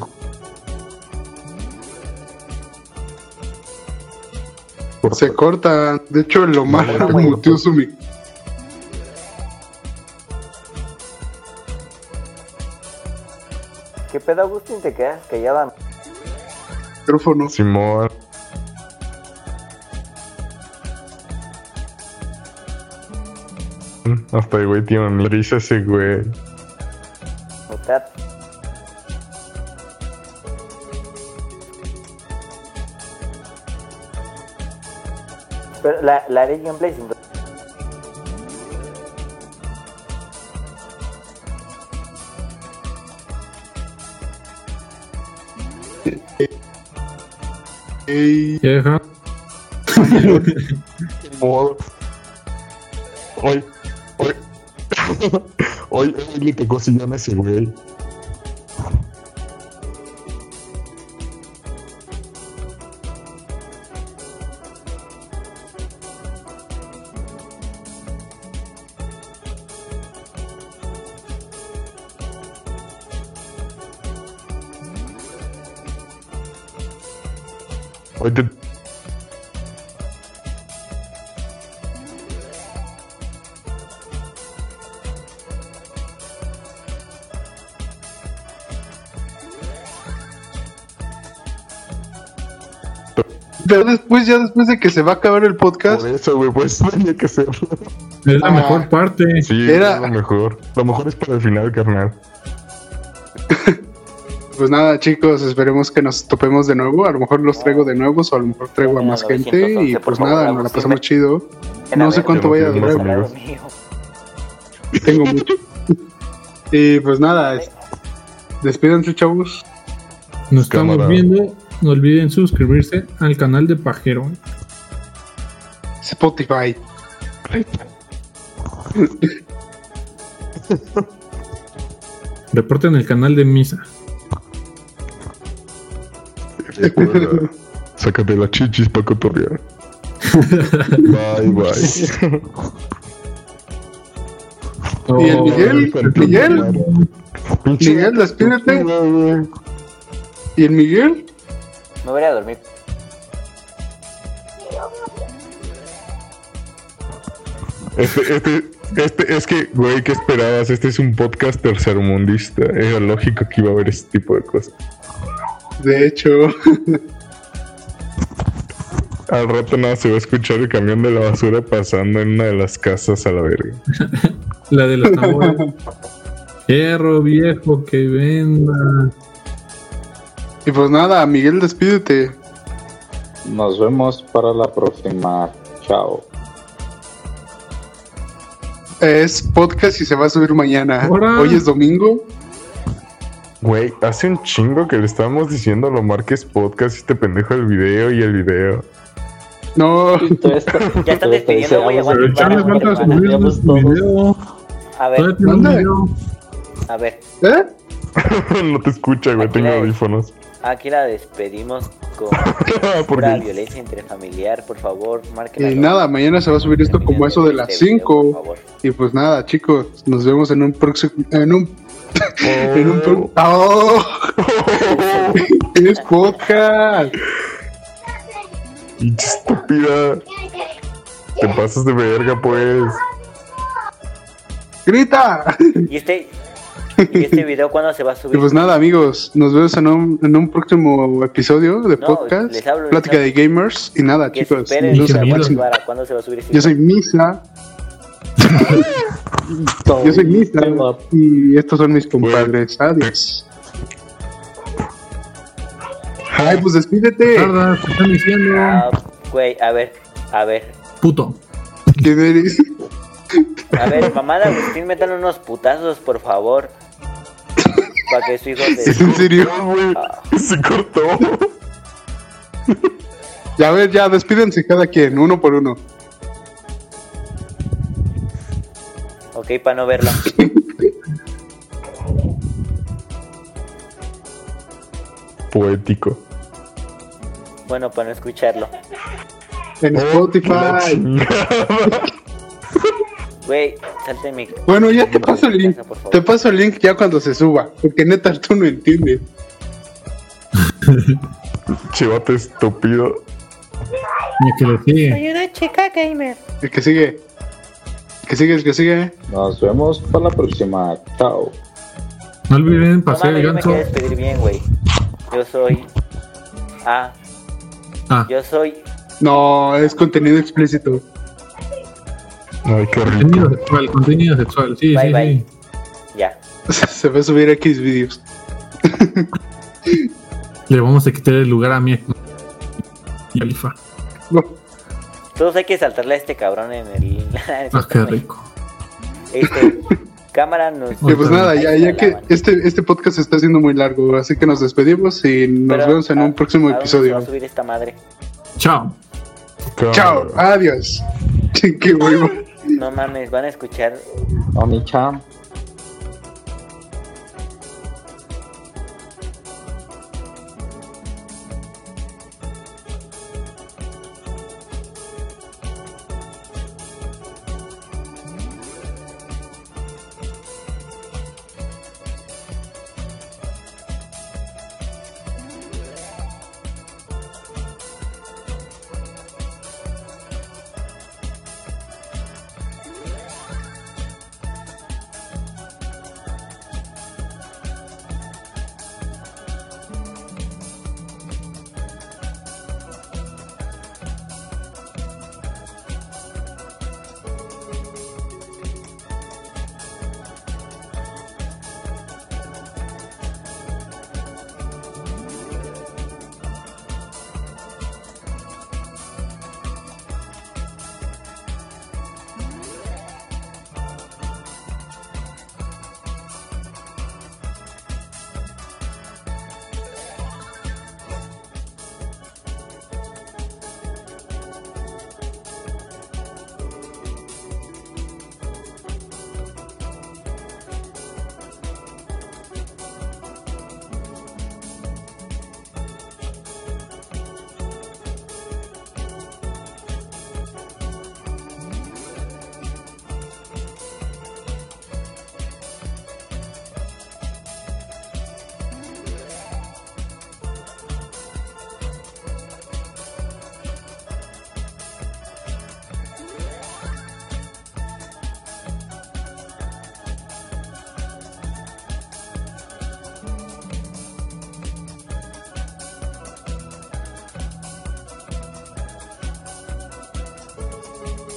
Speaker 1: Se corta. De hecho, lo más
Speaker 3: no,
Speaker 1: que
Speaker 3: güey.
Speaker 1: muteó su mic.
Speaker 5: ¿Qué pedo, Agustín? ¿Te quedas callado?
Speaker 1: micrófono.
Speaker 3: Simón. Hasta el güey tiene una risa ese güey.
Speaker 5: Mitad. Pero la, la haré gameplay sin...
Speaker 1: Ey,
Speaker 2: Ya deja.
Speaker 3: Modo. Hoy, hoy, hoy, hoy le tocó sillón a ese güey. Hoy te
Speaker 1: Pero después, ya después de que se va a acabar el podcast,
Speaker 3: Por eso, güey, pues tenía que hacerlo.
Speaker 2: Es la
Speaker 1: Ah.
Speaker 2: mejor parte.
Speaker 3: Sí,
Speaker 1: Era-
Speaker 3: es lo mejor. Lo mejor es para el final, carnal.
Speaker 1: pues nada, chicos, esperemos que nos topemos de nuevo. A lo mejor los traigo de nuevos o a lo mejor traigo a más gente. Y pues nada, nos la pasamos chido. No sé cuánto vaya a durar. Tengo mucho. Y pues nada, es- despídanse, chavos.
Speaker 2: Nos estamos
Speaker 3: Cámara.
Speaker 2: viendo. No olviden suscribirse al canal de Pajero.
Speaker 1: Spotify.
Speaker 2: Reporten el canal de Misa.
Speaker 3: Recuerda, Sácate las chichis para cotorrear. bye, bye.
Speaker 1: Y el
Speaker 2: Oh,
Speaker 1: Miguel, el Miguel, Miguel, despídete. Y el Miguel,
Speaker 5: Me voy a ir a dormir.
Speaker 3: Este, este, este, es que, güey, ¿qué esperabas? Este es un podcast tercermundista. Era lógico que iba a haber este tipo de cosas.
Speaker 1: De hecho,
Speaker 3: Al rato nada se va a escuchar el camión de la basura pasando en una de las casas a la verga.
Speaker 10: La de los tambores. Hierro viejo que venda.
Speaker 1: y pues nada, Miguel, despídete.
Speaker 8: Nos vemos para la próxima. Chao.
Speaker 1: Es podcast y se va a subir mañana.
Speaker 10: Ahora.
Speaker 1: Hoy es domingo.
Speaker 3: Güey, hace un chingo que le estábamos diciendo a lo Marques Podcast y este pendejo el video y el video.
Speaker 1: No,
Speaker 4: Y todo esto-
Speaker 5: Ya están
Speaker 4: todo esto dice,
Speaker 5: despidiendo, güey.
Speaker 4: vamos a
Speaker 5: aguanten,
Speaker 10: Pero ya me
Speaker 5: aguanten,
Speaker 10: falta
Speaker 5: aguanten.
Speaker 10: subir
Speaker 4: Vamos
Speaker 10: un
Speaker 4: todos.
Speaker 10: video.
Speaker 5: A ver,
Speaker 10: Todavía tiene un
Speaker 1: ¿Dónde?
Speaker 10: video.
Speaker 5: a ver.
Speaker 1: ¿eh?
Speaker 3: no te escucha, güey, tengo audífonos.
Speaker 5: Aquí la despedimos con
Speaker 3: Porque-
Speaker 5: la violencia intrafamiliar. Por favor, marquen.
Speaker 1: Y nada, mañana se va a subir esto como eso de
Speaker 5: este
Speaker 1: las 5. Y pues nada, chicos, nos vemos en un próximo. En un. En un. pro- ¡Oh! ¡Es podcast!
Speaker 3: Y estúpida. Te pasas de verga, pues.
Speaker 1: ¡Grita!
Speaker 5: ¿Y este, ¿Y este video cuándo se va a
Speaker 1: Y
Speaker 5: subir?
Speaker 1: pues nada, amigos, nos vemos en un, en un próximo episodio de
Speaker 5: No,
Speaker 1: podcast.
Speaker 5: les hablo, les
Speaker 1: Plática
Speaker 5: hablo.
Speaker 1: de gamers. Y nada,
Speaker 5: que
Speaker 1: chicos,
Speaker 5: esperen,
Speaker 1: nos vemos en la
Speaker 10: Ingeniero.
Speaker 1: próxima.
Speaker 5: para cuándo se va a subir este
Speaker 1: Yo soy Misa. Yo soy Misa. Y estos son mis compadres. Adiós. Ay, pues despídete.
Speaker 10: Tarda, te están diciendo.
Speaker 5: Ah, güey, a ver, a ver.
Speaker 10: Puto.
Speaker 1: ¿Quién eres?
Speaker 5: A ver, mamá de Agustín, metan unos putazos, por favor. Para que su hijo se...
Speaker 1: ¿Es en serio?
Speaker 3: No, güey, Se cortó.
Speaker 1: Ya a ver, ya despídense cada quien, uno por uno.
Speaker 5: Ok, para no verla.
Speaker 3: Poético.
Speaker 5: Bueno, para no escucharlo.
Speaker 1: En
Speaker 3: La
Speaker 1: Spotify.
Speaker 3: chingada.
Speaker 5: Güey, salte mi...
Speaker 1: Bueno, ya te paso el link.
Speaker 5: Por favor.
Speaker 1: Te paso el link ya cuando se suba. Porque neta tú no entiendes.
Speaker 3: Chivato estúpido.
Speaker 10: Ni que le sigue.
Speaker 1: El que sigue. El que sigue, el que sigue.
Speaker 8: Nos vemos para la próxima. Chao.
Speaker 10: No olviden
Speaker 5: No
Speaker 10: pasar
Speaker 5: mames,
Speaker 10: el
Speaker 5: yo me
Speaker 10: ganso.
Speaker 5: quería despedir bien, güey. Yo soy... Ah,
Speaker 10: Ah,
Speaker 5: yo soy...
Speaker 1: No, es contenido explícito.
Speaker 3: Ay, qué rico.
Speaker 10: contenido sexual, contenido sexual. Sí,
Speaker 5: Bye,
Speaker 10: sí,
Speaker 5: bye.
Speaker 10: sí.
Speaker 5: Ya.
Speaker 1: Se va a subir a X videos.
Speaker 10: Le vamos a quitar el lugar a mi ex- y Alifa.
Speaker 5: Todos hay que saltarle a este cabrón en el...
Speaker 10: Ah, qué rico.
Speaker 5: Este, cámara nos...
Speaker 1: Y pues
Speaker 10: Ahorita
Speaker 1: nada,
Speaker 5: no.
Speaker 1: ya,
Speaker 5: Ahí
Speaker 1: ya
Speaker 5: se
Speaker 1: que
Speaker 5: lavan.
Speaker 1: este, este podcast se está haciendo muy largo, así que nos despedimos y nos
Speaker 5: Pero,
Speaker 1: vemos en
Speaker 5: ¿a-
Speaker 1: un próximo
Speaker 5: a dónde se va a
Speaker 1: episodio.
Speaker 5: subir esta madre?
Speaker 10: Chao.
Speaker 1: Chao, adiós. Qué huevo.
Speaker 5: No mames, van a escuchar
Speaker 8: Oni-chan.